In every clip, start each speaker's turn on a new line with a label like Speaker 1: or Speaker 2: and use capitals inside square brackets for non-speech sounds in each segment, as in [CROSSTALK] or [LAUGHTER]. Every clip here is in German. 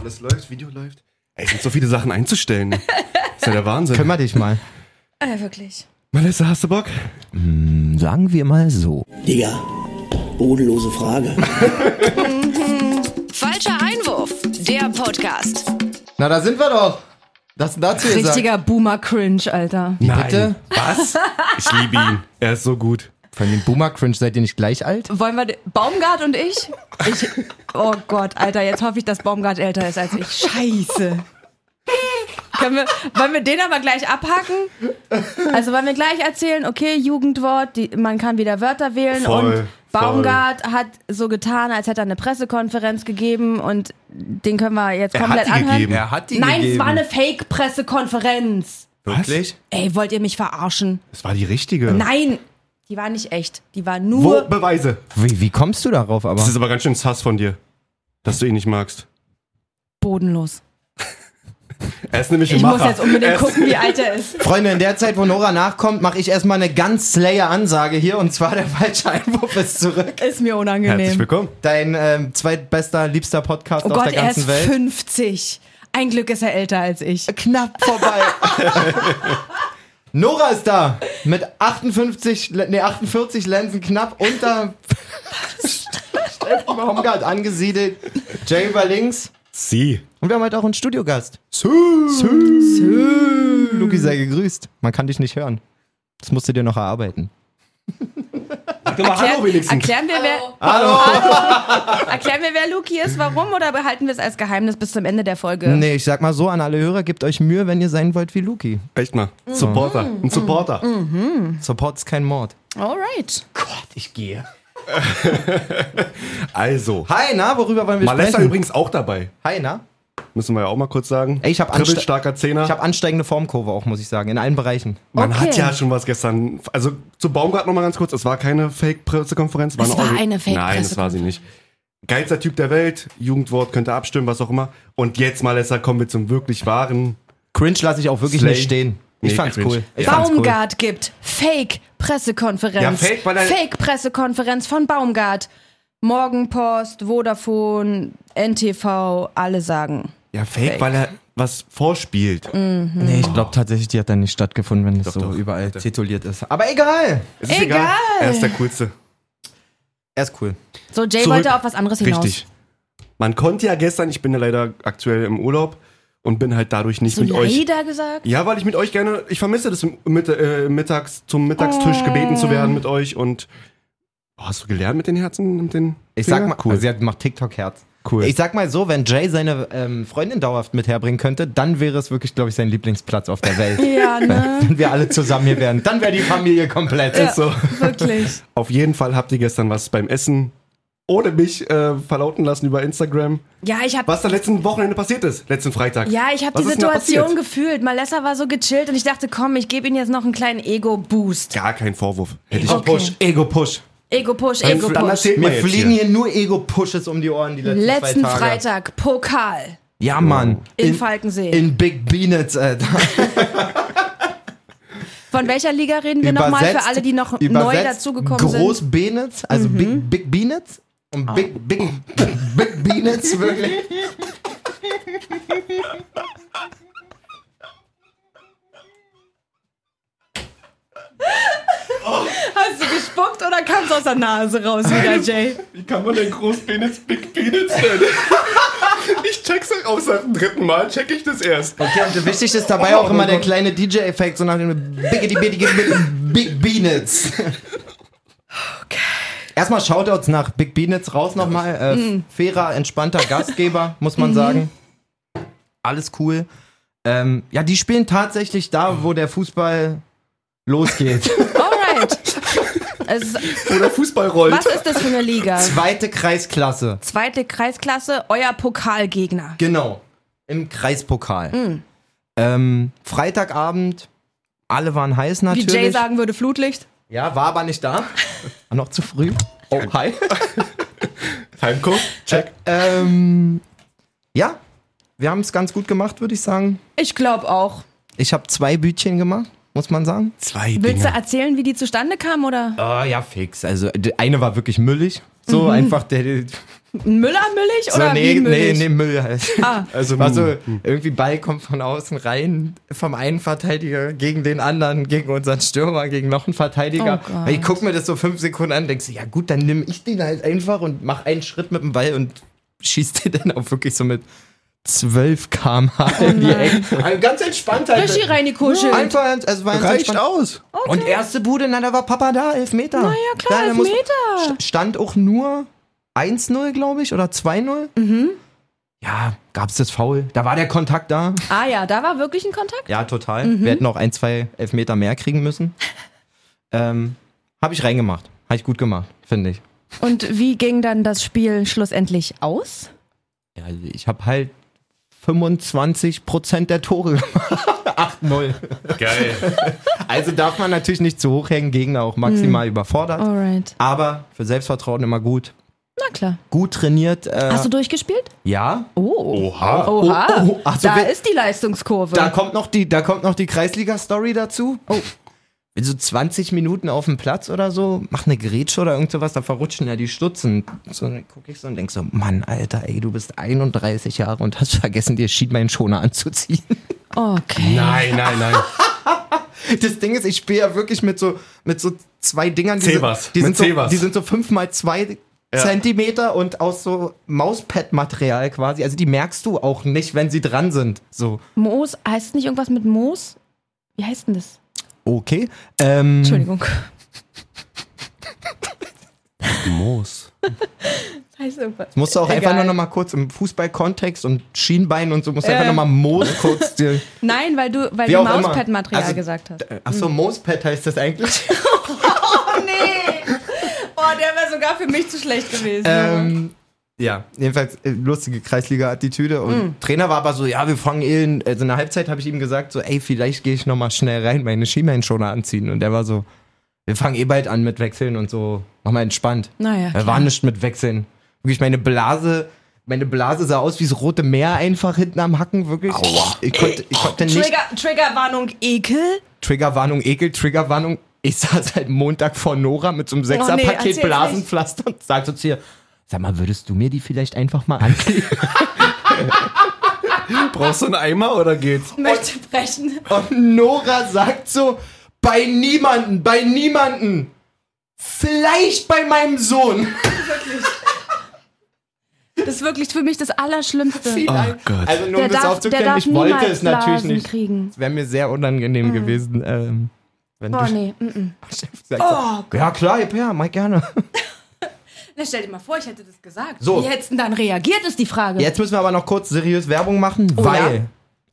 Speaker 1: Alles läuft, Video läuft. Ey, es sind so viele Sachen einzustellen. Das ist ja der Wahnsinn.
Speaker 2: Können wir dich mal.
Speaker 3: Äh, wirklich.
Speaker 1: Melissa, hast du Bock?
Speaker 2: [LAUGHS] Sagen wir mal so.
Speaker 4: Digga, bodenlose Frage.
Speaker 5: Falscher Einwurf, der Podcast.
Speaker 2: Na, da sind wir doch. Das dazu gesagt.
Speaker 3: Richtiger Boomer-Cringe, Alter.
Speaker 1: Nein.
Speaker 2: Bitte?
Speaker 1: Was? Ich liebe ihn. Er ist so gut.
Speaker 2: Von dem Boomer Cringe seid ihr nicht gleich alt?
Speaker 3: Wollen wir. Baumgart und ich? ich? Oh Gott, Alter, jetzt hoffe ich, dass Baumgart älter ist als ich. Scheiße. Können wir, wollen wir den aber gleich abhacken? Also wollen wir gleich erzählen, okay, Jugendwort, die, man kann wieder Wörter wählen
Speaker 1: Voll, voll.
Speaker 3: und Baumgart hat so getan, als hätte er eine Pressekonferenz gegeben und den können wir jetzt
Speaker 1: Er hat
Speaker 3: komplett
Speaker 1: die
Speaker 3: anhören.
Speaker 1: gegeben.
Speaker 6: Er hat die
Speaker 3: Nein,
Speaker 6: gegeben.
Speaker 3: es war eine Fake-Pressekonferenz.
Speaker 6: Wirklich?
Speaker 3: Ey, wollt ihr mich verarschen?
Speaker 1: Das war die richtige.
Speaker 3: Nein, die war nicht echt. Die war
Speaker 1: Wo?
Speaker 3: nur.
Speaker 1: Beweise.
Speaker 2: Wie, wie kommst du darauf aber?
Speaker 1: Das ist aber ganz schön Sass von dir, dass du ihn nicht magst.
Speaker 3: bodenlos.
Speaker 1: Er ist nämlich ein
Speaker 3: Ich
Speaker 1: Macher.
Speaker 3: muss jetzt unbedingt
Speaker 1: er ist,
Speaker 3: gucken, wie alt er ist.
Speaker 2: [LAUGHS] Freunde, in der Zeit, wo Nora nachkommt, mache ich erstmal eine ganz Slayer-Ansage hier und zwar [LAUGHS] der falsche Einwurf ist zurück.
Speaker 3: Ist
Speaker 1: Herzlich
Speaker 3: mir unangenehm.
Speaker 1: willkommen.
Speaker 2: Dein ähm, zweitbester, liebster Podcast
Speaker 3: Oh
Speaker 2: auf
Speaker 3: Gott,
Speaker 2: der
Speaker 3: er ist
Speaker 2: ganzen Welt.
Speaker 3: 50. Ein Glück ist er älter als
Speaker 1: Äh,
Speaker 3: ich.
Speaker 2: Knapp
Speaker 3: [LAUGHS]
Speaker 2: vorbei. Nora ist da mit 58, Le- nee, 48 Lensen knapp unter Steffen Baumgart angesiedelt. Jay über links.
Speaker 1: Sie.
Speaker 2: Und wir haben heute auch einen Studiogast. Luki sei gegrüßt. Man kann dich nicht hören. Das musst du dir noch erarbeiten.
Speaker 1: Sag doch mal Hallo wenigstens.
Speaker 3: Erklären wir, wer, [LAUGHS] erklären wir, wer Luki ist, warum oder behalten wir es als Geheimnis bis zum Ende der Folge?
Speaker 2: Nee, ich sag mal so an alle Hörer, gebt euch Mühe, wenn ihr sein wollt wie Luki.
Speaker 1: Echt mal.
Speaker 3: Mm.
Speaker 1: Supporter. Ein Supporter.
Speaker 2: Support ist kein Mord.
Speaker 3: Alright.
Speaker 1: Ich gehe. also.
Speaker 2: Hi, na, worüber wollen wir
Speaker 1: Malessa
Speaker 2: sprechen?
Speaker 1: übrigens auch dabei.
Speaker 2: Hi, na.
Speaker 1: Müssen wir ja auch mal kurz sagen.
Speaker 2: Ey, ich hab Angst-
Speaker 1: starker Zehner.
Speaker 2: Ich habe ansteigende Formkurve auch, muss ich sagen, in allen Bereichen.
Speaker 1: Man
Speaker 3: Okay.
Speaker 1: hat ja schon was gestern. Also zu Baumgart nochmal ganz kurz. Es war keine Fake-Pressekonferenz.
Speaker 3: Es war
Speaker 1: Orgi-
Speaker 3: eine
Speaker 1: Nein, das war sie nicht. Geilster Typ der Welt. Jugendwort könnte abstimmen, was auch immer. Und jetzt, Malessa, kommen wir zum wirklich wahren.
Speaker 2: Cringe lasse ich auch wirklich
Speaker 1: Slay.
Speaker 2: nicht stehen. Ich
Speaker 1: Nee,
Speaker 2: fand's
Speaker 1: cringe.
Speaker 2: cool. Ich fand's cool.
Speaker 3: Baumgart gibt Fake-Pressekonferenz.
Speaker 1: Ja, fake, weil er-
Speaker 3: Fake-Pressekonferenz von Baumgart. Morgenpost, Vodafone, NTV, alle sagen.
Speaker 1: Ja, Fake, weil er was vorspielt.
Speaker 3: Mm.
Speaker 2: Nee, ich glaube tatsächlich, die hat dann nicht stattgefunden, wenn es so
Speaker 1: doch,
Speaker 2: überall tituliert ist. Aber egal.
Speaker 1: Es ist
Speaker 3: Egal.
Speaker 1: Er ist der Coolste.
Speaker 2: Er ist cool.
Speaker 3: So, Jay
Speaker 1: Zurück.
Speaker 3: wollte auf was anderes hinaus.
Speaker 1: Richtig. Man konnte ja gestern, ich bin ja leider aktuell im Urlaub und bin halt dadurch nicht
Speaker 3: So
Speaker 1: mit euch
Speaker 3: leider gesagt?
Speaker 1: Ja, weil ich mit euch gerne, ich vermisse das im- mit, äh, mittags, zum Mittagstisch
Speaker 3: Oh.
Speaker 1: gebeten zu werden mit euch und oh, hast du gelernt mit den Herzen? Mit den
Speaker 2: Ich sag mal,
Speaker 1: Fingern? cool.
Speaker 2: also sie hat- macht TikTok-Herz.
Speaker 1: Cool.
Speaker 2: Ich sag mal so, wenn Jay seine ähm, Freundin dauerhaft mit herbringen könnte, dann wäre es wirklich, glaube ich, sein Lieblingsplatz auf der Welt.
Speaker 1: [LAUGHS]
Speaker 3: [LAUGHS] Ja, ne?
Speaker 2: wenn wir alle zusammen hier wären, dann wäre die Familie komplett.
Speaker 1: Ist so.
Speaker 3: Wirklich.
Speaker 1: Auf jeden Fall habt ihr gestern was beim Essen ohne mich äh, verlauten lassen über Instagram.
Speaker 3: Ja, ich habe
Speaker 1: Was da letzten Wochenende passiert ist, letzten Freitag.
Speaker 3: ja, ich hab
Speaker 1: Was
Speaker 3: die
Speaker 1: ist denn da passiert?
Speaker 3: Situation gefühlt. Malessa war so gechillt und ich dachte, komm, ich gebe ihm jetzt noch einen kleinen Ego-Boost.
Speaker 1: Gar kein Vorwurf. Hätte ich
Speaker 3: Okay.
Speaker 2: Ego-Push, Ego-Push.
Speaker 3: Ego-Push,
Speaker 1: Dann
Speaker 3: Ego-Push.
Speaker 1: erzählt
Speaker 2: Mir
Speaker 1: mir jetzt
Speaker 2: fliegen
Speaker 1: hier.
Speaker 2: hier nur Ego-Pushes um die Ohren die letzten,
Speaker 3: Letzten
Speaker 2: zwei Tage.
Speaker 3: Freitag, Pokal
Speaker 2: Ja, Mann.
Speaker 3: in, Falkensee.
Speaker 2: in Big äh, Beanets, Alter.
Speaker 3: Von welcher Liga reden wir nochmal Genau, für alle, die noch neu
Speaker 2: übersetzt,
Speaker 3: dazugekommen
Speaker 2: Groß
Speaker 3: sind? Mhm.
Speaker 2: Benitz, also Big, Big Beanitz und Big, Big, Big Beanitz, wirklich.
Speaker 3: Hast du gespuckt oder kam's aus der Nase raus wieder, Jay?
Speaker 1: Wie kann man denn Großpenis Big Penis nennen? [LAUGHS] ich check's auch aus dem dritten Mal, check ich das erst.
Speaker 2: Okay, und Oh, wichtig ist dabei auch immer der kleine DJ-Effekt, so nach dem Biggity Biggity Big Beanitz. Okay. Erstmal Shoutouts nach Big Beanitz raus nochmal. Äh, Fairer, entspannter Gastgeber, muss man sagen. Alles cool. Ähm, ja, die spielen tatsächlich da, wo der Fußball losgeht.
Speaker 3: Alright. Es ist,
Speaker 1: Oder Fußball rollt.
Speaker 3: was ist das für eine Liga?
Speaker 2: Zweite Kreisklasse.
Speaker 3: Zweite Kreisklasse, euer Pokalgegner.
Speaker 2: Genau. Im Kreispokal. Ähm, Freitagabend, alle waren heiß natürlich.
Speaker 3: Wie Jay sagen würde, Flutlicht.
Speaker 2: Ja, war aber nicht da. War noch zu früh. Oh, hi.
Speaker 1: [LAUGHS] Heimko, check.
Speaker 2: ähm, ja, wir haben es ganz gut gemacht, würde ich sagen.
Speaker 3: Ich glaube auch.
Speaker 2: Ich habe zwei Bütchen gemacht, muss man sagen.
Speaker 1: Zwei
Speaker 3: Willst du erzählen, wie die zustande kam oder?
Speaker 2: Ah, ja, fix. Also, die eine war wirklich müllig. So einfach der.
Speaker 3: Müller müllig
Speaker 2: So,
Speaker 3: oder
Speaker 2: nee, nee,
Speaker 3: wie müllig?
Speaker 2: nee, Müll halt.
Speaker 3: Ah,
Speaker 1: Also,
Speaker 2: War so,
Speaker 1: mh.
Speaker 2: irgendwie Ball kommt von außen rein, vom einen Verteidiger gegen den anderen, gegen unseren Stürmer, gegen noch einen Verteidiger.
Speaker 3: Oh Gott.
Speaker 2: ich guck mir das so fünf Sekunden an, denkst du, ja gut, dann nimm ich den halt einfach und mach einen Schritt mit dem Ball und schieß den dann auch wirklich so mit 12 km/h in
Speaker 3: Oh
Speaker 2: die Ecke. Also ganz entspannt halt.
Speaker 3: richtig rein die Kuschel.
Speaker 2: Einfach, also war ganz
Speaker 1: reicht
Speaker 2: entspannt.
Speaker 1: aus.
Speaker 2: Und erste Bude, na, da war Papa da, Elfmeter. Naja,
Speaker 3: klar, Elfmeter.
Speaker 2: stand auch nur 1-0, glaube ich, oder 2-0. Ja, gab's das Foul. Da war der Kontakt da.
Speaker 3: Ah ja, da war wirklich ein Kontakt.
Speaker 2: Ja, total. Wir hätten noch ein, zwei Elfmeter mehr kriegen müssen. ähm, Habe ich reingemacht. Habe ich gut gemacht, finde ich.
Speaker 3: Und wie ging dann das Spiel schlussendlich aus?
Speaker 2: Ja, ich habe halt 25% der Tore [LAUGHS] gemacht. 8-0.
Speaker 6: Geil.
Speaker 2: Also darf man natürlich nicht zu hoch hängen, Gegner auch maximal überfordert.
Speaker 3: Alright.
Speaker 2: Aber für Selbstvertrauen immer gut.
Speaker 3: Na klar.
Speaker 2: Gut trainiert. Äh,
Speaker 3: Hast du durchgespielt?
Speaker 2: Ja.
Speaker 3: Oh.
Speaker 6: Oha.
Speaker 3: Oha.
Speaker 2: Oh, oh, ach so,
Speaker 3: da
Speaker 2: wer-
Speaker 3: ist die Leistungskurve.
Speaker 2: Da kommt noch die, da kommt noch die Kreisliga-Story dazu. Oh. Bin so 20 Minuten auf dem Platz oder so, mach eine Grätsche oder irgend sowas, da verrutschen ja die Stutzen. So, dann guck ich so und denk so, Mann, Alter, ey, du bist 31 Jahre und hast vergessen, dir Schienbeinschoner anzuziehen.
Speaker 3: okay.
Speaker 1: Nein, nein, nein.
Speaker 2: [LAUGHS] Das Ding ist, ich spiele ja wirklich mit so, mit so zwei Dingern, die,
Speaker 6: Zebras,
Speaker 2: sind, die,
Speaker 6: mit
Speaker 2: sind, so,
Speaker 6: Zebras.
Speaker 2: die sind so fünf mal zwei Zentimeter und aus so Mauspad-Material quasi. Also die merkst du auch nicht, wenn sie dran sind. So.
Speaker 3: Moos, heißt es nicht irgendwas mit Moos? Wie heißt denn
Speaker 2: Hm.
Speaker 3: das?
Speaker 2: Okay. Ähm,
Speaker 3: Entschuldigung.
Speaker 2: [LAUGHS]
Speaker 1: Moos.
Speaker 3: Das heißt irgendwas.
Speaker 2: Musst du auch
Speaker 3: Egal.
Speaker 2: einfach nur noch mal kurz im Fußballkontext und Schienbein und so, musst du
Speaker 3: Ja,
Speaker 2: einfach
Speaker 3: ja.
Speaker 2: noch mal Moos
Speaker 3: [LAUGHS]
Speaker 2: kurz dir.
Speaker 3: Nein, weil du, weil
Speaker 2: Wie
Speaker 3: du
Speaker 2: auch immer.
Speaker 3: Mauspad-Material
Speaker 2: Also,
Speaker 3: gesagt Mhm. hast.
Speaker 2: Achso, Moospad heißt das eigentlich.
Speaker 3: Oh nee! Oh, der wäre sogar für mich zu schlecht gewesen.
Speaker 2: ähm, ja, jedenfalls äh, lustige Kreisliga-Attitüde. Und Trainer war aber so, ja, wir fangen eh in, also in der Halbzeit habe ich ihm gesagt, so, ey, vielleicht gehe ich noch mal schnell rein, meine Schienbeinschoner anziehen. Und der war so, wir fangen eh bald an mit Wechseln und so, mach mal entspannt.
Speaker 3: naja.
Speaker 2: Da war nichts mit Wechseln. Wirklich, meine Blase, meine Blase sah aus wie das Rote Meer einfach hinten am Hacken, wirklich. Ich konnte, ich konnte nicht
Speaker 3: Trigger, Triggerwarnung Ekel.
Speaker 2: Triggerwarnung, Ekel, Triggerwarnung. Ich saß halt Montag vor Nora mit so einem
Speaker 3: Oh nee,
Speaker 2: Sechserpaket
Speaker 3: erzähl's
Speaker 2: Blasenpflaster und sagte zu ihr, sag mal, würdest du mir die vielleicht einfach mal
Speaker 3: [LAUGHS]
Speaker 2: ankleben?
Speaker 1: Brauchst du einen Eimer oder geht's?
Speaker 3: Möchte brechen.
Speaker 2: und Nora sagt so, bei niemanden, bei niemanden. Vielleicht bei meinem Sohn.
Speaker 3: Das ist wirklich für mich das Allerschlimmste.
Speaker 2: Vielleicht.
Speaker 1: Gott.
Speaker 2: Also nur um
Speaker 3: Der
Speaker 2: das
Speaker 3: darf, der
Speaker 2: aufzuklären,
Speaker 3: darf
Speaker 2: ich wollte
Speaker 3: niemals
Speaker 2: es natürlich
Speaker 3: Blasen
Speaker 2: nicht.
Speaker 3: kriegen.
Speaker 2: Es wäre mir sehr unangenehm gewesen, ähm, wenn
Speaker 3: Oh
Speaker 2: du [LAUGHS]
Speaker 3: nee. Oh Mm
Speaker 2: sagst, so, ja klar, ja, ja, mal gerne.
Speaker 3: Na, stell dir mal vor, ich hätte das gesagt.
Speaker 2: So.
Speaker 3: Wie hättest du dann reagiert, ist die Frage.
Speaker 2: Jetzt müssen wir aber noch kurz seriös Werbung machen, weil
Speaker 3: Oh, ja.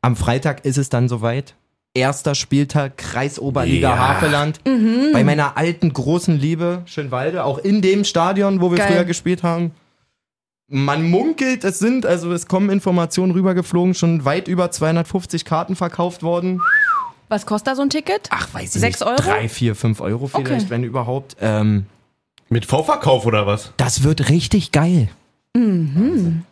Speaker 2: am Freitag ist es dann soweit. Erster Spieltag Kreis Oberliga
Speaker 6: Ja.
Speaker 2: Havelland.
Speaker 3: Mhm.
Speaker 2: Bei meiner alten großen Liebe Schönwalde, auch in dem Stadion, wo wir
Speaker 3: Geil.
Speaker 2: früher gespielt haben. Man munkelt, es sind, also es kommen Informationen rübergeflogen, schon weit über 250 Karten verkauft worden.
Speaker 3: Was kostet da so ein Ticket?
Speaker 2: Ach, weiß ich
Speaker 3: Sechs Euro?
Speaker 2: Drei, vier, fünf Euro vielleicht,
Speaker 3: Okay.
Speaker 2: wenn überhaupt. Ähm,
Speaker 6: Mit Vorverkauf oder was?
Speaker 2: das wird richtig geil. Mhm.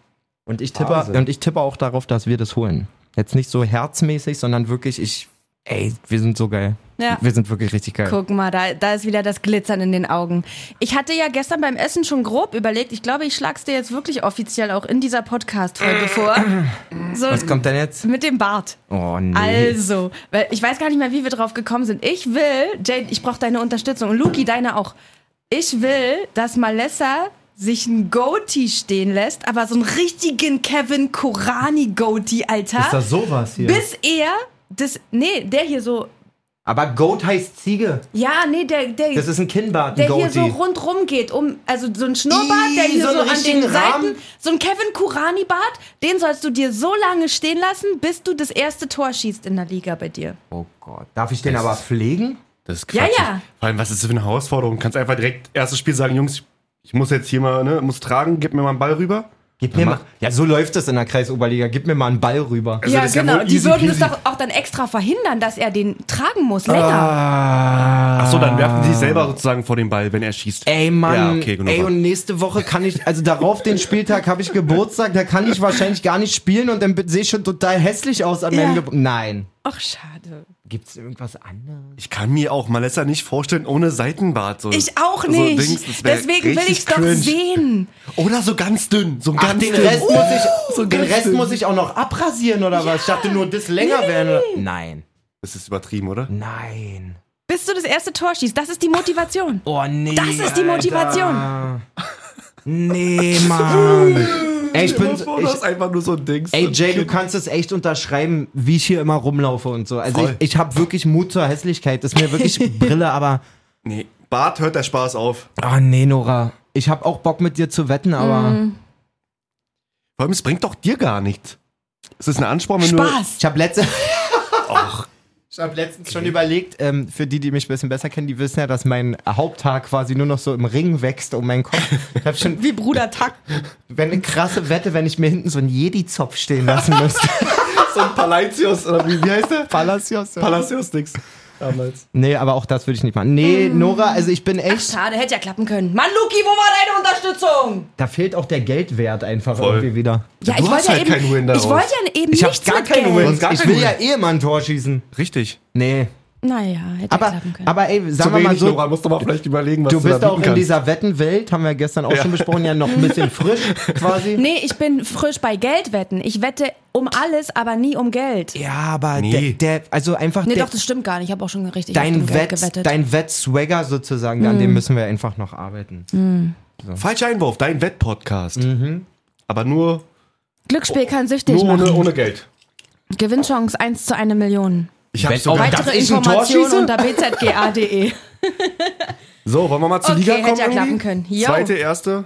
Speaker 2: Und ich tippe,
Speaker 1: Wahnsinn.
Speaker 2: und ich tippe auch darauf, dass wir das holen. Jetzt nicht so herzmäßig, sondern wirklich, ich, ey, wir sind so geil.
Speaker 3: Ja.
Speaker 2: Wir sind wirklich richtig geil.
Speaker 3: Guck mal, da, da ist wieder das Glitzern in den Augen. Ich hatte ja gestern beim Essen schon grob überlegt, ich glaube, ich schlag's dir jetzt wirklich offiziell auch in dieser Podcast-Folge vor. So,
Speaker 2: Ah. Was kommt denn jetzt?
Speaker 3: mit dem Bart.
Speaker 2: Oh nee.
Speaker 3: Also, weil ich weiß gar nicht mehr, wie wir drauf gekommen sind. Ich will, Jade, ich brauche deine Unterstützung und Luki, deine auch. Ich will, dass Malessa sich ein Goatee stehen lässt, aber so einen richtigen Kevin Korani Goatee,
Speaker 2: Ist
Speaker 3: Alter.
Speaker 2: das sowas hier?
Speaker 3: Bis er das nee, der hier so
Speaker 2: Aber Goat heißt Ziege.
Speaker 3: ja, nee, der der
Speaker 2: Das ist ein Kinnbart, ein
Speaker 3: der hier
Speaker 2: Goatee.
Speaker 3: so rundrum geht, um, also so ein Schnurrbart,
Speaker 2: Ih,
Speaker 3: der hier
Speaker 2: so einen
Speaker 3: so, an den
Speaker 2: richtigen Rahmen.
Speaker 3: Seiten, so ein Kevin Kurani-Bart, den sollst du dir so lange stehen lassen, bis du das erste Tor schießt in der Liga bei dir.
Speaker 2: oh Gott. Darf ich den aber pflegen?
Speaker 1: Das ist
Speaker 3: Ja,
Speaker 1: Quatsch.
Speaker 3: ja.
Speaker 1: Vor allem, was ist das für eine Herausforderung? Kannst einfach direkt erstes Spiel sagen, Jungs, ich muss jetzt hier mal, ne, muss tragen, gib mir mal einen Ball rüber.
Speaker 2: Gib mir mal. Ja, so läuft das in der Kreisoberliga. Gib mir mal einen Ball rüber.
Speaker 1: Also
Speaker 3: ja,
Speaker 1: das ist ja
Speaker 3: genau.
Speaker 1: wohl
Speaker 3: Die
Speaker 1: easy
Speaker 3: würden es
Speaker 1: peasy.
Speaker 3: doch auch dann extra verhindern, dass er den tragen muss länger.
Speaker 2: Ah.
Speaker 1: Achso, dann werfen sie sich selber sozusagen vor den Ball, wenn er schießt.
Speaker 2: Ey, Mann.
Speaker 1: Ja, okay, genau.
Speaker 2: Ey, und nächste Woche kann ich, also darauf den Spieltag habe ich Geburtstag, da kann ich wahrscheinlich gar nicht spielen und dann sehe ich schon total hässlich aus an meinem
Speaker 3: Ja.
Speaker 2: Geburtstag. Nein.
Speaker 3: Ach, schade.
Speaker 2: Gibt's irgendwas anderes?
Speaker 1: Ich kann mir auch Malessa nicht vorstellen ohne Seitenbart. So.
Speaker 3: Ich auch
Speaker 1: so
Speaker 3: nicht.
Speaker 1: Also Dings, das wär
Speaker 3: Deswegen will
Speaker 1: richtig
Speaker 3: ich es doch
Speaker 1: cringe.
Speaker 3: sehen.
Speaker 1: Oder so ganz dünn. So ganz
Speaker 2: den Oh,
Speaker 1: dünn.
Speaker 2: Rest, muss ich,
Speaker 1: so
Speaker 2: den
Speaker 1: ganz
Speaker 2: Rest
Speaker 1: dünn.
Speaker 2: muss ich auch noch abrasieren oder was? Ich dachte nur, das länger werden. Oder? Nein,
Speaker 1: Das ist übertrieben, oder?
Speaker 2: nein.
Speaker 3: Bis du das erste Tor schießt. Das ist die
Speaker 1: [LAUGHS]
Speaker 3: Motivation.
Speaker 2: Oh nee.
Speaker 3: Das ist die Motivation.
Speaker 2: Alter. Nee, Mann. Ey, ich bin.
Speaker 1: Oh,
Speaker 2: Ich,
Speaker 1: das ist einfach nur so ein Dings.
Speaker 2: ey, Jay, du kannst es echt unterschreiben, wie ich hier immer rumlaufe und so. Also
Speaker 1: Voll.
Speaker 2: ich, ich habe wirklich Mut zur Hässlichkeit. Das ist mir
Speaker 1: [LAUGHS]
Speaker 2: wirklich Brille, aber.
Speaker 1: Nee, Bart hört der Spaß auf.
Speaker 2: Oh nee, Nora. Ich habe auch Bock mit dir zu wetten, aber.
Speaker 1: Mm. Vor allem, es bringt doch dir gar nichts. Es ist ein Ansporn, wenn
Speaker 3: Spaß.
Speaker 2: Ich habe letzte. Ich habe letztens schon überlegt, ähm, für die, die mich ein bisschen besser kennen, die wissen ja, dass mein Haupthaar quasi nur noch so im Ring wächst um meinen Kopf. Ich habe [LAUGHS] schon
Speaker 3: Wie Bruder Tack.
Speaker 2: wenn eine krasse Wette, wenn ich mir hinten so einen Jedi-Zopf stehen lassen [LAUGHS] müsste.
Speaker 1: du [LAUGHS] so ein Palacios, oder wie, wie heißt der?
Speaker 2: Palacios.
Speaker 1: Palacios-Dings. Damals.
Speaker 2: Nee, aber auch das würde ich nicht machen. Nee, Nora, also ich bin echt.
Speaker 3: Schade, hätte ja klappen können. Mann, Luki, wo war deine Unterstützung?
Speaker 2: Da fehlt auch der Geldwert einfach
Speaker 1: Voll.
Speaker 2: irgendwie wieder.
Speaker 3: Ja,
Speaker 1: Du
Speaker 3: ich
Speaker 1: hast
Speaker 3: wollte
Speaker 1: halt
Speaker 3: ja
Speaker 1: keinen Win
Speaker 3: eben,
Speaker 1: daraus.
Speaker 3: ich wollte ja eben
Speaker 2: Ich
Speaker 3: nichts
Speaker 2: hab gar
Speaker 3: mit
Speaker 2: keinen
Speaker 3: Geld.
Speaker 2: Win.
Speaker 1: gar
Speaker 2: Ich
Speaker 1: keinen
Speaker 2: will
Speaker 1: Win.
Speaker 2: ja eh mal ein Tor schießen.
Speaker 1: Richtig.
Speaker 2: Nee.
Speaker 3: Naja, hätte ja
Speaker 2: Aber,
Speaker 3: klappen können.
Speaker 2: aber ey, sagen
Speaker 1: Zu
Speaker 2: wir mal
Speaker 1: wenig,
Speaker 2: so,
Speaker 1: Nora, musst du mal vielleicht überlegen, was du
Speaker 2: Du bist
Speaker 1: da
Speaker 2: auch in
Speaker 1: bieten kannst.
Speaker 2: dieser Wettenwelt, haben wir gestern auch schon besprochen, ja noch ein bisschen [LAUGHS] frisch quasi.
Speaker 3: nee, ich bin frisch bei Geldwetten. Ich wette um alles, aber nie um Geld.
Speaker 2: Ja, aber
Speaker 1: Nee.
Speaker 2: der, der, also einfach
Speaker 3: Nee,
Speaker 2: der,
Speaker 3: doch, das stimmt gar nicht. Ich habe auch schon richtig auf
Speaker 2: dein,
Speaker 3: dem Geld
Speaker 2: Wett,
Speaker 3: gewettet. Hm.
Speaker 2: dein Wett-Swagger sozusagen, an dem müssen wir einfach noch arbeiten.
Speaker 1: Falscher Einwurf, dein Wett-Podcast.
Speaker 2: Mhm.
Speaker 1: Aber nur,
Speaker 3: Glücksspiel kann süchtig
Speaker 1: nur ohne,
Speaker 3: machen.
Speaker 1: ohne Geld.
Speaker 3: Gewinnchance 1 zu 1 Million.
Speaker 1: Ich hab
Speaker 2: Wett-
Speaker 1: sogar
Speaker 2: Dass
Speaker 3: Weitere
Speaker 2: ich ein Tor
Speaker 3: Informationen
Speaker 2: schieße? [LAUGHS]
Speaker 3: unter bzga.de.
Speaker 1: So, wollen wir mal zur
Speaker 3: Okay,
Speaker 1: Liga
Speaker 3: hätte
Speaker 1: kommen?
Speaker 3: ja
Speaker 1: irgendwie?
Speaker 3: klappen können. Jo.
Speaker 1: Zweite, erste.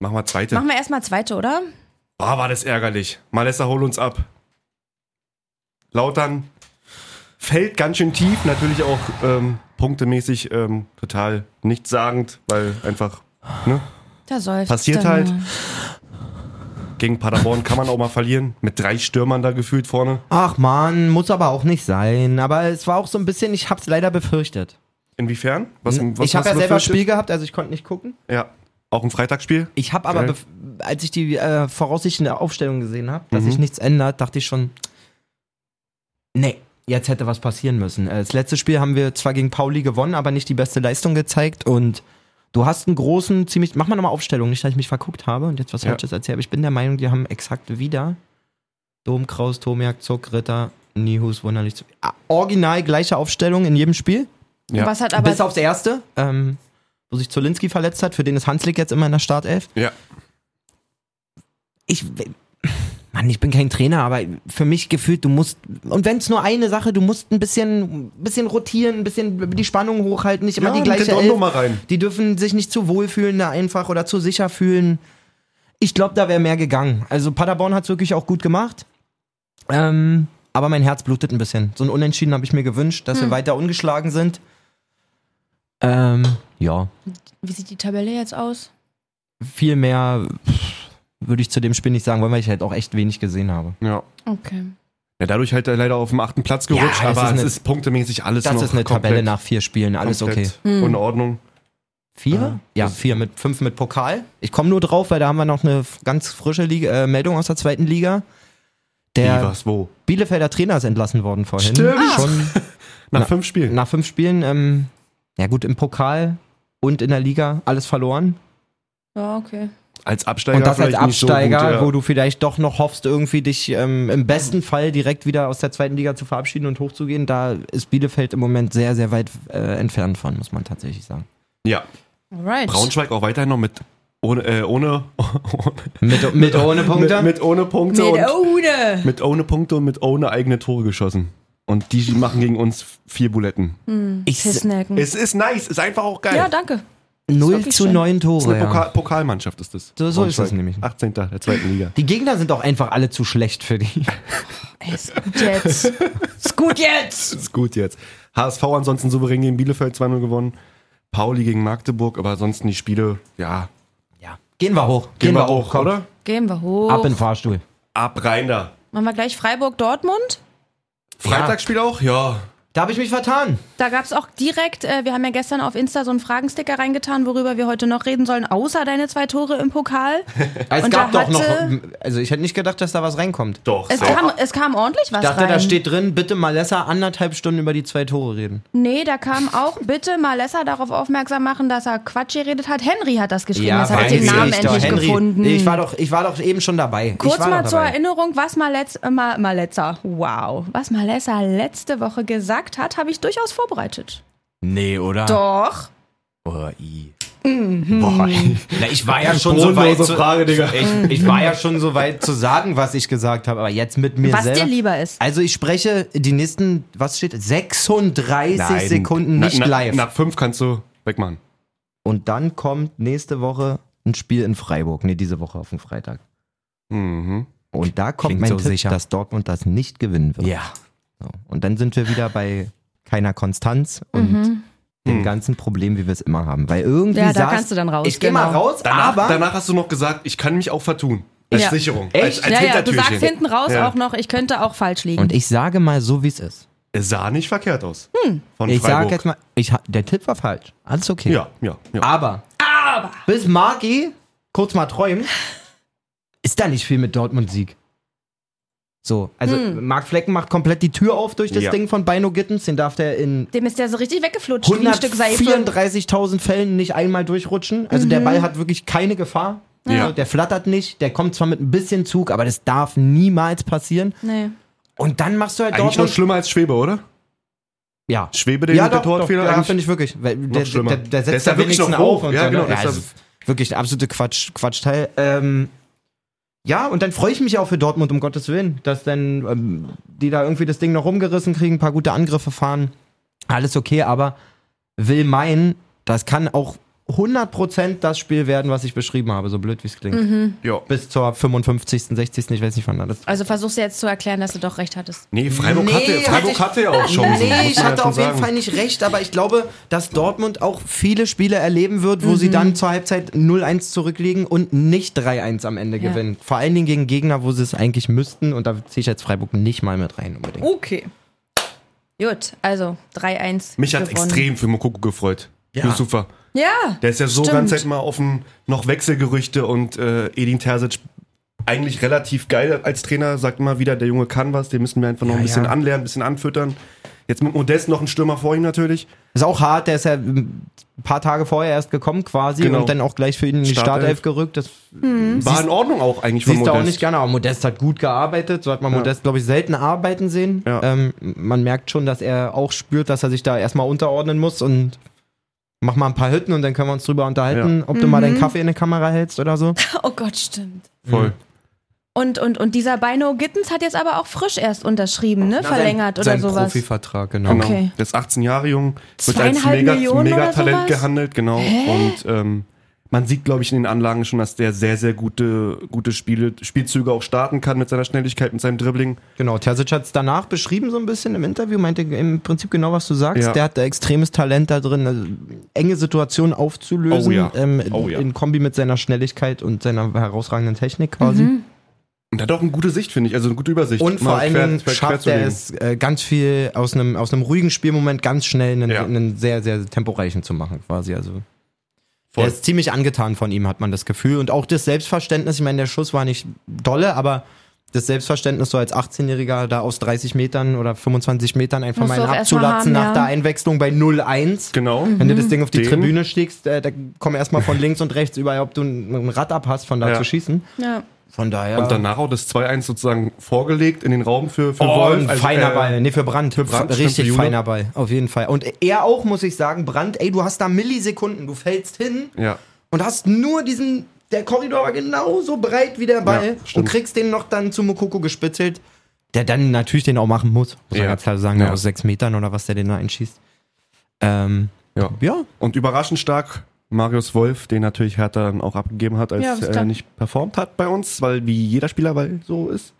Speaker 1: Machen wir zweite.
Speaker 3: Machen wir erstmal zweite, oder?
Speaker 1: Ah, war das ärgerlich. Malessa, hol uns ab. Lautern fällt ganz schön tief. Natürlich auch ähm, punktemäßig ähm, total nichtssagend, weil einfach ne,
Speaker 3: Da soll
Speaker 1: passiert halt. Gegen Paderborn kann man auch mal verlieren. Mit drei Stürmern da gefühlt vorne.
Speaker 2: Ach man, muss aber auch nicht sein. Aber es war auch so ein bisschen, ich hab's leider befürchtet. Hm?
Speaker 1: Inwiefern? Was, was
Speaker 2: ich habe
Speaker 1: hast
Speaker 2: ja
Speaker 1: du
Speaker 2: selber
Speaker 1: befürchtet?
Speaker 2: Spiel gehabt, also ich konnte nicht gucken.
Speaker 1: Ja, auch ein Freitagsspiel.
Speaker 2: Ich habe aber,
Speaker 1: Geil.
Speaker 2: bef- als ich die äh, voraussichtliche Aufstellung gesehen habe, dass sich nichts ändert, dachte ich schon, nee, jetzt hätte was passieren müssen. Äh, das letzte Spiel haben wir zwar gegen Pauli gewonnen, aber nicht die beste Leistung gezeigt und du hast einen großen, ziemlich, mach mal nochmal Aufstellung, nicht, dass ich mich verguckt habe und jetzt was
Speaker 1: Ja.
Speaker 2: Falsches erzähle, aber ich bin der Meinung, die haben exakt wieder Dom, Kraus, Tomiak, Zuck, Ritter, Nihus, Wunderlich. Zu- Ah, Original gleiche Aufstellung in jedem Spiel.
Speaker 1: Ja.
Speaker 3: Was hat aber
Speaker 2: Bis aufs erste, ähm, wo sich Zolinski verletzt hat, für den ist Hanslik jetzt immer in der Startelf.
Speaker 1: Ja.
Speaker 2: Ich. Mann, ich bin kein Trainer, aber für mich gefühlt, du musst. Und wenn es nur eine Sache, du musst ein bisschen, bisschen rotieren, ein bisschen die Spannung hochhalten, nicht immer
Speaker 1: Ja,
Speaker 2: die
Speaker 1: mit
Speaker 2: gleiche
Speaker 1: den Dondo
Speaker 2: Elf.
Speaker 1: mal rein.
Speaker 2: Die dürfen sich nicht zu wohl fühlen da einfach oder zu sicher fühlen. Ich glaube, da wäre mehr gegangen. Also Paderborn hat es wirklich auch gut gemacht. Ähm, aber mein Herz blutet ein bisschen. So ein Unentschieden habe ich mir gewünscht, dass wir weiter ungeschlagen sind. Ähm, ja.
Speaker 3: Wie sieht die Tabelle jetzt aus?
Speaker 2: Viel mehr pff, würde ich zu dem Spiel nicht sagen, wollen, weil ich halt auch echt wenig gesehen habe.
Speaker 1: Ja.
Speaker 3: Okay.
Speaker 1: Ja, dadurch halt leider auf dem achten Platz gerutscht,
Speaker 2: Ja, das
Speaker 1: aber
Speaker 2: ist
Speaker 1: es
Speaker 2: eine-
Speaker 1: ist punktemäßig alles
Speaker 2: Das
Speaker 1: noch
Speaker 2: ist eine
Speaker 1: komplett,
Speaker 2: Tabelle nach vier Spielen, alles okay.
Speaker 1: komplett In Ordnung.
Speaker 2: Vier? Ja, vier mit fünf mit Pokal. Ich komme nur drauf, weil da haben wir noch eine f- ganz frische Liga, äh, Meldung aus der zweiten Liga.
Speaker 1: Wie,
Speaker 2: Der
Speaker 1: was, wo?
Speaker 2: Bielefelder Trainer ist entlassen worden vorhin.
Speaker 1: Stimmt. Ah.
Speaker 2: Schon
Speaker 1: Nach
Speaker 2: Na-
Speaker 1: fünf Spielen.
Speaker 2: [LAUGHS] nach fünf Spielen, ähm, ja gut, im Pokal und in der Liga alles verloren.
Speaker 3: Ja, okay.
Speaker 1: Als Absteiger.
Speaker 2: Und das als
Speaker 1: vielleicht nicht so
Speaker 2: Absteiger,
Speaker 1: gut, ja.
Speaker 2: wo du vielleicht doch noch hoffst, irgendwie dich ähm, im besten Fall direkt wieder aus der zweiten Liga zu verabschieden und hochzugehen. Da ist Bielefeld im Moment sehr, sehr weit äh, entfernt von, muss man tatsächlich sagen.
Speaker 1: Ja,
Speaker 3: Alright.
Speaker 1: Braunschweig auch weiterhin noch mit ohne, äh, ohne, [LAUGHS]
Speaker 2: Mit, mit ohne Punkte?
Speaker 1: mit, mit ohne Punkte
Speaker 3: Mit
Speaker 1: und
Speaker 3: Ode.
Speaker 1: mit ohne Punkte und mit ohne eigene Tore geschossen. Und die machen gegen uns vier Buletten.
Speaker 2: ich,
Speaker 3: Pissnacken.
Speaker 1: Es ist nice, ist einfach auch geil.
Speaker 3: Hm. Ja, danke.
Speaker 2: 0
Speaker 3: wirklich
Speaker 2: zu
Speaker 3: schön.
Speaker 2: 9
Speaker 1: ist eine
Speaker 2: Tore.
Speaker 1: Pokal,
Speaker 2: Oh, Ja.
Speaker 1: Pokalmannschaft ist das.
Speaker 2: So- so ist
Speaker 1: Braunschweig.
Speaker 2: es nämlich.
Speaker 1: 18. der zweiten Liga.
Speaker 2: Die Gegner sind auch einfach alle zu schlecht für die.
Speaker 3: Ey, ist
Speaker 2: [LAUGHS]
Speaker 3: gut jetzt. ist gut jetzt.
Speaker 1: ist gut jetzt. HSV ansonsten souverän gegen Bielefeld 2-0 gewonnen. Pauli gegen Magdeburg, aber ansonsten die Spiele, ja.
Speaker 2: Ja. Gehen wir hoch. Gehen, wir hoch, komm.
Speaker 1: oder?
Speaker 3: Gehen wir hoch.
Speaker 2: Ab in den Fahrstuhl.
Speaker 1: Ab rein da.
Speaker 3: Machen wir gleich Freiburg-Dortmund?
Speaker 1: Freitagsspiel auch? Ja.
Speaker 2: Da habe ich mich vertan.
Speaker 3: Da gab es auch direkt, äh, wir haben ja gestern auf Insta so einen Fragensticker reingetan, worüber wir heute noch reden sollen, außer deine zwei Tore im Pokal.
Speaker 2: Es
Speaker 3: Und
Speaker 2: gab
Speaker 3: da
Speaker 2: doch noch.
Speaker 3: hatte-
Speaker 2: Also ich hätte nicht gedacht, dass da was reinkommt.
Speaker 6: Doch,
Speaker 3: Es,
Speaker 6: sehr.
Speaker 3: kam, es kam ordentlich was
Speaker 2: Ich dachte,
Speaker 3: rein.
Speaker 2: da steht drin, bitte Malessa anderthalb Stunden über die zwei Tore reden.
Speaker 3: nee, da kam auch bitte Malessa darauf aufmerksam machen, dass er Quatsch geredet hat. Henry hat das geschrieben, das hat
Speaker 2: weiß
Speaker 3: den
Speaker 2: ich
Speaker 3: Namen
Speaker 2: doch.
Speaker 3: endlich
Speaker 2: Henry,
Speaker 3: gefunden.
Speaker 2: Ich war, doch, ich war doch eben schon dabei. ich
Speaker 3: Kurz
Speaker 2: war
Speaker 3: mal
Speaker 2: doch
Speaker 3: zur
Speaker 2: dabei.
Speaker 3: Erinnerung, was Maletz, äh, Ma- Maletzer, wow, was Maletzer letzte Woche gesagt hat, habe ich durchaus vorbereitet.
Speaker 2: Nee, oder?
Speaker 3: Doch. Mhm.
Speaker 2: Oh, i.
Speaker 1: Boah, ey.
Speaker 2: Na, ich war ja [LAUGHS] schon so weit.
Speaker 1: Bodenlose
Speaker 2: Zu,
Speaker 1: Frage, Digga.
Speaker 2: ich, ich war ja schon so weit zu sagen, was ich gesagt habe, aber jetzt mit mir
Speaker 3: Was
Speaker 2: selber.
Speaker 3: dir lieber ist.
Speaker 2: Also ich spreche die nächsten, was steht? 36
Speaker 1: Nein.
Speaker 2: Sekunden
Speaker 1: Na-
Speaker 2: nicht
Speaker 1: na,
Speaker 2: live.
Speaker 1: Nach fünf kannst du wegmachen.
Speaker 2: Und dann kommt nächste Woche ein Spiel in Freiburg. Nee, diese Woche auf dem Freitag.
Speaker 1: Mhm.
Speaker 2: Und da kommt
Speaker 7: Klingt
Speaker 2: mein
Speaker 7: so
Speaker 2: Tipp,
Speaker 7: sicher.
Speaker 2: dass Dortmund das nicht gewinnen wird.
Speaker 7: Ja.
Speaker 2: So. Und dann sind wir wieder bei keiner Konstanz und dem
Speaker 1: Hm.
Speaker 2: ganzen Problem, wie wir es immer haben. Weil irgendwie
Speaker 3: Mhm. Ja, da
Speaker 2: saß,
Speaker 3: kannst du dann raus,
Speaker 2: Ich gehe mal
Speaker 3: genau.
Speaker 2: raus,
Speaker 1: Danach,
Speaker 2: aber
Speaker 1: danach hast du noch gesagt, ich kann mich auch vertun. Als
Speaker 3: Ja.
Speaker 1: Sicherung. Als,
Speaker 2: Echt?
Speaker 1: als
Speaker 3: ja, ja, du sagst
Speaker 1: Hintertürchen.
Speaker 3: hinten raus
Speaker 1: Ja.
Speaker 3: auch noch, ich könnte auch falsch liegen.
Speaker 2: und ich sage mal so, wie es ist.
Speaker 1: Es sah nicht verkehrt aus.
Speaker 2: Hm.
Speaker 1: Von
Speaker 2: Ich
Speaker 1: Freiburg.
Speaker 2: sage jetzt Ah, mal, ich, ha- der Tipp war falsch. Alles okay.
Speaker 1: Ja, ja, ja.
Speaker 2: Aber, bis Marki kurz mal träumt, ist da nicht viel mit Dortmund-Sieg. So, also
Speaker 3: Hm.
Speaker 2: Marc Flecken macht komplett die Tür auf durch das
Speaker 1: Ja.
Speaker 2: Ding von Bino Gittens. Den darf der in
Speaker 3: Dem ist der so richtig weggeflutscht, wie ein Stück Seife. Mhm.
Speaker 2: 134.000 Fällen nicht einmal durchrutschen. Also der Ball hat wirklich keine Gefahr.
Speaker 1: Ja.
Speaker 2: Also Der flattert nicht, der kommt zwar mit ein bisschen Zug, aber das darf niemals passieren.
Speaker 3: Nee.
Speaker 2: Und dann machst du halt
Speaker 1: Eigentlich noch
Speaker 2: Dortmund...
Speaker 1: schlimmer als Schwebe, oder?
Speaker 2: Ja.
Speaker 1: Schwebe, den
Speaker 2: ja,
Speaker 1: mit der Torwartfehler
Speaker 2: ja,
Speaker 1: eigentlich-
Speaker 2: finde ich wirklich. Weil der, der,
Speaker 1: schlimmer.
Speaker 2: der, der
Speaker 1: Der
Speaker 2: setzt
Speaker 1: ist ja
Speaker 2: ja
Speaker 1: wirklich
Speaker 2: wenigstens
Speaker 1: noch
Speaker 2: auf.
Speaker 1: hoch.
Speaker 2: Und
Speaker 1: Ja,
Speaker 2: so, ne?
Speaker 1: genau, der
Speaker 2: Ja,
Speaker 1: ist
Speaker 2: also wirklich der absolute Quatsch, Quatschteil. Ähm, ja, und dann freue ich mich auch für Dortmund, um Gottes Willen, dass dann ähm, die da irgendwie das Ding noch rumgerissen kriegen, ein paar gute Angriffe fahren. Alles okay, aber will meinen, das kann auch 100% das Spiel werden, was ich beschrieben habe, so blöd wie es klingt.
Speaker 1: Ja.
Speaker 2: Bis zur 55., 60., ich weiß nicht, wann alles.
Speaker 3: Also versuchst du jetzt zu erklären, dass du doch recht hattest.
Speaker 1: Nee, Freiburg,
Speaker 2: Nee,
Speaker 1: hatte,
Speaker 2: hatte
Speaker 1: Freiburg
Speaker 2: ich-
Speaker 1: hatte ja auch Chancen. muss man
Speaker 2: Nee, ich
Speaker 1: ja
Speaker 2: hatte
Speaker 1: schon
Speaker 2: auf jeden
Speaker 1: sagen.
Speaker 2: Fall nicht recht, aber ich glaube, dass Dortmund auch viele Spiele erleben wird, wo
Speaker 1: Mhm.
Speaker 2: sie dann zur Halbzeit 0-1 zurückliegen und nicht 3-1 am Ende
Speaker 3: Ja.
Speaker 2: gewinnen. Vor allen Dingen gegen Gegner, wo sie es eigentlich müssten und da ziehe ich jetzt Freiburg nicht mal mit rein
Speaker 1: Oh.
Speaker 2: unbedingt.
Speaker 3: Okay. Gut, also 3-1.
Speaker 1: Mich hat
Speaker 3: gewonnen.
Speaker 1: extrem für Mokoko gefreut. Ja. Yusufa.
Speaker 3: Ja.
Speaker 1: Der ist ja so
Speaker 3: Stimmt.
Speaker 1: ganz Zeit mal offen, noch Wechselgerüchte und äh, Edin Terzic eigentlich relativ geil als Trainer, sagt immer wieder, der Junge kann was, den müssen wir einfach noch ein bisschen
Speaker 2: ja.
Speaker 1: anlernen, ein bisschen anfüttern. Jetzt mit Modest noch ein Stürmer vor ihm natürlich.
Speaker 2: Ist auch hart, der ist ja ein paar Tage vorher erst gekommen quasi
Speaker 1: Genau.
Speaker 2: und dann auch gleich für ihn in die
Speaker 1: Startelf.
Speaker 2: Startelf gerückt. Das
Speaker 1: War in Ordnung auch eigentlich von
Speaker 2: Hm? Siehst du auch
Speaker 1: Modest.
Speaker 2: nicht gerne, aber Modest hat gut gearbeitet. So hat man Modest, glaube ich, selten arbeiten sehen.
Speaker 1: Ja.
Speaker 2: Ähm, man merkt schon, dass er auch spürt, dass er sich da erstmal unterordnen muss und mach mal ein paar Hütten und dann können wir uns drüber unterhalten, ob du mal
Speaker 3: Mhm.
Speaker 2: deinen Kaffee in die Kamera hältst oder so.
Speaker 3: Oh Gott, stimmt.
Speaker 1: Voll.
Speaker 2: genau.
Speaker 3: Und, und, und dieser Bino Gittens hat jetzt aber auch frisch erst unterschrieben, ne? Verlängert oder sowas.
Speaker 2: Profivertrag, genau.
Speaker 1: Genau.
Speaker 3: Okay.
Speaker 1: Der ist 18 Jahre jung, wird als
Speaker 3: Zweieinhalb
Speaker 1: Mega,
Speaker 3: Millionen oder
Speaker 1: Megatalent
Speaker 3: sowas?
Speaker 1: gehandelt, genau. Und ähm, man sieht, glaube ich, in den Anlagen schon, dass der sehr, sehr gute, gute Spiele, Spielzüge auch starten kann mit seiner Schnelligkeit, mit seinem Dribbling.
Speaker 2: Genau, Terzic hat es danach beschrieben so ein bisschen im Interview, meinte im Prinzip genau, was du sagst.
Speaker 1: Ja.
Speaker 2: Der hat da extremes Talent da drin, also enge Situationen aufzulösen,
Speaker 1: Oh ja.
Speaker 2: Ähm,
Speaker 1: Oh ja.
Speaker 2: in Kombi mit seiner Schnelligkeit und seiner herausragenden Technik quasi.
Speaker 3: Mhm.
Speaker 1: Und hat auch eine gute Sicht, finde ich, also eine gute Übersicht.
Speaker 2: Und vor
Speaker 1: Mal
Speaker 2: allen
Speaker 1: quer-
Speaker 2: Dingen
Speaker 1: quer- quer
Speaker 2: schafft
Speaker 1: zu
Speaker 2: er
Speaker 1: legen.
Speaker 2: es äh, ganz viel aus einem, aus einem ruhigen Spielmoment ganz schnell einen,
Speaker 1: Ja.
Speaker 2: einen sehr, sehr temporeichen zu machen, quasi. Also
Speaker 1: Voll.
Speaker 2: er ist ziemlich angetan von ihm, hat man das Gefühl. Und auch das Selbstverständnis, ich meine, der Schuss war nicht dolle, aber das Selbstverständnis, so als 18-Jähriger da aus 30 Metern oder 25 Metern einfach
Speaker 3: Musst
Speaker 2: mal
Speaker 3: du
Speaker 2: einen
Speaker 3: auch erst mal
Speaker 2: abzulatzen
Speaker 3: haben,
Speaker 2: nach
Speaker 3: ja.
Speaker 2: der Einwechslung bei 0-1.
Speaker 1: Genau.
Speaker 2: Wenn du das Ding auf die
Speaker 1: Den.
Speaker 2: Tribüne stiegst, äh, da kommen erstmal von links und rechts überall, ob du ein, ein Rad abhast, von da
Speaker 1: Ja.
Speaker 2: zu schießen.
Speaker 3: Ja.
Speaker 2: Von daher.
Speaker 1: Und danach auch das 2-1 sozusagen vorgelegt in den Raum für, für
Speaker 2: Oh,
Speaker 1: Wolf.
Speaker 2: ein
Speaker 1: Also,
Speaker 2: feiner
Speaker 1: äh,
Speaker 2: Ball. Nee, für Brand. Für
Speaker 1: Brandt, stimmt, für
Speaker 2: Richtig
Speaker 1: Jule.
Speaker 2: feiner Ball. Auf jeden Fall. Und er auch, muss ich sagen, Brand, ey, du hast da Millisekunden. Du fällst hin
Speaker 1: Ja.
Speaker 2: und hast nur diesen. Der Korridor war genauso breit wie der Ball.
Speaker 1: Ja,
Speaker 2: und
Speaker 1: stimmt.
Speaker 2: kriegst den noch dann zu Mokoko gespitzelt. Der dann natürlich den auch machen muss. Muss man
Speaker 1: Ja.
Speaker 2: ganz klar sagen,
Speaker 1: Ja.
Speaker 2: aus sechs Metern oder was der den da einschießt. Ähm,
Speaker 1: Ja.
Speaker 2: ja.
Speaker 1: Und überraschend stark Marius Wolf, den natürlich Hertha dann auch abgegeben hat, als
Speaker 3: Ja, ist
Speaker 1: er
Speaker 3: klar.
Speaker 1: nicht performt hat bei uns, weil wie jeder Spieler weil so ist.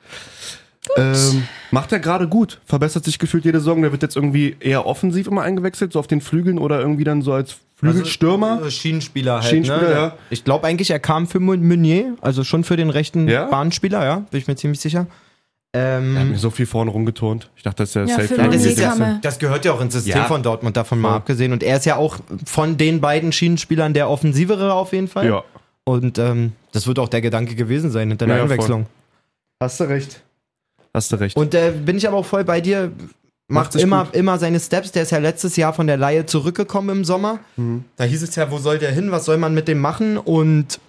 Speaker 1: Ähm, macht er gerade gut, verbessert sich gefühlt jede Saison. Der wird jetzt irgendwie eher offensiv immer eingewechselt, so auf den Flügeln oder irgendwie dann so als Flügelstürmer.
Speaker 2: Also, äh, Schienenspieler halt.
Speaker 1: Schienenspieler,
Speaker 2: ne?
Speaker 1: ja.
Speaker 2: Ich glaube eigentlich, er kam für Meunier, also schon für den rechten
Speaker 1: Ja?
Speaker 2: Bahnspieler, ja, bin ich mir ziemlich sicher.
Speaker 1: Er hat
Speaker 2: Ähm,
Speaker 1: mir so viel vorne rumgeturnt. Ich dachte, das ist ja,
Speaker 3: Ja,
Speaker 1: safe.
Speaker 3: Phil
Speaker 1: für
Speaker 2: das,
Speaker 1: die
Speaker 2: ist
Speaker 3: Kammer.
Speaker 2: ja, das gehört ja auch ins System
Speaker 1: Ja.
Speaker 2: von Dortmund, davon mal
Speaker 1: Voll.
Speaker 2: abgesehen. Und er ist ja auch von den beiden Schienenspielern der offensivere auf jeden Fall.
Speaker 1: Ja.
Speaker 2: Und ähm, das wird auch der Gedanke gewesen sein hinter der
Speaker 1: Ja, ja,
Speaker 2: Einwechslung. Hast du recht.
Speaker 1: Hast du recht.
Speaker 2: Und äh, bin ich aber auch voll bei dir.
Speaker 1: Macht
Speaker 2: Macht
Speaker 1: sich
Speaker 2: immer,
Speaker 1: gut.
Speaker 2: immer seine Steps. Der ist ja letztes Jahr von der Laie zurückgekommen im Sommer.
Speaker 1: Mhm.
Speaker 2: Da hieß es ja, wo soll der hin? Was soll man mit dem machen? Und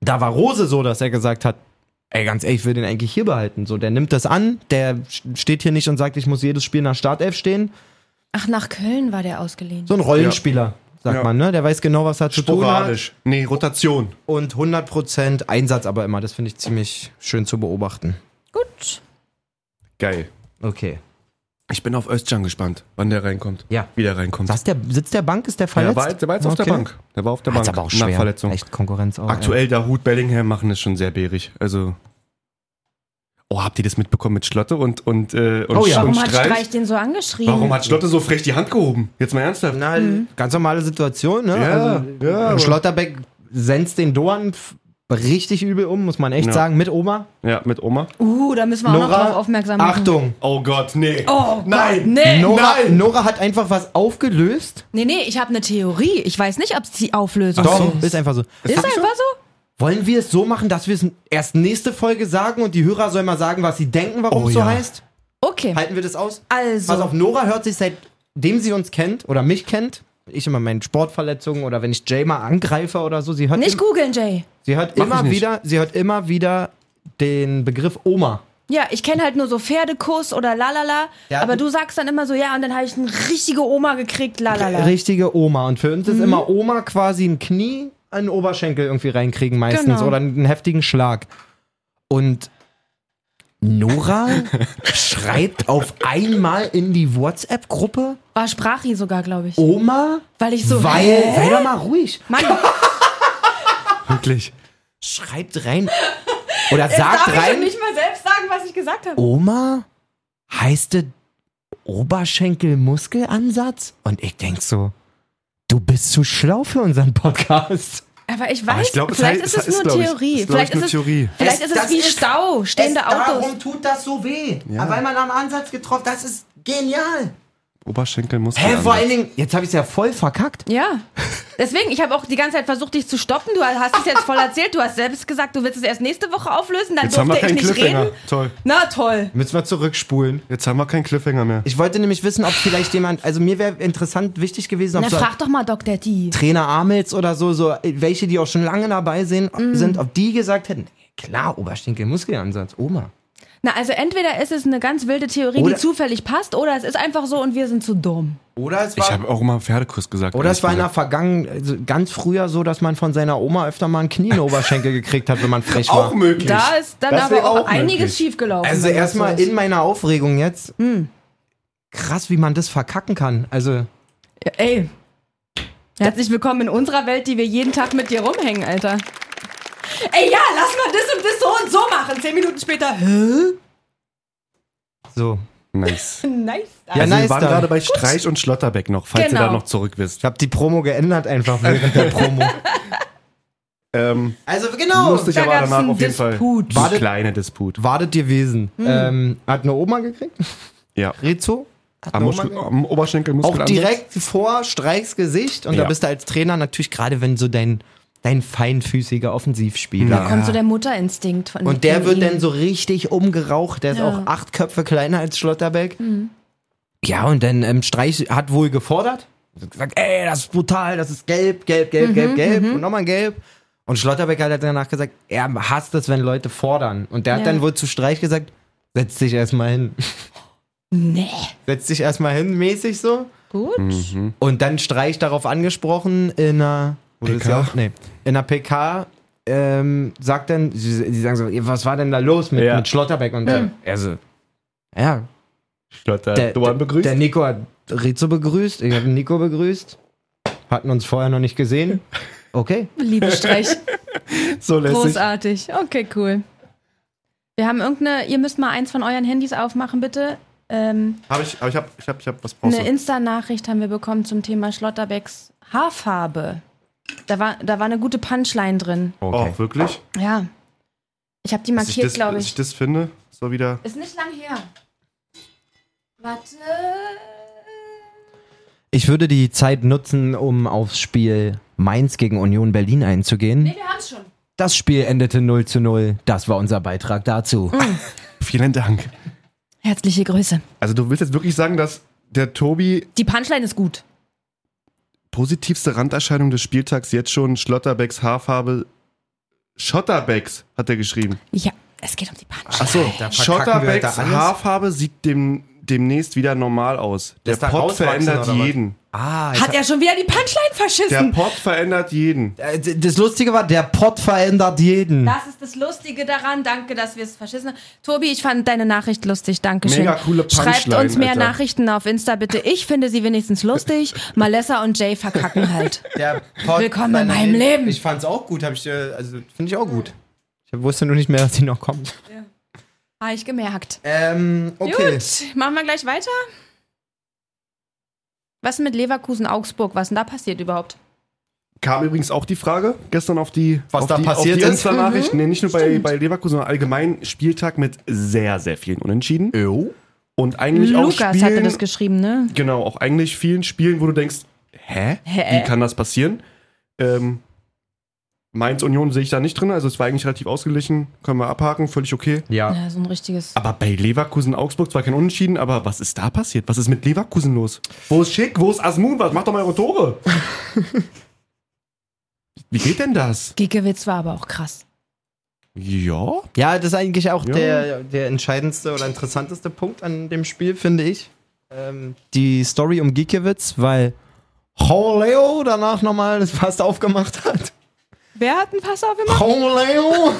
Speaker 2: da war Rose so, dass er gesagt hat, ey, ganz ehrlich, ich will den eigentlich hier behalten. So, der nimmt das an, der steht hier nicht und sagt, ich muss jedes Spiel nach Startelf stehen.
Speaker 3: Ach, nach Köln war der ausgeliehen.
Speaker 2: So ein Rollenspieler, sagt
Speaker 1: Ja.
Speaker 2: man, ne? Der weiß genau, was er zu tun hat.
Speaker 1: sporadisch. Nee, Rotation.
Speaker 2: Und 100% Einsatz aber immer. Das finde ich ziemlich schön zu beobachten.
Speaker 3: Gut.
Speaker 1: Geil.
Speaker 2: Okay.
Speaker 1: Ich bin auf Özcan gespannt, wann der reinkommt.
Speaker 2: Ja.
Speaker 1: Wie der reinkommt.
Speaker 2: Was, der Sitz der Bank? Ist der
Speaker 1: Ja, der
Speaker 2: verletzt?
Speaker 1: war, der war jetzt auf der
Speaker 2: Okay.
Speaker 1: Bank. Der war auf der
Speaker 2: Hat's
Speaker 1: Bank.
Speaker 2: aber auch schwer.
Speaker 1: Nach Verletzung.
Speaker 2: Echt Konkurrenz auch.
Speaker 1: Aktuell der Hut Bellingham machen ist schon sehr bärig. Also. Oh, habt ihr das mitbekommen mit Schlotte und, und, äh, und,
Speaker 2: Oh ja.
Speaker 1: und
Speaker 3: Warum hat
Speaker 1: Streich?
Speaker 3: Streich den so angeschrieben?
Speaker 1: Warum hat Schlotte so frech die Hand gehoben? Jetzt mal
Speaker 2: ja.
Speaker 1: ernsthaft.
Speaker 2: Na, halt
Speaker 3: Mhm.
Speaker 2: ganz normale Situation, ne?
Speaker 1: ja.
Speaker 2: Also,
Speaker 1: aber-
Speaker 2: Schlotterbeck senzt den Doan f- richtig übel um, muss man echt
Speaker 1: Ja.
Speaker 2: sagen, mit Oma.
Speaker 1: Ja, mit Oma.
Speaker 3: Uh, da müssen wir auch noch drauf aufmerksam machen.
Speaker 2: Achtung!
Speaker 1: Oh Gott, nee.
Speaker 3: Oh,
Speaker 1: Nein.
Speaker 3: Gott, nee.
Speaker 2: Nora,
Speaker 1: Nein.
Speaker 2: Nora hat einfach was aufgelöst.
Speaker 3: Nee, nee, ich habe eine Theorie. Ich weiß nicht, ob es die Auflösung
Speaker 2: Doch,
Speaker 3: ist.
Speaker 2: ist einfach so.
Speaker 3: Ist einfach so?
Speaker 2: Wollen wir es so machen, dass wir es erst nächste Folge sagen und die Hörer sollen mal sagen, was sie denken, warum
Speaker 1: Oh
Speaker 2: es so
Speaker 1: ja.
Speaker 2: heißt?
Speaker 3: Okay.
Speaker 2: Halten wir das aus?
Speaker 3: Also.
Speaker 2: Pass auf, Nora hört sich seitdem sie uns kennt oder mich kennt, ich immer meine Sportverletzungen oder wenn ich Jay mal angreife oder so, sie hört
Speaker 3: Nicht googeln, Jay.
Speaker 2: Sie hört
Speaker 1: Mach ich
Speaker 2: immer
Speaker 1: nicht.
Speaker 2: wieder, sie hört immer wieder den Begriff Oma.
Speaker 3: Ja, ich kenne halt nur so Pferdekuss oder lalala.
Speaker 2: Ja,
Speaker 3: aber
Speaker 2: du-
Speaker 3: du sagst dann immer so, ja, und dann habe ich eine richtige Oma gekriegt, lalala.
Speaker 2: Richtige Oma. Und für uns
Speaker 3: Mhm.
Speaker 2: ist immer Oma quasi ein Knie, einen Oberschenkel irgendwie reinkriegen meistens
Speaker 3: Genau.
Speaker 2: oder einen heftigen Schlag. Und Nora
Speaker 3: [LAUGHS]
Speaker 2: schreibt auf einmal in die WhatsApp-Gruppe
Speaker 3: War Sprachi sogar, glaube ich.
Speaker 2: Oma,
Speaker 3: Weil ich so.
Speaker 2: Oh. weil, sei doch mal ruhig,
Speaker 3: Mann,
Speaker 1: Wirklich.
Speaker 2: schreibt rein oder sagt
Speaker 3: darf ich doch
Speaker 2: rein,
Speaker 3: nicht mal selbst sagen, was ich gesagt habe.
Speaker 2: Oma heißt es Oberschenkelmuskelansatz? Und ich denk so, du bist zu schlau für unseren Podcast.
Speaker 3: Aber ich
Speaker 1: Aber
Speaker 3: weiß,
Speaker 1: ich glaub, es
Speaker 3: vielleicht
Speaker 1: heißt-
Speaker 3: ist es
Speaker 1: es ist,
Speaker 3: nur
Speaker 1: glaub ich-
Speaker 3: Theorie.
Speaker 1: es ist, glaub ich,
Speaker 3: Vielleicht ist
Speaker 1: nur
Speaker 3: es,
Speaker 1: Theorie.
Speaker 3: vielleicht
Speaker 2: Es-
Speaker 3: ist es
Speaker 2: das
Speaker 3: wie
Speaker 2: ist-
Speaker 3: Stau, stehende Autos.
Speaker 2: tut das so weh.
Speaker 1: Ja.
Speaker 2: Weil man am Ansatz getroffen Das ist genial.
Speaker 1: Oberschenkel muss.
Speaker 2: Hä, vor allen Dingen, jetzt habe ich es ja voll verkackt.
Speaker 3: Ja. Deswegen, ich habe auch die ganze Zeit versucht, dich zu stoppen. Du hast es jetzt voll erzählt. Du hast selbst gesagt, du willst es erst nächste Woche auflösen. Dann
Speaker 1: Jetzt haben wir
Speaker 3: durfte ich
Speaker 1: keinen
Speaker 3: nicht
Speaker 1: Cliffhanger.
Speaker 3: reden.
Speaker 1: Toll.
Speaker 3: Na toll.
Speaker 2: Müssen wir zurückspulen.
Speaker 1: Jetzt haben wir keinen Cliffhanger mehr.
Speaker 2: Ich wollte nämlich wissen, ob vielleicht jemand, also mir wäre interessant, wichtig gewesen, ob
Speaker 3: Na,
Speaker 2: so
Speaker 3: frag doch mal Dr. D.
Speaker 2: Trainer Amels oder so, so äh, welche, die auch schon lange dabei sind,
Speaker 3: Mhm.
Speaker 2: sind, ob die gesagt hätten, klar, Oberschenkelmuskelansatz, Oma.
Speaker 3: Na, also entweder ist es eine ganz wilde Theorie,
Speaker 2: Oder-
Speaker 3: die zufällig passt, oder es ist einfach so und wir sind zu dumm.
Speaker 2: Oder es
Speaker 1: Ich habe auch immer Pferdekuss gesagt.
Speaker 2: Oder es Oh, war in der
Speaker 1: ehrlich
Speaker 2: Vergangenheit, also ganz früher so, dass man von seiner Oma öfter mal einen Knie in den Oberschenkel gekriegt hat, wenn man frech
Speaker 1: gesagt.
Speaker 2: war.
Speaker 1: Auch möglich.
Speaker 3: Da ist dann
Speaker 1: Das
Speaker 3: aber
Speaker 1: wäre
Speaker 3: auch,
Speaker 1: auch
Speaker 3: einiges
Speaker 1: möglich.
Speaker 3: schiefgelaufen.
Speaker 2: Also
Speaker 3: wenn das
Speaker 2: erstmal Hm.
Speaker 3: so ist.
Speaker 2: in meiner Aufregung jetzt. Krass, wie man das verkacken kann. Also,
Speaker 3: Ja, Ey. Herzlich willkommen in unserer Welt, die wir jeden Tag mit dir rumhängen, Alter. Ey, ja, lass mal das und das so und so machen. Zehn Minuten später. Hä?
Speaker 2: so.
Speaker 1: Nice.
Speaker 3: Nice.
Speaker 2: Ja,
Speaker 1: Also,
Speaker 2: nice
Speaker 1: wir waren
Speaker 2: dann.
Speaker 1: gerade bei Streich und Schlotterbeck noch, falls ihr da
Speaker 3: Genau.
Speaker 1: noch zurück wisst.
Speaker 2: Ich habe die Promo geändert einfach während der Promo.
Speaker 1: Ähm,
Speaker 2: [LAUGHS] Also genau.
Speaker 1: lustig,
Speaker 3: da
Speaker 1: aber
Speaker 3: gab's
Speaker 1: danach
Speaker 3: einen
Speaker 1: auf jeden
Speaker 3: Disput.
Speaker 1: Fall.
Speaker 2: Warte.
Speaker 1: Ein kleiner Disput.
Speaker 2: Wartet gewesen. Ähm, hat eine Oma gekriegt?
Speaker 1: Ja.
Speaker 2: Rezo? Hat
Speaker 1: Am,
Speaker 2: eine Oma
Speaker 1: Muschel,
Speaker 2: gekriegt?
Speaker 1: am Oberschenkel muss
Speaker 2: Auch direkt vor Streichs Gesicht. Und da
Speaker 1: Ja.
Speaker 2: bist du als Trainer natürlich gerade, wenn so dein, dein feinfüßiger Offensivspieler
Speaker 1: Ja.
Speaker 3: Kommt so der Mutterinstinkt von
Speaker 2: Und der
Speaker 3: in
Speaker 2: wird
Speaker 3: ihn.
Speaker 2: dann so richtig umgeraucht. Der ist
Speaker 3: Ja. Mhm.
Speaker 2: auch acht Köpfe kleiner als Schlotterbeck. Ja, und dann ähm, Streich hat wohl gefordert. Hat Gesagt, ey, das ist brutal, das ist gelb, gelb,
Speaker 3: Mhm,
Speaker 2: gelb, gelb, gelb und nochmal gelb. Und Schlotterbeck hat danach gesagt, er hasst es, wenn Leute fordern. Und der hat
Speaker 3: Ja.
Speaker 2: dann wohl zu Streich gesagt, setz dich erstmal hin.
Speaker 3: Nee.
Speaker 2: setz dich erstmal hin, mäßig so.
Speaker 3: Gut.
Speaker 1: Mhm.
Speaker 2: Und dann Streich darauf angesprochen in einer wurde das
Speaker 1: PK?
Speaker 2: ja auch- nee, in einer PK ähm, sagt dann, sie, sie sagen so, "Ihr, was war denn da los mit,
Speaker 1: Ja.
Speaker 2: mit Schlotterbeck? Und
Speaker 3: Mhm.
Speaker 2: der, er so, ja,
Speaker 1: Schlotter.
Speaker 2: der,
Speaker 1: Doan begrüßt.
Speaker 2: der Nico hat Rizzo begrüßt, ich habe Nico begrüßt, hatten uns vorher noch nicht
Speaker 3: [LAUGHS]
Speaker 2: gesehen. Okay. [LAUGHS]
Speaker 3: Liebe Streich.
Speaker 1: so lässig.
Speaker 3: Großartig. Okay, cool. Wir haben irgendeine, ihr müsst mal eins von euren Handys aufmachen, bitte. Ähm,
Speaker 1: Hab ich, aber ich hab, ich hab, ich hab was brauchst
Speaker 3: eine Insta-Nachricht haben wir bekommen zum Thema Schlotterbecks Haarfarbe. Da war, da war eine gute Punchline drin.
Speaker 1: Oh, wirklich?
Speaker 3: Ja. Ich habe die
Speaker 1: Dass ich
Speaker 3: markiert,
Speaker 1: das,
Speaker 3: glaube
Speaker 1: dass
Speaker 3: ich.
Speaker 1: ich das finde? So wieder.
Speaker 3: Ist nicht lang her. Warte.
Speaker 2: Ich würde die Zeit nutzen, um aufs Spiel Mainz gegen Union Berlin einzugehen.
Speaker 3: Nee, wir haben's schon.
Speaker 2: Das Spiel endete 0 zu 0. Das war unser Beitrag dazu.
Speaker 1: Vielen Dank.
Speaker 3: Herzliche Grüße.
Speaker 1: Also du willst jetzt wirklich sagen, dass der Tobi
Speaker 3: Die Punchline ist gut.
Speaker 1: positivste Randerscheinung des Spieltags jetzt schon Schlotterbecks Haarfarbe Schotterbecks hat er geschrieben.
Speaker 3: Ja, es geht um die Punchline.
Speaker 1: Achso,
Speaker 2: da verkacken wir
Speaker 1: Schotterbecks
Speaker 2: heute alles.
Speaker 1: Haarfarbe sieht dem, demnächst wieder normal aus. Der
Speaker 2: Lässt er
Speaker 1: Pop
Speaker 2: rauswachsen,
Speaker 1: verändert
Speaker 2: oder was?
Speaker 1: jeden.
Speaker 2: Ah,
Speaker 3: Hat er schon wieder die Punchline
Speaker 1: Der
Speaker 2: Hm.
Speaker 3: verschissen?
Speaker 1: Pop verändert jeden.
Speaker 2: Äh, d- Das Lustige war, der Pott verändert jeden.
Speaker 3: Das ist das Lustige daran. Danke, dass wir es verschissen haben. Tobi, ich fand deine Nachricht lustig. Dankeschön.
Speaker 1: Mega coole
Speaker 3: Schreibt
Speaker 1: Punchline,
Speaker 3: uns mehr
Speaker 1: Alter.
Speaker 3: Nachrichten auf Insta bitte. Ich finde sie
Speaker 1: [LAUGHS]
Speaker 3: wenigstens lustig. Malessa und Jay verkacken halt. [LAUGHS]
Speaker 2: Der Pott äh,
Speaker 3: Willkommen in meinem Leben.
Speaker 2: Ich fand's auch gut, hab ich, äh, also finde ich auch gut. Ich wusste nur nicht mehr, dass die noch kommt.
Speaker 3: Habe ich gemerkt.
Speaker 2: Ähm, okay.
Speaker 3: Gut, machen wir gleich weiter. Was denn mit Leverkusen Augsburg? Was denn da passiert überhaupt?
Speaker 1: Kam übrigens auch die Frage gestern auf die,
Speaker 2: Was
Speaker 1: auf
Speaker 2: da
Speaker 1: die,
Speaker 2: passiert
Speaker 1: auf die
Speaker 2: ist.
Speaker 1: Insta-Nachricht.
Speaker 2: Mhm.
Speaker 1: Nee, nicht nur bei, bei Leverkusen, sondern allgemein Spieltag mit sehr, sehr vielen Unentschieden.
Speaker 2: Jo.
Speaker 1: Und eigentlich auch
Speaker 3: Lukas
Speaker 1: Spielen,
Speaker 3: hatte das geschrieben, ne?
Speaker 1: Genau, auch eigentlich vielen Spielen, wo du denkst, hä?
Speaker 3: Hä?
Speaker 1: Wie kann das passieren? Ähm, Mainz Union sehe ich da nicht drin, also es war eigentlich relativ ausgeglichen, können wir abhaken, völlig okay.
Speaker 2: Ja.
Speaker 3: Ja, so ein richtiges.
Speaker 1: Aber bei Leverkusen Augsburg zwar kein Unentschieden, aber was ist da passiert? Was ist mit Leverkusen los? Wo ist Schick? Wo ist Asmun? Was macht doch mal eure Tore? Wie geht denn das?
Speaker 3: Giekewitz war aber auch krass.
Speaker 1: Ja,
Speaker 2: Ja, das ist eigentlich auch
Speaker 1: Ja.
Speaker 2: der, der entscheidendste oder interessanteste Punkt an dem Spiel, finde ich. Ähm, die Story um Giekewitz, weil Holeo danach nochmal das Fass aufgemacht
Speaker 3: [LAUGHS]
Speaker 2: hat.
Speaker 3: Wer hat einen Pass aufgemacht?
Speaker 2: Holeo!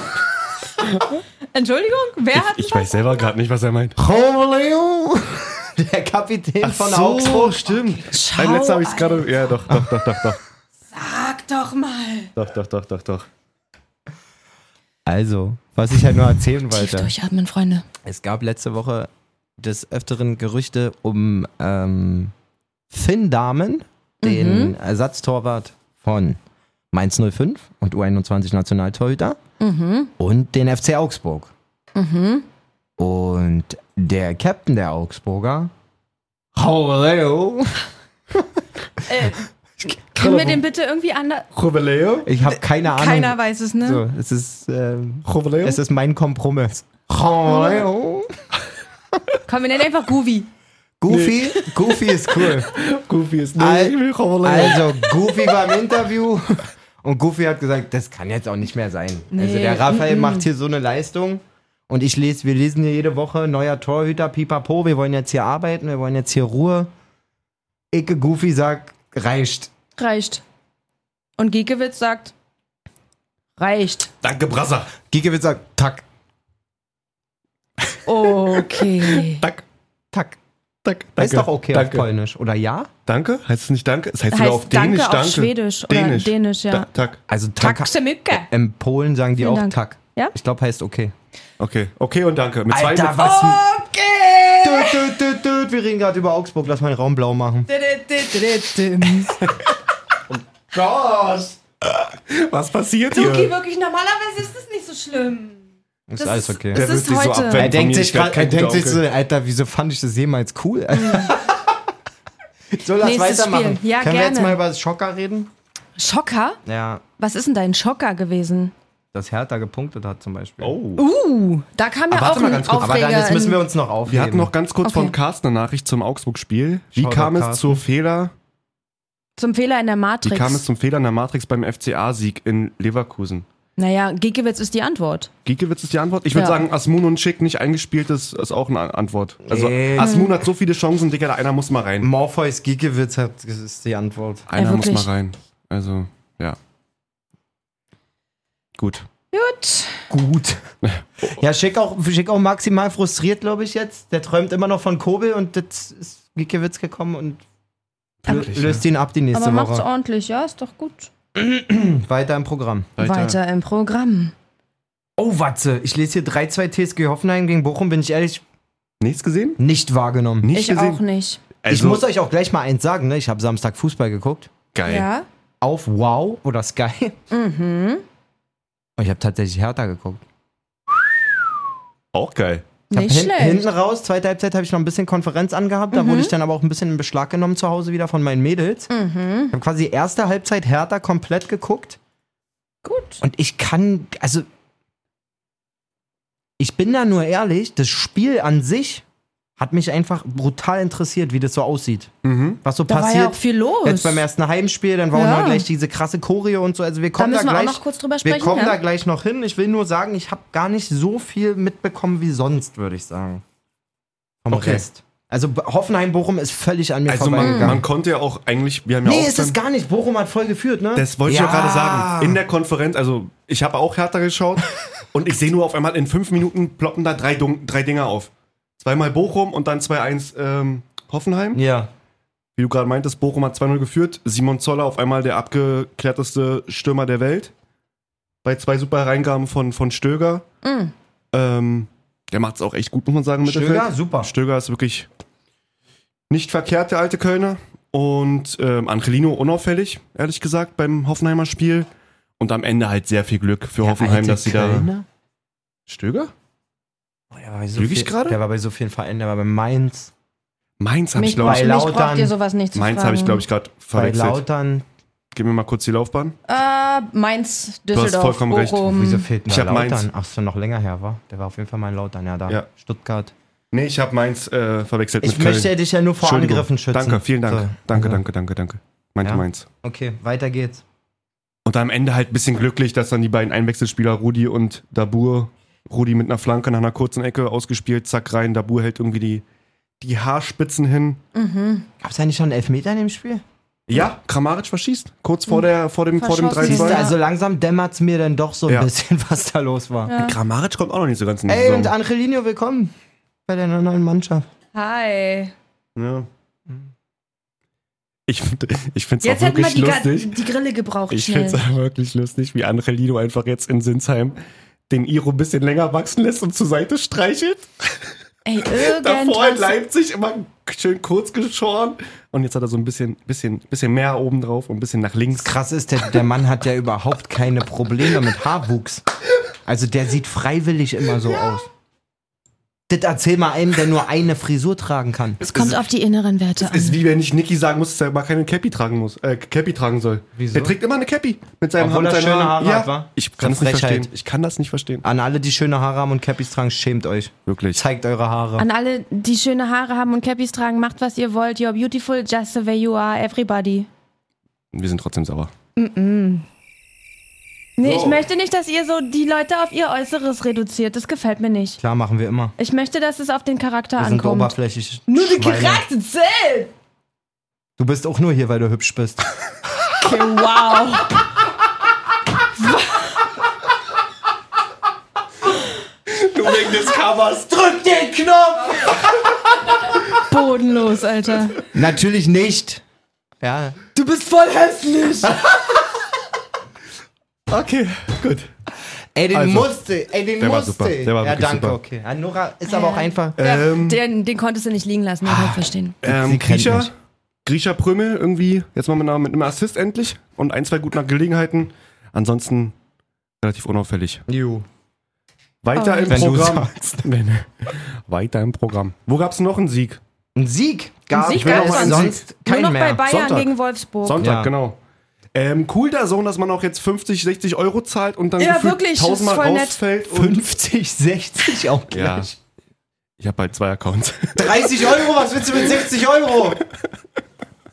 Speaker 3: Entschuldigung, wer hat einen
Speaker 1: ich weiß selber gerade nicht, was er meint.
Speaker 2: Holeo! Der Kapitän von Augsburg.
Speaker 1: stimmt.
Speaker 3: Schau,
Speaker 1: Beim letzten habe ich es gerade. Ja, doch, doch, doch, doch, doch,
Speaker 3: Sag doch mal.
Speaker 1: doch, doch, doch, doch, doch.
Speaker 2: Also, was ich halt nur erzählen
Speaker 3: Tief
Speaker 2: wollte.
Speaker 3: durchatmen, Freunde.
Speaker 2: Es gab letzte Woche des Öfteren Gerüchte um ähm, Finn Dahmen, den Ersatztorwart von Mainz 05 und U21 Nationaltorhüter und den FC Augsburg. Und der Captain der Augsburger, Horeo.
Speaker 3: Können wir den bitte irgendwie anders.
Speaker 1: Jubileo?
Speaker 2: Ich habe keine Ahnung.
Speaker 3: Keiner weiß es, ne?
Speaker 2: so, es ist, ähm,
Speaker 1: Jubileo?
Speaker 2: es ist mein Kompromiss. Horeo.
Speaker 3: Komm, wir nennen einfach Guvi.
Speaker 2: Goofy, Goofy ist cool.
Speaker 1: Goofy ist
Speaker 2: Al-
Speaker 1: Jubileo.
Speaker 2: Also, Goofy war im Interview und Goofy hat gesagt, das kann jetzt auch nicht mehr sein. also,
Speaker 3: Nee,
Speaker 2: der Raphael macht hier so eine Leistung und ich lese, wir lesen hier jede Woche neuer Torhüter, pipapo, wir wollen jetzt hier arbeiten, wir wollen jetzt hier Ruhe. Icke Goofy sagt, reicht.
Speaker 3: Reicht. Und Giekewitz sagt: Reicht.
Speaker 1: Danke, Brasser.
Speaker 2: Giekewitz sagt, tack,
Speaker 3: [LAUGHS] Okay.
Speaker 1: Dank.
Speaker 2: tack.
Speaker 1: Danke.
Speaker 2: ist doch okay
Speaker 1: danke.
Speaker 2: auf Polnisch, oder ja?
Speaker 1: Danke? Heißt es nicht Danke? Es heißt, sogar auf
Speaker 3: heißt
Speaker 1: Dänisch
Speaker 3: Danke
Speaker 1: Danke.
Speaker 3: auf Schwedisch oder
Speaker 1: Dänisch.
Speaker 3: Dänisch, ja.
Speaker 1: Tack.
Speaker 2: Also, tack.
Speaker 3: Taxemücke.
Speaker 2: In Polen sagen die
Speaker 3: Vielen
Speaker 2: auch
Speaker 3: Dank.
Speaker 2: tack.
Speaker 3: Ja?
Speaker 2: Ich glaube, heißt okay.
Speaker 1: Okay. Okay und danke. Mit zwei, mit,
Speaker 2: was? Död, död, död, död. Wir reden gerade über Augsburg, lass mal den Raum blau machen.
Speaker 1: was passiert
Speaker 3: Luki,
Speaker 1: hier?
Speaker 3: wirklich, normalerweise ist das nicht so schlimm.
Speaker 2: Ist
Speaker 3: Das
Speaker 2: alles
Speaker 3: ist-
Speaker 2: okay.
Speaker 3: das
Speaker 1: wird
Speaker 3: ist
Speaker 1: sich
Speaker 3: heute.
Speaker 1: abwenden
Speaker 2: Er
Speaker 1: von mir.
Speaker 2: denkt sich
Speaker 1: Ich werd
Speaker 2: gerade,
Speaker 1: kein
Speaker 2: er denkt
Speaker 1: guter
Speaker 2: sich so,
Speaker 1: Onkel.
Speaker 2: Alter, wieso fand ich das jemals cool? [LAUGHS] so, lass
Speaker 3: Mhm. Nächstes
Speaker 2: weitermachen.
Speaker 3: Spiel. Ja,
Speaker 2: Können wir jetzt
Speaker 3: gerne.
Speaker 2: mal über das Schocker reden?
Speaker 3: Schocker?
Speaker 2: Ja,
Speaker 3: Was ist denn dein Schocker gewesen?
Speaker 2: dass Hertha gepunktet hat zum Beispiel.
Speaker 1: Oh.
Speaker 3: Uh, da kam
Speaker 1: Aber
Speaker 3: ja
Speaker 1: Ah, warte
Speaker 3: auch
Speaker 1: mal
Speaker 3: ein
Speaker 1: ganz kurz.
Speaker 3: Aufreger.
Speaker 2: Aber dann, jetzt müssen
Speaker 3: in-
Speaker 2: wir uns noch aufheben.
Speaker 1: Wir hatten noch ganz kurz von
Speaker 3: Okay.
Speaker 1: Carsten eine Nachricht zum Augsburg-Spiel. Wie
Speaker 2: Shoutout
Speaker 1: kam es
Speaker 2: Carsten.
Speaker 1: zu Fehler?
Speaker 3: zum Fehler in der
Speaker 1: Wie
Speaker 3: Matrix.
Speaker 1: kam es zum Fehler in der Matrix beim FCA-Sieg in Leverkusen?
Speaker 3: naja, Giekewitz ist die Antwort.
Speaker 1: Giekewitz ist die Antwort. Ich würde
Speaker 3: Ja.
Speaker 1: sagen, Asmun und Schick nicht eingespielt ist, ist auch eine An- Antwort. Also
Speaker 2: Nee.
Speaker 1: Asmun hat so viele Chancen, Digga, da einer muss mal rein.
Speaker 2: Morpheus Giekewitz hat, das ist die Antwort.
Speaker 1: Einer muss
Speaker 3: wirklich.
Speaker 1: mal rein. Also, ja. Gut.
Speaker 3: Gut.
Speaker 2: Gut. [LAUGHS] Ja, schick auch, schick auch maximal frustriert, glaube ich, jetzt. Der träumt immer noch von Kobel und jetzt ist Giekewitz gekommen und lö- löst ihn ab die nächste
Speaker 3: Aber macht's
Speaker 2: Woche.
Speaker 3: ordentlich, ja, ist doch gut.
Speaker 2: Weiter im Programm.
Speaker 3: Weiter, im Programm.
Speaker 2: Oh, Watze, ich lese hier 3-2 TSG Hoffenheim gegen Bochum, bin ich ehrlich,
Speaker 1: Nichts gesehen?
Speaker 2: nicht wahrgenommen.
Speaker 1: Nicht
Speaker 3: Ich
Speaker 1: gesehen?
Speaker 3: auch nicht.
Speaker 1: Also,
Speaker 2: ich muss euch auch gleich mal eins sagen, ne? ich habe Samstag Fußball geguckt.
Speaker 1: geil.
Speaker 3: Ja?
Speaker 2: Auf Wow oder Sky.
Speaker 3: Mhm.
Speaker 2: Und ich habe tatsächlich Hertha geguckt.
Speaker 1: Auch geil.
Speaker 2: hab
Speaker 3: Nicht
Speaker 2: hin,
Speaker 3: schlecht. Mhm.
Speaker 2: hinten raus, zweite Halbzeit habe ich noch ein bisschen Konferenz angehabt. Da wurde ich dann aber auch ein bisschen in Beschlag genommen zu Hause wieder von meinen Mädels.
Speaker 3: Mhm.
Speaker 2: Ich habe quasi erste Halbzeit Hertha komplett geguckt.
Speaker 3: Gut.
Speaker 2: Und ich kann, also, ich bin da nur ehrlich, das Spiel an sich hat mich einfach brutal interessiert, wie das so aussieht. Was so
Speaker 3: Da
Speaker 2: passiert.
Speaker 3: war ja auch viel los.
Speaker 2: Jetzt beim ersten Heimspiel, dann war
Speaker 3: Ja.
Speaker 2: auch noch gleich diese krasse Choreo und so. Also wir kommen da,
Speaker 3: müssen wir auch
Speaker 2: gleich,
Speaker 3: noch kurz drüber
Speaker 2: wir
Speaker 3: sprechen,
Speaker 2: kommen
Speaker 3: ja.
Speaker 2: da gleich noch hin. Ich will nur sagen, ich habe gar nicht so viel mitbekommen wie sonst, würde ich sagen. Vom
Speaker 1: Okay.
Speaker 2: Rest. Also B- Hoffenheim Bochum ist völlig an mir
Speaker 1: Also man,
Speaker 2: vorbeigegangen.
Speaker 1: man konnte ja auch eigentlich, wir haben ja
Speaker 2: nee,
Speaker 1: auch
Speaker 2: ist es
Speaker 1: dann-
Speaker 2: gar nicht. Bochum hat voll geführt, ne?
Speaker 1: Das wollte
Speaker 2: ja.
Speaker 1: ich auch gerade sagen. In der Konferenz, also ich habe auch Hertha
Speaker 2: [LAUGHS]
Speaker 1: geschaut und ich sehe nur auf einmal in fünf Minuten ploppen da drei, Dun- drei Dinger auf. Zweimal Bochum und dann 2-1 ähm, Hoffenheim.
Speaker 2: ja.
Speaker 1: Wie du gerade meintest, Bochum hat 2-0 geführt. Simon Zoller auf einmal der abgeklärteste Stürmer der Welt. Bei zwei super Reingaben von, von Stöger.
Speaker 3: Hm.
Speaker 1: Ähm, der macht es auch echt gut, muss man sagen. im Mittelfeld.
Speaker 2: Stöger, super.
Speaker 1: Stöger ist wirklich nicht verkehrt, der alte Kölner. Und ähm, Angelino unauffällig, ehrlich gesagt, beim Hoffenheimer Spiel. Und am Ende halt sehr viel Glück für Hoffenheim,
Speaker 2: Alte
Speaker 1: dass sie da.
Speaker 2: Kölner?
Speaker 1: Stöger?
Speaker 2: Oh, der war bei so
Speaker 1: Lüge ich
Speaker 2: viel-
Speaker 1: gerade?
Speaker 2: Der war bei so vielen Vereinen, der war bei Mainz,
Speaker 1: Mainz habe ich,
Speaker 3: Mich,
Speaker 1: glaube
Speaker 3: braucht,
Speaker 1: ich.
Speaker 2: bei
Speaker 3: mich braucht
Speaker 2: Lautern-
Speaker 3: ihr sowas nicht zu
Speaker 1: Mainz
Speaker 3: fragen.
Speaker 1: habe ich, glaube ich, gerade
Speaker 2: bei
Speaker 1: verwechselt.
Speaker 2: Lautern.
Speaker 1: Gib mir mal kurz die Laufbahn.
Speaker 3: Äh, Mainz,
Speaker 1: hast
Speaker 3: Düsseldorf, Oh, um-
Speaker 1: vollkommen recht.
Speaker 3: Bochum.
Speaker 2: Um- Wieso fehlt denn
Speaker 1: Ich
Speaker 2: da
Speaker 1: hab Mainz.
Speaker 2: Lautern? Ach, so noch länger her, war. Der war auf jeden Fall mein Lautern, ja, da.
Speaker 1: Ja.
Speaker 2: Stuttgart.
Speaker 1: Nee, ich habe Mainz äh, verwechselt
Speaker 2: Ich
Speaker 1: mit Köln.
Speaker 2: möchte dich ja nur vor
Speaker 1: Entschuldigung.
Speaker 2: Angriffen schützen.
Speaker 1: Danke, vielen Dank.
Speaker 2: So.
Speaker 1: Danke,
Speaker 2: Also,
Speaker 1: danke, danke, danke. Meinte
Speaker 2: Ja?
Speaker 1: Mainz.
Speaker 2: Okay, weiter geht's.
Speaker 1: Und am Ende halt ein bisschen glücklich, dass dann die beiden Einwechselspieler Rudi und Dabur, Rudi mit einer Flanke nach einer kurzen Ecke ausgespielt, zack rein, Dabur hält irgendwie die, die Haarspitzen hin.
Speaker 2: Gab's eigentlich schon einen Elfmeter in dem Spiel?
Speaker 1: Ja, Kramaric verschießt, kurz vor, der, vor dem, vor dem
Speaker 3: Verschossen. Siehst
Speaker 1: 3-2.
Speaker 3: du,
Speaker 2: Siehst du, also langsam dämmert's mir dann doch so ein
Speaker 1: Ja.
Speaker 2: bisschen, [LAUGHS] was da los war.
Speaker 3: also
Speaker 1: Kramaric kommt auch noch nicht so ganz in die
Speaker 2: Ey, und
Speaker 1: Saison.
Speaker 2: Angelino, willkommen bei deiner neuen Mannschaft.
Speaker 3: Hi.
Speaker 1: Ja. Ich, find- ich finde es auch
Speaker 3: Jetzt hätten wir
Speaker 1: wirklich
Speaker 3: die, Ga-
Speaker 1: lustig.
Speaker 3: die Grille gebraucht.
Speaker 1: Ich
Speaker 3: schnell.
Speaker 1: finde es wirklich lustig, wie Angelino einfach jetzt in Sinsheim den Iro ein bisschen länger wachsen lässt und zur Seite streichelt. [LAUGHS]
Speaker 3: Ey, irgendwas.
Speaker 1: Davor in Leipzig immer schön kurz geschoren. Und jetzt hat er so ein bisschen, bisschen, bisschen mehr oben drauf und ein bisschen nach links.
Speaker 2: Krass ist, der, der Mann hat ja überhaupt keine Probleme mit Haarwuchs. Also der sieht freiwillig immer so aus. Das erzähl mal einem, der nur eine Frisur tragen kann.
Speaker 1: Es
Speaker 3: Kommt
Speaker 1: ist,
Speaker 3: auf die inneren Werte an.
Speaker 1: ist wie wenn ich Nicky sagen muss, dass er mal keine Cappy tragen muss, äh, Cappy tragen soll.
Speaker 2: Wieso?
Speaker 1: Der trägt immer eine Cappy mit seinem
Speaker 2: Obwohl er
Speaker 1: mit seinen
Speaker 2: schöne Haare
Speaker 1: ja,
Speaker 2: hat, wa?
Speaker 1: Ich kann
Speaker 2: Eine
Speaker 1: das nicht
Speaker 2: Frechheit. Ah,
Speaker 1: verstehen. Ich kann das nicht verstehen.
Speaker 2: An alle, die schöne Haare haben und Cappies tragen, schämt euch.
Speaker 1: Wirklich.
Speaker 2: Zeigt eure Haare.
Speaker 3: An alle, die schöne Haare haben und Cappies tragen, macht was ihr wollt. You're beautiful, just the way you are, everybody.
Speaker 1: Wir sind trotzdem sauer.
Speaker 3: Nee, ich möchte nicht, dass ihr so die Leute auf ihr Äußeres reduziert. Das gefällt mir nicht.
Speaker 2: Klar, machen wir immer.
Speaker 3: Ich möchte, dass es auf den Charakter
Speaker 2: Wir sind
Speaker 3: ankommt.
Speaker 2: oberflächlich.
Speaker 3: Nur die
Speaker 2: Schweine.
Speaker 3: Charakter zählt!
Speaker 2: Du bist auch nur hier, weil du hübsch bist.
Speaker 3: Okay, wow.
Speaker 1: Nur wegen des Covers.
Speaker 2: Drück den Knopf!
Speaker 3: Bodenlos, [LAUGHS] Alter.
Speaker 2: Natürlich nicht. Ja.
Speaker 3: Du bist voll hässlich.
Speaker 1: Okay, gut.
Speaker 2: Ey, den
Speaker 1: Also,
Speaker 2: musste. Ey, den
Speaker 1: der war
Speaker 2: musste.
Speaker 1: super. Der war
Speaker 2: ja,
Speaker 1: wirklich
Speaker 2: danke,
Speaker 1: super.
Speaker 2: okay. Ja, Nora ist aber auch einfach.
Speaker 1: Ähm,
Speaker 3: Den, den konntest du nicht liegen lassen, ich kann verstehen.
Speaker 1: Ähm,
Speaker 2: Sie kennt
Speaker 1: Grisha,
Speaker 2: mich.
Speaker 1: Grisha Prümmel irgendwie, jetzt mal mit einer- mit einem Assist endlich und ein, zwei guten Gelegenheiten. Ansonsten relativ unauffällig.
Speaker 2: Jo.
Speaker 3: Oh,
Speaker 1: Weiter im
Speaker 2: Wenn du
Speaker 1: Programm. [LAUGHS] Wenn, weiter im Programm. Wo gab's noch einen Sieg?
Speaker 2: Ein Sieg gab
Speaker 3: Ein Sieg
Speaker 2: ich will
Speaker 3: gab's
Speaker 2: noch mal-
Speaker 3: sonst.
Speaker 2: sonst kein
Speaker 3: Nur noch bei
Speaker 2: mehr.
Speaker 3: Bayern
Speaker 1: Sonntag.
Speaker 3: gegen Wolfsburg.
Speaker 1: Sonntag,
Speaker 2: Ja.
Speaker 1: genau. Ähm, cool da so, dass man auch jetzt 50, 60 Euro zahlt und dann
Speaker 3: Ja,
Speaker 1: gefühlt
Speaker 3: wirklich, ist
Speaker 1: tausendmal
Speaker 3: voll nett.
Speaker 1: rausfällt. Und
Speaker 2: 50, 60 auch
Speaker 1: Ja.
Speaker 2: gleich.
Speaker 1: ich habe halt zwei Accounts.
Speaker 2: 30 Euro, was willst du mit 60 Euro?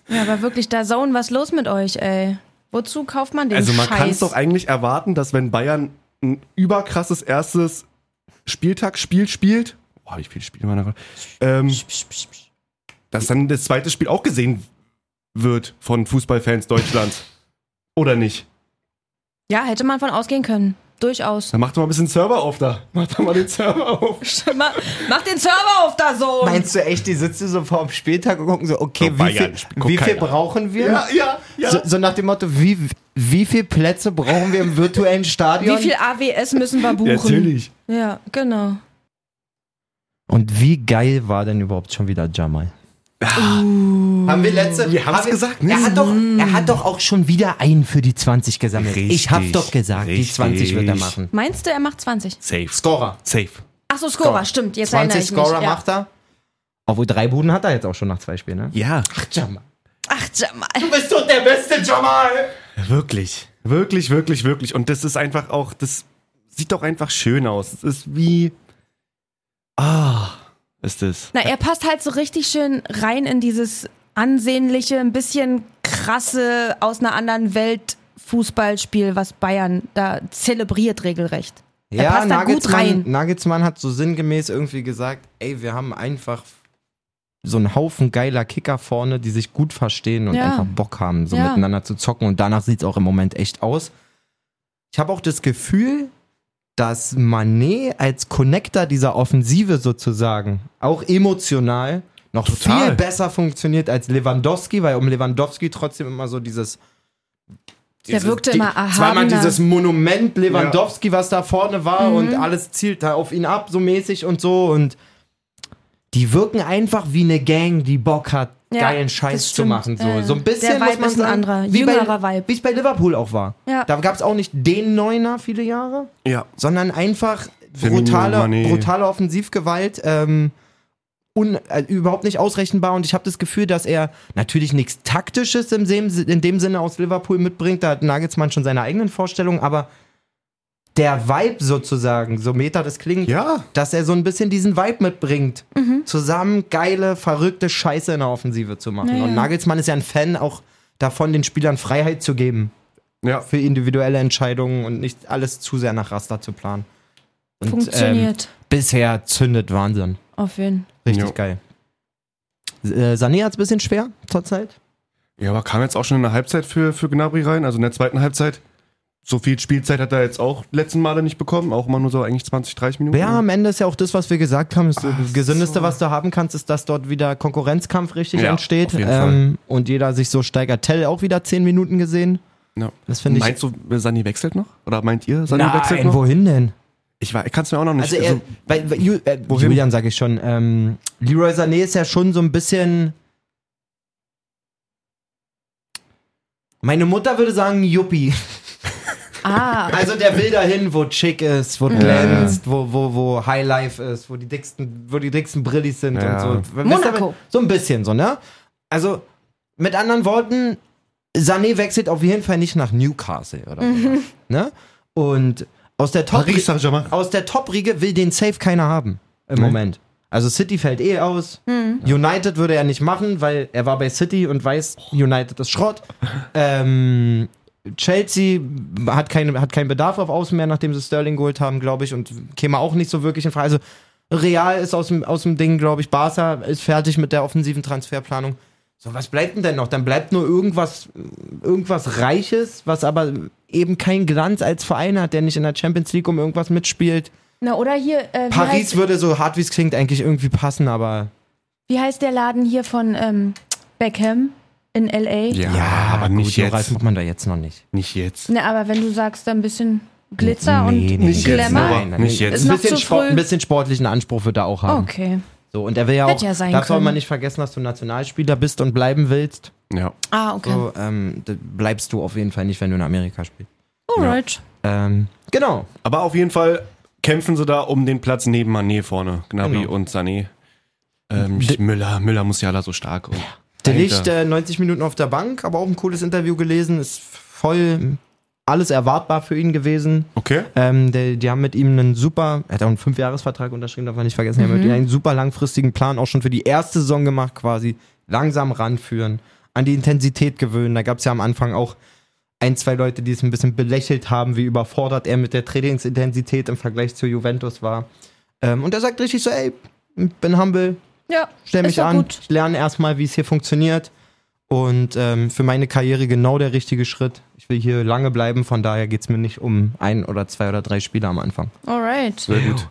Speaker 3: Ja, aber wirklich, da Zone, was los mit euch, ey? Wozu kauft man den
Speaker 1: Also man
Speaker 3: Scheiß?
Speaker 1: kann es doch eigentlich erwarten, dass wenn Bayern ein überkrasses erstes Spieltagsspiel spielt, oh, habe ich viel Spiel in meiner Rolle, ähm, dass dann das zweite Spiel auch gesehen wird von Fußballfans Deutschlands. Oder nicht?
Speaker 3: ja, hätte man von ausgehen können. Durchaus. [LAUGHS]
Speaker 1: Dann macht doch mal ein bisschen Server auf da. Macht doch mal den Server auf.
Speaker 3: Ma- Mach den Server auf da so!
Speaker 2: Meinst du echt, die sitzen so vor dem Spieltag und gucken so, okay,
Speaker 1: So,
Speaker 2: wie, viel,
Speaker 1: Bayern, guckt
Speaker 2: wie viel
Speaker 1: keiner.
Speaker 2: brauchen wir?
Speaker 1: ja,
Speaker 2: So, so nach dem Motto, wie, wie viel Plätze brauchen wir im virtuellen Stadion?
Speaker 3: Wie viel AWS müssen wir buchen?
Speaker 1: Natürlich.
Speaker 3: Ja, genau.
Speaker 2: Und wie geil war denn überhaupt schon wieder Jamal? Haben wir letzte.
Speaker 1: Ah. Wir haben's
Speaker 2: haben wir-
Speaker 1: gesagt, ne?
Speaker 2: Er hat, doch, er hat doch auch schon wieder einen für die 20 gesammelt.
Speaker 1: Richtig,
Speaker 2: ich hab doch gesagt, die
Speaker 1: richtig.
Speaker 2: 20 wird er machen.
Speaker 3: Meinst du, er macht 20?
Speaker 1: Safe.
Speaker 2: Scorer.
Speaker 1: Safe.
Speaker 3: Ach so, Scorer, stimmt. Jetzt erinnere
Speaker 2: 20
Speaker 3: ich mich.
Speaker 2: Scorer
Speaker 3: ja.
Speaker 2: macht er. Obwohl drei Buden hat er jetzt auch schon nach zwei Spielen, ne?
Speaker 1: Ja,
Speaker 2: Ach, Jamal.
Speaker 3: Ach, Jamal.
Speaker 2: Du bist doch der beste Jamal!
Speaker 1: wirklich. Wirklich, wirklich, wirklich. Und das ist einfach auch, das sieht doch einfach schön aus. Es ist wie. Ah, ist es.
Speaker 3: Na, er passt halt so richtig schön rein in dieses ansehnliche, ein bisschen krasse, aus einer anderen Welt Fußballspiel, was Bayern da zelebriert regelrecht. Er
Speaker 2: ja,
Speaker 3: passt da gut
Speaker 2: Nagelsmann,
Speaker 3: rein.
Speaker 2: Nagelsmann hat so sinngemäß irgendwie gesagt, ey, wir haben einfach so einen Haufen geiler Kicker vorne, die sich gut verstehen und
Speaker 3: Ja.
Speaker 2: einfach Bock haben, so
Speaker 3: Ja.
Speaker 2: miteinander zu zocken. Und danach sieht es auch im Moment echt aus. Ich habe auch das Gefühl, dass Manet als Connector dieser Offensive sozusagen auch emotional noch
Speaker 1: Total.
Speaker 2: viel besser funktioniert als Lewandowski, weil um Lewandowski trotzdem immer so dieses
Speaker 3: Der wirkte
Speaker 2: die-
Speaker 3: immer genau. erhabener.
Speaker 2: Zweimal dieses Monument Lewandowski, was da vorne
Speaker 3: Mhm.
Speaker 2: war und alles zielt da auf ihn ab, so mäßig und so. Und die wirken einfach wie eine Gang, die Bock hat,
Speaker 3: Ja,
Speaker 2: geilen
Speaker 3: das
Speaker 2: Scheiß zu
Speaker 3: stimmt.
Speaker 2: machen. So,
Speaker 3: Ja.
Speaker 2: so ein bisschen
Speaker 3: Der Vibe
Speaker 2: muss man
Speaker 3: ist ein
Speaker 2: sagen,
Speaker 3: anderer,
Speaker 2: wie
Speaker 3: jüngerer
Speaker 2: bei,
Speaker 3: Vibe.
Speaker 2: Wie es bei Liverpool auch war.
Speaker 3: Ja.
Speaker 2: Da gab es auch nicht den Neuner viele Jahre,
Speaker 1: Ja.
Speaker 2: sondern einfach
Speaker 1: Firmino,
Speaker 2: brutale,
Speaker 1: Mané.
Speaker 2: brutale Offensivgewalt. Ähm, un, äh, überhaupt nicht ausrechenbar und ich habe das Gefühl, dass er natürlich nichts Taktisches im dem, in dem Sinne aus Liverpool mitbringt. Da hat Nagelsmann schon seine eigenen Vorstellungen, aber der Vibe sozusagen, so meta das klingt,
Speaker 1: Ja.
Speaker 2: dass er so ein bisschen diesen Vibe mitbringt,
Speaker 3: Mhm.
Speaker 2: zusammen geile, verrückte Scheiße in der Offensive zu machen.
Speaker 3: Ja,
Speaker 2: Und
Speaker 3: ja.
Speaker 2: Nagelsmann ist ja ein Fan auch davon, den Spielern Freiheit zu geben
Speaker 1: Ja.
Speaker 2: für individuelle Entscheidungen und nicht alles zu sehr nach Raster zu planen. Und,
Speaker 3: Funktioniert.
Speaker 2: Ähm, bisher zündet Wahnsinn.
Speaker 3: Auf jeden
Speaker 2: Richtig
Speaker 1: Jo.
Speaker 2: geil. Äh, Sané hat es ein bisschen schwer zurzeit.
Speaker 1: Ja, aber kam jetzt auch schon in der Halbzeit für, für Gnabry rein, also in der zweiten Halbzeit. So viel Spielzeit hat er jetzt auch letzten Male nicht bekommen, auch immer nur so eigentlich 20, 30 Minuten.
Speaker 2: Ja, am Ende ist ja auch das, was wir gesagt haben. Das Gesündeste,
Speaker 1: Mhm. so.
Speaker 2: was du haben kannst, ist, dass dort wieder Konkurrenzkampf richtig
Speaker 1: Ja,
Speaker 2: entsteht.
Speaker 1: auf jeden
Speaker 2: Ähm, und jeder sich so steigert. Tell auch wieder 10 Minuten gesehen.
Speaker 1: Ja.
Speaker 2: Das finde ich.
Speaker 1: Meinst du, Sani wechselt noch? Oder meint ihr, Sani wechselt
Speaker 2: Nein,
Speaker 1: noch?
Speaker 2: wohin denn?
Speaker 1: Ich kann es mir auch noch nicht.
Speaker 2: Also, er, weil, weil, Ju- äh,
Speaker 1: Wohin?
Speaker 2: Julian sage ich schon. Ähm, Leroy Sané ist ja schon so ein bisschen. Meine Mutter würde sagen, Yuppie.
Speaker 3: Ah,
Speaker 2: Also der will dahin, wo chic ist, wo glänzt, wo, wo, wo Highlife ist, wo die dicksten, wo die dicksten Brillis sind
Speaker 1: Ja.
Speaker 2: und so. Wisst ihr,
Speaker 3: Monaco.
Speaker 2: So ein bisschen so, ne? Also, mit anderen Worten, Sané wechselt auf jeden Fall nicht nach Newcastle oder sowas, ne? Und aus der Top
Speaker 1: Paris Saint-Germain.
Speaker 2: aus der Top-Riege will den Safe keiner haben im Moment. Also City fällt eh aus. United würde er nicht machen, weil er war bei City und weiß,
Speaker 1: Oh.
Speaker 2: United ist Schrott. Ähm, Chelsea hat, keine, hat keinen Bedarf auf Außen mehr, nachdem sie Sterling geholt haben, glaube ich, und käme auch nicht so wirklich in Frage. Also Real ist aus dem, aus dem Ding, glaube ich. Barca ist fertig mit der offensiven Transferplanung. So, was bleibt denn denn noch? Dann bleibt nur irgendwas, irgendwas Reiches, was aber eben keinen Glanz als Verein hat, der nicht in der Champions League um irgendwas mitspielt.
Speaker 3: na oder hier, äh, wie,
Speaker 2: Paris
Speaker 3: heißt,
Speaker 2: würde so hart wie es klingt eigentlich irgendwie passen, aber
Speaker 3: wie heißt der Laden hier von ähm, Beckham in L.A.?
Speaker 1: ja, aber nicht
Speaker 2: Reif
Speaker 1: jetzt.
Speaker 2: macht man da jetzt noch nicht.
Speaker 1: Nicht jetzt.
Speaker 3: Na, aber wenn du sagst, da ein bisschen Glitzer und
Speaker 1: Nicht jetzt,
Speaker 3: Glamour.
Speaker 1: Nora. Nicht jetzt.
Speaker 3: Ist
Speaker 2: Ein
Speaker 3: noch
Speaker 2: bisschen,
Speaker 3: zu
Speaker 2: Sport,
Speaker 3: früh.
Speaker 2: ein bisschen sportlichen Anspruch wird er auch haben.
Speaker 3: Okay.
Speaker 2: So, und er will ja
Speaker 3: Hätte
Speaker 2: auch,
Speaker 3: ja sein
Speaker 2: darf auch
Speaker 3: können.
Speaker 2: mal nicht vergessen, dass du Nationalspieler bist und bleiben willst.
Speaker 1: Ja.
Speaker 3: Ah, okay.
Speaker 2: So, ähm, da bleibst du auf jeden Fall nicht, wenn du in Amerika spielst.
Speaker 3: Alright.
Speaker 2: Ähm, genau.
Speaker 1: Aber auf jeden Fall kämpfen sie da um den Platz neben Mané vorne. Gnabry
Speaker 2: Genau.
Speaker 1: und Sané. Ähm, Müller, Müller muss ja da so stark. Und
Speaker 2: Der
Speaker 1: Alter.
Speaker 2: Licht äh, 90 Minuten auf der Bank, aber auch ein cooles Interview gelesen, ist voll alles erwartbar für ihn gewesen.
Speaker 1: Okay.
Speaker 2: Ähm, der, die haben mit ihm einen super, er hat auch einen Fünfjahresvertrag unterschrieben, darf man nicht vergessen, die haben mit ihm einen super langfristigen Plan auch schon für die erste Saison gemacht quasi. Langsam ranführen, an die Intensität gewöhnen. Da gab es ja am Anfang auch ein, zwei Leute, die es ein bisschen belächelt haben, wie überfordert er mit der Trainingsintensität im Vergleich zu Juventus war. Ähm, und er sagt richtig so, ey, bin humble,
Speaker 3: Ja,
Speaker 2: stell
Speaker 3: ist
Speaker 2: mich
Speaker 3: doch
Speaker 2: an,
Speaker 3: Gut.
Speaker 2: ich lerne erstmal, wie es hier funktioniert. Und ähm, für meine Karriere genau der richtige Schritt. Ich will hier lange bleiben, von daher geht es mir nicht um ein oder zwei oder drei Spiele am Anfang.
Speaker 3: Alright.
Speaker 1: Sehr gut.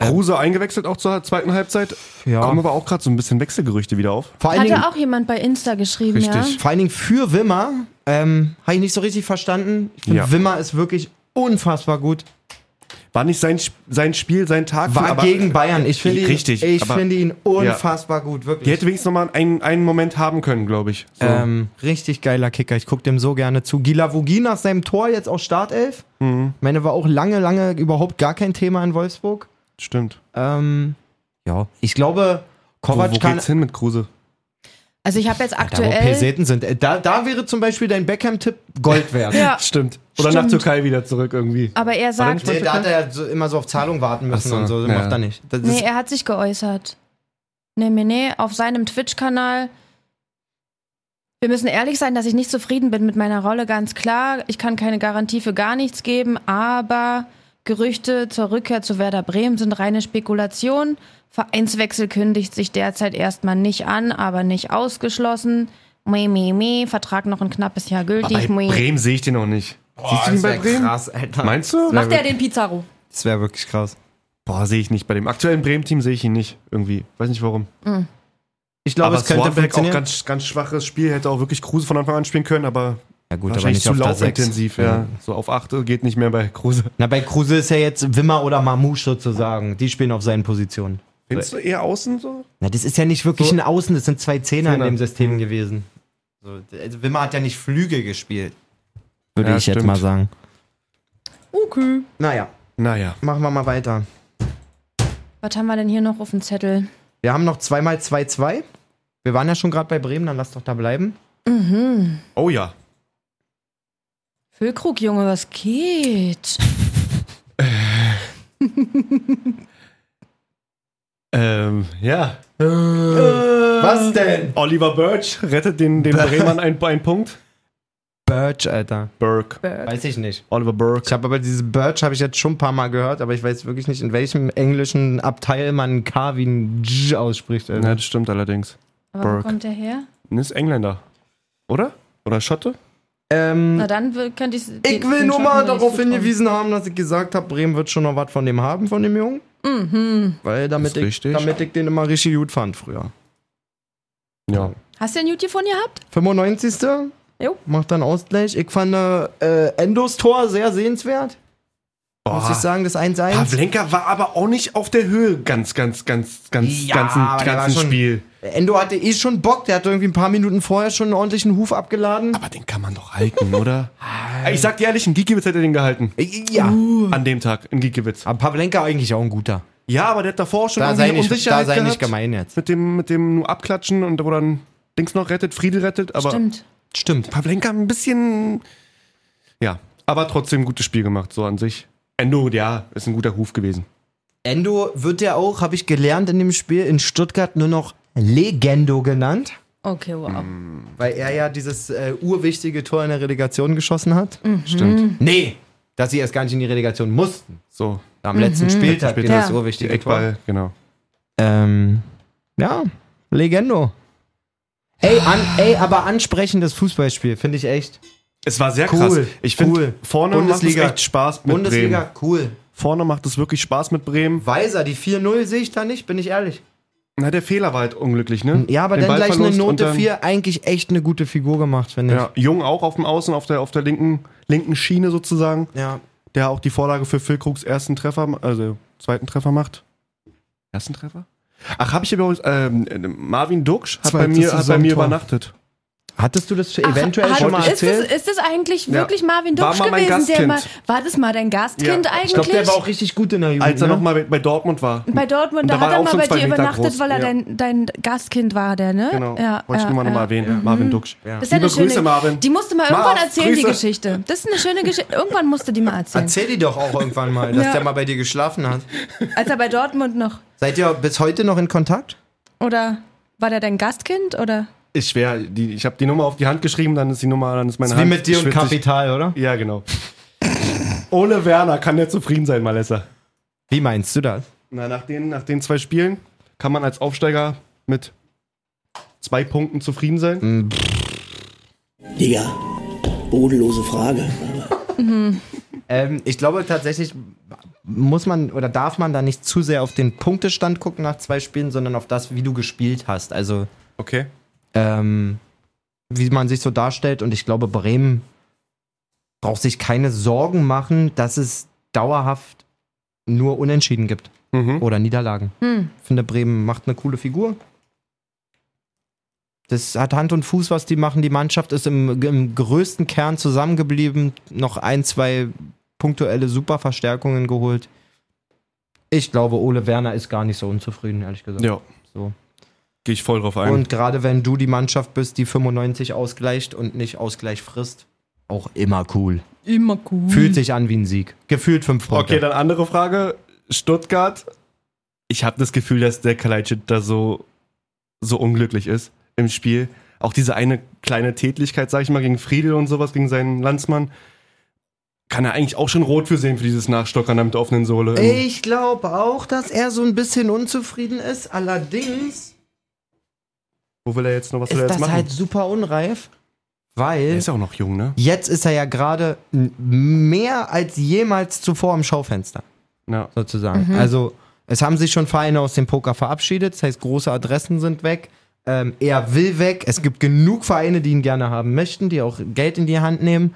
Speaker 1: Kruse eingewechselt auch zur zweiten Halbzeit.
Speaker 2: Ja.
Speaker 1: Kommen aber auch gerade so ein bisschen Wechselgerüchte wieder auf.
Speaker 2: Vor allen, Dingen,
Speaker 3: Hatte auch ne? jemand bei Insta geschrieben,
Speaker 1: Richtig.
Speaker 3: ja?
Speaker 2: vor allen Dingen für Wimmer ähm, habe ich nicht so richtig verstanden. Ich finde,
Speaker 1: Ja.
Speaker 2: Wimmer ist wirklich unfassbar gut.
Speaker 1: War nicht sein, Sp- sein Spiel, sein Tag.
Speaker 2: War
Speaker 1: aber
Speaker 2: gegen Bayern. Ich finde ihn,
Speaker 1: Richtig,
Speaker 2: ich
Speaker 1: aber-
Speaker 2: finde ihn unfassbar gut,
Speaker 1: Die
Speaker 2: wirklich.
Speaker 1: hätte wenigstens nochmal einen, einen Moment haben können, glaube ich. So.
Speaker 2: Ähm, richtig geiler Kicker. Ich gucke dem so gerne zu. Gila Vogi nach
Speaker 1: Mhm.
Speaker 2: seinem Tor jetzt auch Startelf. Ich meine, war auch lange, lange überhaupt gar kein Thema in Wolfsburg.
Speaker 1: Stimmt.
Speaker 2: Ähm, ja, ich glaube,
Speaker 1: Wo,
Speaker 2: Kovac
Speaker 1: wo
Speaker 2: kann.
Speaker 1: geht's hin mit Kruse?
Speaker 3: Also ich habe jetzt
Speaker 2: Da, wo
Speaker 3: aktuell.
Speaker 2: Peseten sind. äh, Da, da wäre zum Beispiel dein Beckham-Tipp
Speaker 1: [LAUGHS]
Speaker 2: Gold wert.
Speaker 3: Ja,
Speaker 1: Stimmt. Oder nach Türkei wieder zurück irgendwie.
Speaker 3: aber er sagt,
Speaker 2: Nee, da hat er ja so, immer so auf Zahlung warten müssen
Speaker 1: Ach so,
Speaker 2: und so. Das
Speaker 1: ja.
Speaker 2: macht er nicht. Das
Speaker 3: nee,
Speaker 2: ist,
Speaker 3: er hat sich geäußert. Nee, nee, nee, auf seinem Twitch-Kanal. Wir müssen ehrlich sein, dass ich nicht zufrieden bin mit meiner Rolle, ganz klar. Ich kann keine Garantie für gar nichts geben, aber Gerüchte zur Rückkehr zu Werder Bremen sind reine Spekulation. Vereinswechsel kündigt sich derzeit erstmal nicht an, aber nicht ausgeschlossen. Meh, meh, meh, Vertrag noch ein knappes Jahr
Speaker 1: Bei
Speaker 3: gültig. Meh.
Speaker 1: Bremen sehe ich den noch nicht.
Speaker 2: Boah,
Speaker 1: Siehst du ihn
Speaker 2: das
Speaker 1: bei
Speaker 2: wär
Speaker 1: Bremen?
Speaker 2: krass, Alter.
Speaker 1: Meinst du?
Speaker 3: Macht er den Pizarro?
Speaker 2: Das wäre wirklich krass.
Speaker 1: Boah, sehe ich nicht. Bei dem aktuellen Bremen-Team sehe ich ihn nicht. Irgendwie. Weiß nicht warum.
Speaker 2: Ich glaube, es könnte
Speaker 1: Swanberg auch
Speaker 2: funktionieren.
Speaker 1: ganz, ganz schwaches Spiel. Hätte auch wirklich Kruse von Anfang an spielen können, aber
Speaker 2: ja, gut,
Speaker 1: wahrscheinlich zu
Speaker 2: der Sechs.
Speaker 1: laufintensiv. Ja. So auf 8 geht nicht mehr bei Kruse.
Speaker 2: Na, bei Kruse ist ja jetzt Wimmer oder Mamouche sozusagen. Die spielen auf seinen Positionen.
Speaker 1: Findest du eher außen so?
Speaker 2: Na, das ist ja nicht wirklich
Speaker 1: So.
Speaker 2: ein Außen, das sind zwei Zehner in
Speaker 1: Zehner.
Speaker 2: dem System gewesen. So, also Wimmer hat ja nicht Flüge gespielt. Würde
Speaker 1: Ja,
Speaker 2: ich jetzt
Speaker 1: stimmt.
Speaker 2: mal sagen.
Speaker 3: Okay.
Speaker 2: Naja,
Speaker 1: Naja.
Speaker 2: machen wir mal weiter.
Speaker 3: Was haben wir denn hier noch auf dem Zettel?
Speaker 2: Wir haben noch zweimal 2-2. Wir waren ja schon gerade bei Bremen, dann lass doch da bleiben.
Speaker 1: Oh ja.
Speaker 3: Füllkrug, Junge, was geht?
Speaker 1: Ähm, ja.
Speaker 2: Äh.
Speaker 1: Äh.
Speaker 2: Was denn?
Speaker 1: Oliver Birch rettet den, den Bremern einen, einen Punkt.
Speaker 2: Birch, Alter.
Speaker 1: Burke.
Speaker 2: Weiß ich nicht.
Speaker 1: Oliver
Speaker 2: Ich
Speaker 1: Burke.
Speaker 2: habe aber dieses Birch habe ich jetzt schon ein paar Mal gehört, aber ich weiß wirklich nicht, in welchem englischen Abteil man ein K wie ein G ausspricht. Alter.
Speaker 1: Ja, das stimmt allerdings.
Speaker 3: Aber wo
Speaker 1: Burke.
Speaker 3: kommt der her?
Speaker 1: Ist Engländer. Oder? Oder Schotte?
Speaker 2: Ähm,
Speaker 3: Na dann w- könnte ich.
Speaker 2: Ich will nur mal darauf hingewiesen haben, dass ich gesagt habe, Bremen wird schon noch was von dem haben, von dem Jungen. Weil damit
Speaker 1: Ist
Speaker 2: ich,
Speaker 1: richtig.
Speaker 2: damit ich den immer richtig gut fand früher.
Speaker 1: Ja.
Speaker 3: Hast du ein YouTube von gehabt?
Speaker 2: 95.
Speaker 3: Jo.
Speaker 2: Macht dann Ausgleich. Ich fand äh, Endos Tor sehr sehenswert. Muss ich sagen, das 1-1.
Speaker 1: Pavlenka war aber auch nicht auf der Höhe ganz, ganz, ganz, ganz,
Speaker 2: Ja, aber
Speaker 1: ganzen,
Speaker 2: der war
Speaker 1: ganzen
Speaker 2: schon-
Speaker 1: Spiel.
Speaker 2: Endo hatte eh schon Bock. Der hat irgendwie ein paar Minuten vorher schon einen ordentlichen Huf abgeladen.
Speaker 1: Aber Ah, den kann man doch halten, [LAUGHS] oder? ich sag dir ehrlich, ein Giekewitz hätte den gehalten.
Speaker 2: Ja.
Speaker 1: An dem Tag, ein Giekewitz.
Speaker 2: Aber Pavlenka eigentlich auch ein guter.
Speaker 1: Ja, aber der hat davor schon
Speaker 2: Da
Speaker 1: irgendwie
Speaker 2: sei nicht, da
Speaker 1: Unsicherheit
Speaker 2: sei nicht
Speaker 1: gehabt.
Speaker 2: gemein jetzt.
Speaker 1: Mit dem, mit dem nur abklatschen und wo dann Dings noch rettet, Friede rettet.
Speaker 2: Ah.
Speaker 1: Aber
Speaker 3: Stimmt.
Speaker 2: Stimmt.
Speaker 1: Pavlenka ein bisschen. Ja, aber trotzdem ein gutes Spiel gemacht, so an sich. Endo, ja, ist ein guter Ruf gewesen.
Speaker 2: Endo wird ja auch, habe ich gelernt in dem Spiel, in Stuttgart nur noch Legendo genannt.
Speaker 3: Okay, wow.
Speaker 1: Hm.
Speaker 2: Weil er ja dieses äh, urwichtige Tor in der Relegation geschossen hat.
Speaker 3: Mhm.
Speaker 1: Stimmt.
Speaker 2: Nee, dass sie erst gar nicht in die Relegation mussten.
Speaker 1: So,
Speaker 2: Am letzten Spieltag
Speaker 1: Spieltag.
Speaker 2: ging das
Speaker 3: Mhm. Ja.
Speaker 1: die
Speaker 2: urwichtige Tor.
Speaker 1: Eckball, genau.
Speaker 2: Ähm, ja, Legendo. Ey, an, ey, aber ansprechendes Fußballspiel, finde ich echt.
Speaker 1: Es war sehr
Speaker 2: Cool,
Speaker 1: krass. Ich finde,
Speaker 2: cool.
Speaker 1: vorne
Speaker 2: Bundesliga.
Speaker 1: macht es echt Spaß mit
Speaker 2: Bundesliga,
Speaker 1: Bremen.
Speaker 2: cool.
Speaker 1: Vorne macht es wirklich Spaß mit Bremen.
Speaker 2: Weiser, die 4-0 sehe ich da nicht, bin ich ehrlich.
Speaker 1: Na, der Fehler war halt unglücklich, ne?
Speaker 2: Ja, aber
Speaker 1: Den
Speaker 2: dann gleich eine
Speaker 1: Ballverlust und
Speaker 2: Note
Speaker 1: dann-
Speaker 2: 4, eigentlich echt eine gute Figur gemacht, finde ich.
Speaker 1: Ja, Jung auch auf dem Außen, auf der, auf der linken, linken Schiene sozusagen.
Speaker 2: ja.
Speaker 1: Der auch die Vorlage für Phil Krugs ersten Treffer, also zweiten Treffer macht. Ersten Treffer? Ach, habe ich übrigens, ähm, äh, Marvin Duksch hat bei
Speaker 2: Zweites
Speaker 1: mir, hat bei mir
Speaker 2: Saisontor.
Speaker 1: übernachtet.
Speaker 2: Hattest du das eventuell
Speaker 3: hat,
Speaker 2: schon mal
Speaker 3: ist, das,
Speaker 2: erzählt?
Speaker 3: ist das eigentlich wirklich Marvin
Speaker 1: War
Speaker 3: Duksch
Speaker 1: mal mein
Speaker 3: gewesen, der
Speaker 1: Gastkind.
Speaker 3: mal. War das mal dein Gastkind
Speaker 1: Ja.
Speaker 3: eigentlich?
Speaker 2: Ich glaube, der war auch richtig gut in der Jugend.
Speaker 1: Als er
Speaker 2: ne?
Speaker 1: nochmal bei, bei Dortmund war.
Speaker 3: bei Dortmund,
Speaker 1: Und
Speaker 3: da,
Speaker 1: da war
Speaker 3: hat er
Speaker 1: auch
Speaker 3: mal
Speaker 1: schon
Speaker 3: bei
Speaker 1: zwei
Speaker 3: dir
Speaker 1: Meter
Speaker 3: übernachtet,
Speaker 1: groß.
Speaker 3: weil er
Speaker 1: Ja.
Speaker 3: dein, dein Gastkind war, der, ne?
Speaker 1: Genau.
Speaker 3: Ja,
Speaker 1: Wollte ich nur mal
Speaker 3: ja, ja. Mhm.
Speaker 1: nochmal erwähnen. Marvin Duksch.
Speaker 3: Das ist ja eine
Speaker 1: Liebe
Speaker 3: schöne,
Speaker 1: Grüße, Marvin.
Speaker 3: Die musste mal irgendwann
Speaker 1: Marv,
Speaker 3: erzählen, die
Speaker 1: Grüße.
Speaker 3: Geschichte. Das ist eine schöne Geschichte. Irgendwann musste die mal erzählen.
Speaker 2: Erzähl die doch auch irgendwann mal, dass
Speaker 3: Ja.
Speaker 2: der mal bei dir geschlafen hat.
Speaker 3: Als er bei Dortmund noch.
Speaker 2: Seid ihr bis heute noch in Kontakt?
Speaker 3: Oder war der dein Gastkind? Oder?
Speaker 1: Ist schwer. Die, ich habe die Nummer auf die Hand geschrieben, dann ist die Nummer, dann ist meine Hand. schwitzt sich-
Speaker 2: Kapital, oder?
Speaker 1: Ja, genau. Ohne Werner kann der zufrieden sein, Malessa.
Speaker 2: Wie meinst du das?
Speaker 1: Na, nach den, nach den zwei Spielen kann man als Aufsteiger mit zwei Punkten zufrieden sein.
Speaker 2: Mhm.
Speaker 4: Digga, bodenlose Frage.
Speaker 2: Ähm, ich glaube tatsächlich muss man oder darf man da nicht zu sehr auf den Punktestand gucken nach zwei Spielen, sondern auf das, wie du gespielt hast. Also
Speaker 1: Okay.
Speaker 2: ähm, wie man sich so darstellt. Und ich glaube, Bremen braucht sich keine Sorgen machen, dass es dauerhaft nur Unentschieden gibt
Speaker 1: Mhm.
Speaker 2: oder Niederlagen.
Speaker 3: Hm.
Speaker 2: Ich finde, Bremen macht eine coole Figur. Das hat Hand und Fuß, was die machen. Die Mannschaft ist im, im größten Kern zusammengeblieben. Noch ein, zwei punktuelle Superverstärkungen geholt. Ich glaube, Ole Werner ist gar nicht so unzufrieden, ehrlich gesagt.
Speaker 1: Ja,
Speaker 2: So.
Speaker 1: gehe ich voll drauf ein.
Speaker 2: Und gerade wenn du die Mannschaft bist, die 95 ausgleicht und nicht Ausgleich frisst, auch immer cool.
Speaker 3: Immer cool.
Speaker 2: Fühlt sich an wie ein Sieg. Gefühlt fünf Punkte.
Speaker 1: okay, dann andere Frage. Stuttgart. Ich habe das Gefühl, dass der Kalajdzic da so, so unglücklich ist im Spiel. Auch diese eine kleine Tätlichkeit, sag ich mal, gegen Friedel und sowas, gegen seinen Landsmann. Kann er eigentlich auch schon rot für sehen, für dieses Nachstockern da mit der offenen Sohle.
Speaker 2: Ich glaube auch, dass er so ein bisschen unzufrieden ist. Allerdings
Speaker 1: Wo will er jetzt noch, was will
Speaker 2: ist
Speaker 1: er
Speaker 2: das
Speaker 1: jetzt machen?
Speaker 2: halt super unreif,
Speaker 1: er
Speaker 2: weil
Speaker 1: ist ja auch noch jung, ne?
Speaker 2: jetzt ist er ja gerade n- mehr als jemals zuvor im Schaufenster,
Speaker 1: Ja.
Speaker 2: sozusagen. Also es haben sich schon Vereine aus dem Poker verabschiedet, das heißt, große Adressen sind weg. Ähm, er will weg. Es gibt genug Vereine, die ihn gerne haben möchten, die auch Geld in die Hand nehmen.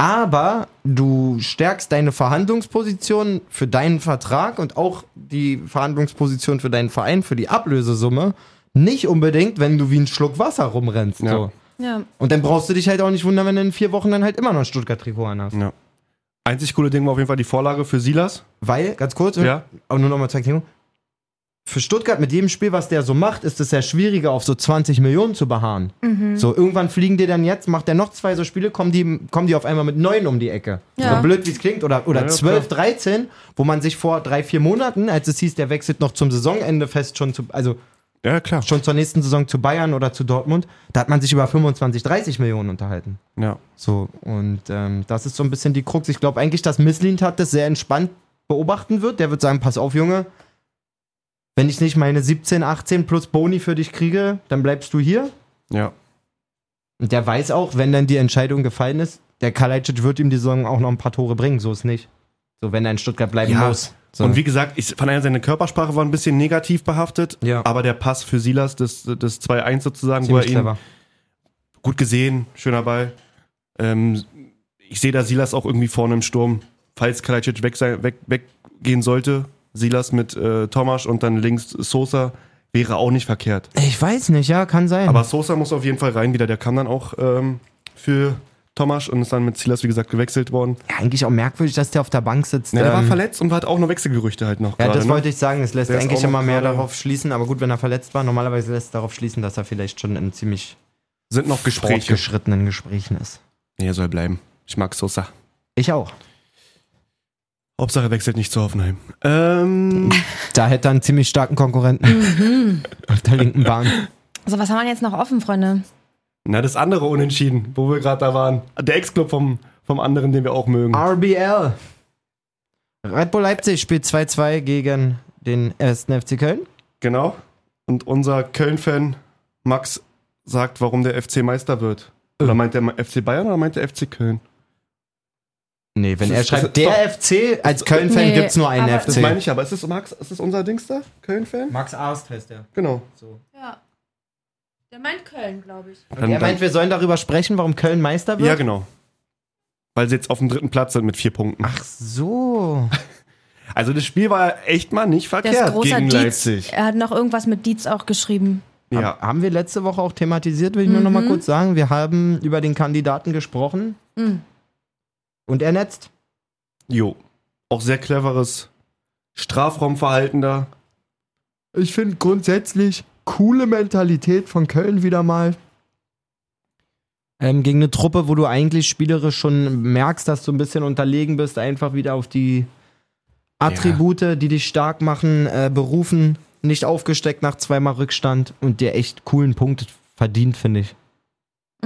Speaker 2: Aber du stärkst deine Verhandlungsposition für deinen Vertrag und auch die Verhandlungsposition für deinen Verein, für die Ablösesumme, nicht unbedingt, wenn du wie ein Schluck Wasser rumrennst.
Speaker 1: Ja.
Speaker 2: So.
Speaker 3: Ja.
Speaker 2: Und dann brauchst du dich halt auch nicht wundern, wenn du in vier Wochen dann halt immer noch ein Stuttgart-Trikot anhast.
Speaker 1: Ja. Einzig coole Ding war auf jeden Fall die Vorlage für Silas.
Speaker 2: Weil, ganz kurz,
Speaker 1: Ja.
Speaker 2: aber nur nochmal zur Erklärung. Für Stuttgart mit jedem Spiel, was der so macht, ist es ja schwieriger, auf so 20 Millionen zu beharren. So, irgendwann fliegen die dann jetzt, macht er noch zwei so Spiele, kommen die, kommen die auf einmal mit neun um die Ecke.
Speaker 3: Ja.
Speaker 2: So blöd, wie es klingt. Oder, oder
Speaker 1: Ja, ja,
Speaker 2: 12, 13, wo man sich vor drei, vier Monaten, als es hieß, der wechselt noch zum Saisonende fest, schon zu, also
Speaker 1: Ja, klar.
Speaker 2: schon zur nächsten Saison zu Bayern oder zu Dortmund, da hat man sich über 25, 30 Millionen unterhalten.
Speaker 1: Ja.
Speaker 2: So, und ähm, das ist so ein bisschen die Krux. Ich glaube eigentlich, dass Misslint hat das sehr entspannt beobachten wird. Der wird sagen, pass auf, Junge, wenn ich nicht meine 17, 18 plus Boni für dich kriege, dann bleibst du hier.
Speaker 1: Ja.
Speaker 2: Und der weiß auch, wenn dann die Entscheidung gefallen ist, der Kalajdzic wird ihm die Saison auch noch ein paar Tore bringen, so ist nicht. So, wenn er in Stuttgart bleiben
Speaker 1: Ja.
Speaker 2: muss. So.
Speaker 1: Und wie gesagt, ich fand ja, seine Körpersprache war ein bisschen negativ behaftet,
Speaker 2: Ja.
Speaker 1: aber der Pass für Silas, das, das 2-1 sozusagen,
Speaker 2: Ziemlich
Speaker 1: wo er ihn
Speaker 2: clever.
Speaker 1: gut gesehen, schöner Ball. Ähm, ich sehe da Silas auch irgendwie vorne im Sturm. Falls Kalajdzic weg sein, weg, weggehen sollte, Silas mit äh, Tomasch und dann links Sosa wäre auch nicht verkehrt.
Speaker 2: Ich weiß nicht, ja, kann sein.
Speaker 1: Aber Sosa muss auf jeden Fall rein wieder. Der kam dann auch ähm, für Tomasch und ist dann mit Silas, wie gesagt, gewechselt worden.
Speaker 2: ja, eigentlich auch merkwürdig, dass der auf der Bank sitzt.
Speaker 1: Ja, Ne, der war
Speaker 2: Ähm,
Speaker 1: verletzt und hat auch noch Wechselgerüchte halt noch.
Speaker 2: Ja,
Speaker 1: gerade,
Speaker 2: das
Speaker 1: ne?
Speaker 2: wollte ich sagen. Es lässt
Speaker 1: Der ist
Speaker 2: eigentlich
Speaker 1: auch noch
Speaker 2: immer mehr
Speaker 1: gerade-
Speaker 2: darauf schließen. Aber gut, wenn er verletzt war, normalerweise lässt es darauf schließen, dass er vielleicht schon in ziemlich
Speaker 1: Sind noch Gespräche.
Speaker 2: fortgeschrittenen Gesprächen ist.
Speaker 1: Nee, er soll bleiben. Ich mag Sosa.
Speaker 2: Ich auch.
Speaker 1: Hauptsache er wechselt nicht zu Hoffenheim. [LAUGHS] Ähm,
Speaker 2: Da hätte er einen ziemlich starken Konkurrenten auf der linken Bahn.
Speaker 3: So, Also, was haben wir denn jetzt noch offen, Freunde?
Speaker 1: na, das andere Unentschieden, wo wir gerade da waren. Der Ex-Club vom, vom anderen, den wir auch mögen.
Speaker 2: RBL. Red Bull Leipzig spielt 2-2 gegen den 1. FC Köln.
Speaker 1: Genau. Und unser Köln-Fan Max sagt, warum der FC Meister wird. Oder meint der FC Bayern oder meint der FC Köln?
Speaker 2: Nee, wenn
Speaker 1: Das
Speaker 2: er
Speaker 1: ist-
Speaker 2: schreibt,
Speaker 1: das ist
Speaker 2: der FC, als Köln-Fan
Speaker 3: Nee,
Speaker 2: gibt's gibt es nur einen
Speaker 3: aber-
Speaker 1: Das
Speaker 2: FC.
Speaker 1: meine ich aber. Ist es Max? Ist es unser Dings da? Köln-Fan?
Speaker 2: Max Arst heißt er.
Speaker 1: Genau.
Speaker 3: Ja. Der meint Köln, glaube ich.
Speaker 1: Dann-
Speaker 2: Er
Speaker 1: dann-
Speaker 2: meint, wir sollen darüber sprechen, warum Köln Meister wird?
Speaker 1: ja, genau. Weil sie jetzt auf dem dritten Platz sind mit vier Punkten.
Speaker 2: Ach so.
Speaker 1: Also das Spiel war echt mal nicht
Speaker 3: Der ist
Speaker 1: verkehrt
Speaker 3: großer
Speaker 1: gegen
Speaker 3: Dietz.
Speaker 1: Leipzig.
Speaker 3: Er hat noch irgendwas mit Dietz auch geschrieben.
Speaker 1: Ja.
Speaker 2: Haben wir letzte Woche auch thematisiert, will ich nur noch mal kurz sagen. Wir haben über den Kandidaten gesprochen
Speaker 3: Mhm.
Speaker 2: und er netzt.
Speaker 1: Jo. Auch sehr cleveres Strafraumverhalten da.
Speaker 2: Ich finde grundsätzlich coole Mentalität von Köln wieder mal. Ähm, gegen eine Truppe, wo du eigentlich spielerisch schon merkst, dass du ein bisschen unterlegen bist, einfach wieder auf die Attribute, die dich stark machen, äh, berufen, nicht aufgesteckt nach zweimal Rückstand und dir echt coolen Punkt verdient, finde ich.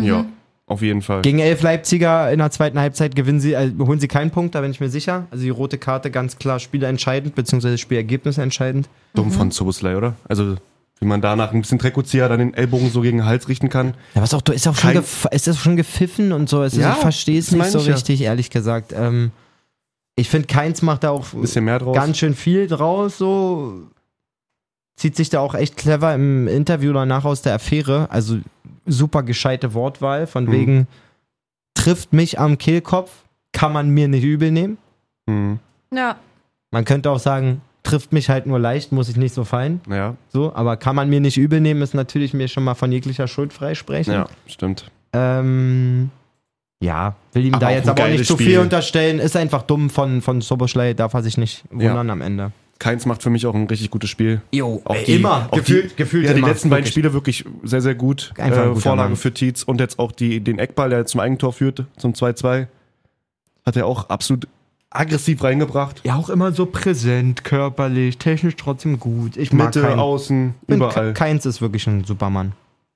Speaker 1: Ja, auf jeden Fall.
Speaker 2: Gegen elf Leipziger in der zweiten Halbzeit gewinnen sie, äh, holen sie keinen Punkt, da bin ich mir sicher. Also die rote Karte ganz klar spielentscheidend, beziehungsweise Spielergebnis entscheidend.
Speaker 1: Dumm von Zobuslei, oder? Also, wie man danach ein bisschen Treckuzieher dann den Ellbogen so gegen den Hals richten kann.
Speaker 2: Ja, was auch, du- ist auch schon,
Speaker 1: Kein-
Speaker 2: gef ist das schon gepfiffen und so. Es ist-
Speaker 1: Ja,
Speaker 2: ich verstehe es
Speaker 1: das
Speaker 2: nicht
Speaker 1: meine
Speaker 2: so
Speaker 1: ich ja.
Speaker 2: richtig, ehrlich gesagt. Ähm, ich finde, Keins macht da auch
Speaker 1: Bisschen mehr draus.
Speaker 2: ganz schön viel draus, so. Zieht sich da auch echt clever im Interview danach aus der Affäre. Also super gescheite Wortwahl, von
Speaker 1: Mhm.
Speaker 2: wegen trifft mich am Kehlkopf, kann man mir nicht übel nehmen.
Speaker 1: Hm,
Speaker 3: Ja.
Speaker 2: Man könnte auch sagen, trifft mich halt nur leicht, muss ich nicht so fallen.
Speaker 1: naja,
Speaker 2: So, aber kann man mir nicht übel nehmen, ist natürlich mir schon mal von jeglicher Schuld freisprechen.
Speaker 1: ja, stimmt.
Speaker 2: Ähm, ja, will ihm
Speaker 1: Aber
Speaker 2: da
Speaker 1: auch
Speaker 2: jetzt
Speaker 1: ein
Speaker 2: aber auch
Speaker 1: geiles
Speaker 2: nicht zu
Speaker 1: Spiel.
Speaker 2: viel unterstellen. Ist einfach dumm von, von Soboschlei, darf er sich nicht wundern am Ende.
Speaker 1: Keins macht für mich auch ein richtig gutes Spiel.
Speaker 2: Jo,
Speaker 1: Auch
Speaker 2: ey,
Speaker 1: die-
Speaker 2: immer.
Speaker 1: auch
Speaker 2: Gefühlt-
Speaker 1: die,
Speaker 2: gefühlt
Speaker 1: Ja, die
Speaker 2: immer,
Speaker 1: letzten beiden
Speaker 2: wirklich.
Speaker 1: Spiele wirklich sehr, sehr gut.
Speaker 2: Einfach ein
Speaker 1: äh,
Speaker 2: guter
Speaker 1: Vorlage
Speaker 2: Mann.
Speaker 1: für Tietz und jetzt auch die, den Eckball, der zum Eigentor führt, zum 2-2. Hat er auch absolut aggressiv reingebracht.
Speaker 7: Ja, auch immer so präsent, körperlich, technisch trotzdem gut. Ich mag
Speaker 1: Mitte,
Speaker 7: keinen.
Speaker 1: außen,
Speaker 2: Bin-
Speaker 1: überall.
Speaker 2: Keins ist wirklich ein Supermann.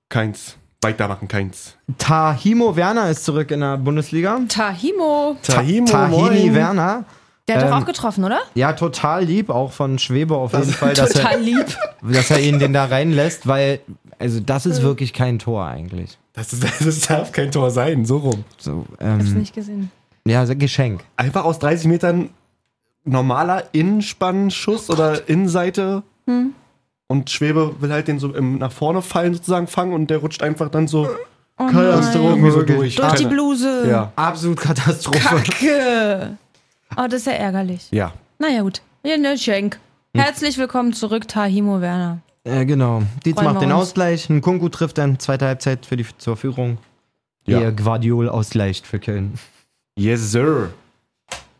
Speaker 1: Keins. Weitermachen, keins.
Speaker 2: Tahimo Werner ist zurück in der Bundesliga.
Speaker 3: Tahimo.
Speaker 1: Tahimo,
Speaker 2: Tahini
Speaker 1: moin.
Speaker 2: Werner.
Speaker 3: Der hat
Speaker 2: Ähm,
Speaker 3: doch auch getroffen, oder?
Speaker 2: Ja, total lieb, auch von Schwebe auf jeden Fall, dass er,
Speaker 3: Total lieb.
Speaker 2: [LAUGHS] dass er ihn den da reinlässt, weil, also das ist wirklich kein Tor eigentlich.
Speaker 6: Das, ist, das darf kein Tor sein, so rum.
Speaker 2: So,
Speaker 1: Hm.
Speaker 3: Hab's
Speaker 2: ähm,
Speaker 3: nicht gesehen.
Speaker 2: ja, so ein Geschenk.
Speaker 1: Einfach aus 30 Metern normaler Innenspannenschuss oder Innenseite.
Speaker 3: Hm.
Speaker 1: Und Schwebe will halt den so im, nach vorne fallen sozusagen fangen und der rutscht einfach dann so
Speaker 3: Oh
Speaker 1: irgendwie so durch.
Speaker 2: wirklich.
Speaker 3: Durch die
Speaker 1: Keine-
Speaker 3: Bluse.
Speaker 1: Ah, ne. Ja.
Speaker 2: Absolut Katastrophe.
Speaker 3: Kacke. Oh, das ist ja ärgerlich.
Speaker 1: Ja.
Speaker 3: Naja, gut. Ja, ne, Schenk.
Speaker 1: Hm.
Speaker 3: Herzlich willkommen zurück, Tahimo Werner.
Speaker 2: Äh, genau. Dietz
Speaker 3: Freuen
Speaker 2: macht
Speaker 3: wir
Speaker 2: den
Speaker 3: uns.
Speaker 2: Ausgleich. Ein Kunku trifft dann zweite Halbzeit für die, zur Führung.
Speaker 1: Ja.
Speaker 2: Ihr Guardiol ausgleicht für Köln.
Speaker 1: Yes, sir.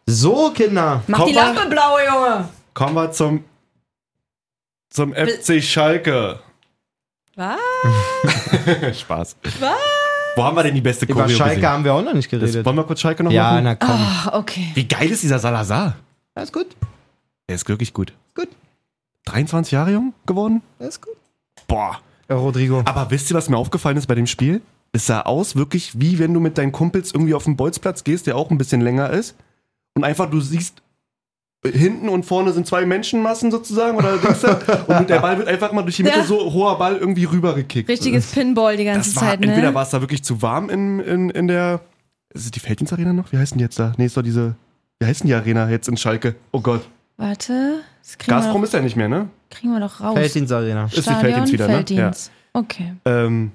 Speaker 2: So, Kinder.
Speaker 3: Mach
Speaker 1: Komm
Speaker 3: die
Speaker 1: mal.
Speaker 3: Lampe blau, Junge.
Speaker 1: Kommen wir zum, zum FC Schalke.
Speaker 3: Was?
Speaker 1: [LAUGHS] Spaß. Wo haben wir denn die beste
Speaker 2: Über
Speaker 1: Choreo
Speaker 2: Schalke
Speaker 1: gesehen?
Speaker 2: haben wir auch noch nicht
Speaker 1: Das,
Speaker 2: geredet.
Speaker 1: wollen wir kurz Schalke noch
Speaker 2: Ja,
Speaker 1: machen?
Speaker 2: na komm.
Speaker 3: Ah, okay.
Speaker 1: Wie geil ist dieser Salazar?
Speaker 2: Alles gut.
Speaker 1: Der ist wirklich gut.
Speaker 2: Gut.
Speaker 1: 23 Jahre jung geworden?
Speaker 2: Alles gut.
Speaker 1: Boah.
Speaker 2: Rodrigo.
Speaker 1: Aber wisst ihr, was mir aufgefallen ist bei dem Spiel? Es sah aus wirklich, wie wenn du mit deinen Kumpels irgendwie auf den Bolzplatz gehst, der auch ein bisschen länger ist. Und einfach, du siehst, äh, hinten und vorne sind zwei Menschenmassen sozusagen. Oder denkst
Speaker 3: [LAUGHS]
Speaker 1: du, und der Ball wird einfach mal durch die Mitte
Speaker 3: Ja.
Speaker 1: so hoher Ball irgendwie rübergekickt.
Speaker 3: Richtiges Pinball die ganze
Speaker 1: Das war,
Speaker 3: Zeit,
Speaker 1: entweder
Speaker 3: ne?
Speaker 1: war es da wirklich zu warm in, in, in der. Ist es die Felddienstarena noch? Wie heißen die jetzt da? Nee, ist doch diese. Wie heißen die Arena jetzt in Schalke? Oh Gott.
Speaker 3: Warte. Das kriegen, wir
Speaker 1: Gazprom
Speaker 3: doch,
Speaker 1: ist ja nicht mehr, ne?
Speaker 3: kriegen wir doch raus.
Speaker 2: Feldins Arena.
Speaker 1: Ist die Felddienst wieder, ne?
Speaker 3: Felddienst. Okay.
Speaker 1: Ähm,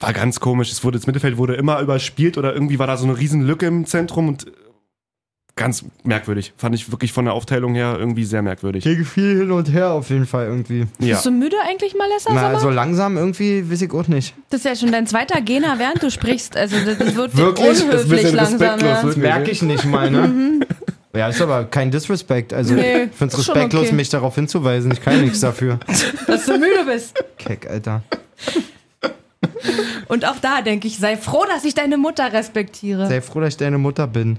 Speaker 1: war ganz komisch. Es wurde, das Mittelfeld wurde immer überspielt oder irgendwie war da so eine riesen Lücke im Zentrum und äh, ganz merkwürdig. Fand ich wirklich von der Aufteilung her irgendwie sehr merkwürdig.
Speaker 2: Hier gefiel hin und her auf jeden Fall irgendwie.
Speaker 1: Ja.
Speaker 3: Bist du müde eigentlich, Malessa?
Speaker 2: Na,
Speaker 1: also
Speaker 3: Sommer?
Speaker 2: so langsam irgendwie, weiß ich auch nicht.
Speaker 3: das ist ja schon dein zweiter Gena, während du sprichst. Also das das wird
Speaker 2: Wirklich? Das ist ein
Speaker 3: unhöflich
Speaker 1: bisschen
Speaker 3: langsam.
Speaker 1: respektlos,
Speaker 3: Ja.
Speaker 1: wirklich.
Speaker 2: Merke ich nicht mal,
Speaker 3: [LAUGHS]
Speaker 2: ne? ja, ist aber kein Disrespect. Also,
Speaker 3: Mhm. Nee,
Speaker 2: ich find's
Speaker 3: ist schon
Speaker 2: respektlos,
Speaker 3: okay.
Speaker 2: mich darauf hinzuweisen. Ich kann nichts dafür.
Speaker 3: Dass du müde bist.
Speaker 2: Keck, Alter.
Speaker 3: Und auch da denke ich, sei froh, dass ich deine Mutter respektiere.
Speaker 2: Sei froh, dass ich deine Mutter bin.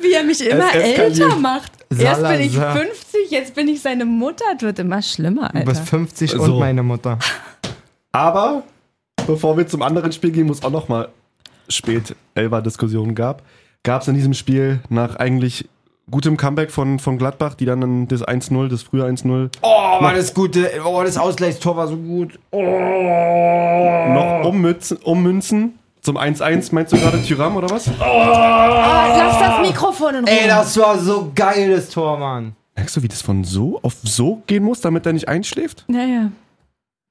Speaker 3: Wie er mich immer
Speaker 1: Es eskaliert.
Speaker 3: älter macht. Erst bin ich
Speaker 2: Salazar.
Speaker 3: 50, jetzt bin ich seine Mutter. Das wird immer schlimmer,
Speaker 2: Du bist
Speaker 3: Alter.
Speaker 2: 50
Speaker 1: So.
Speaker 2: und meine Mutter.
Speaker 1: Aber bevor wir zum anderen Spiel gehen, wo es auch nochmal spät Elva-Diskussionen gab, gab es in diesem Spiel nach eigentlich gutem Comeback von, von Gladbach, die dann das 1-0, das frühe 1-0
Speaker 2: Oh, war das gute. Oh, das Ausgleichstor war so gut. Oh.
Speaker 1: noch ummützen, ummünzen. Zum 1-1 meinst du gerade Tyram oder was?
Speaker 3: Oh, Lass das Mikrofon in Ruhe.
Speaker 2: Ey, das war so geil, das Tor, Mann.
Speaker 1: Merkst du, wie das von so auf so gehen muss, damit er nicht einschläft?
Speaker 3: Ja, ja.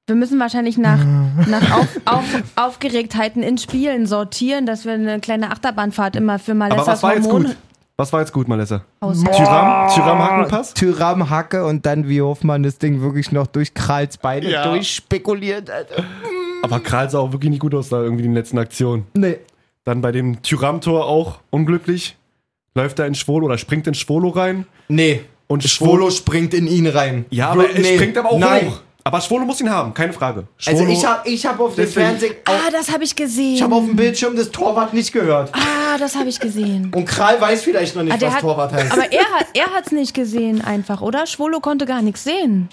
Speaker 3: Wir müssen wahrscheinlich nach, nach auf, auf, Aufgeregtheiten in Spielen sortieren, dass wir eine kleine Achterbahnfahrt immer für
Speaker 1: Aber was
Speaker 3: Malessas
Speaker 1: war jetzt
Speaker 3: Hormon
Speaker 1: gut? Was war jetzt gut, Malessa?
Speaker 3: ausgeben.
Speaker 1: Tyram, Tyram Hackenpass?
Speaker 2: Tyram Hacke und dann, wie Hofmann das Ding wirklich noch durch Krahls Beine
Speaker 1: Ja.
Speaker 2: durchspekuliert, Alter.
Speaker 1: Aber Kral sah auch wirklich nicht gut aus da irgendwie in den letzten Aktionen.
Speaker 2: Nee.
Speaker 1: Dann bei dem Tyram-Tor auch unglücklich. Läuft er in Schwolo oder springt in Schwolo rein.
Speaker 2: Nee.
Speaker 1: Und
Speaker 2: Schwolo springt in ihn rein.
Speaker 1: Ja, aber er
Speaker 2: Nee.
Speaker 1: springt aber auch
Speaker 2: Nein.
Speaker 1: hoch. Aber Schwolo muss ihn haben, keine Frage. Schwolo,
Speaker 2: Also ich hab, ich hab auf dem
Speaker 1: Deswegen-
Speaker 2: Fernsehen, auf,
Speaker 3: Ah, das habe ich gesehen.
Speaker 2: ich hab auf dem Bildschirm das Torwart nicht gehört.
Speaker 3: ah, das habe ich gesehen.
Speaker 2: Und Kral weiß vielleicht noch nicht,
Speaker 3: Ah, der
Speaker 2: was
Speaker 3: hat,
Speaker 2: Torwart heißt.
Speaker 3: aber er hat er hat's nicht gesehen einfach, oder? Schwolo konnte gar nichts sehen.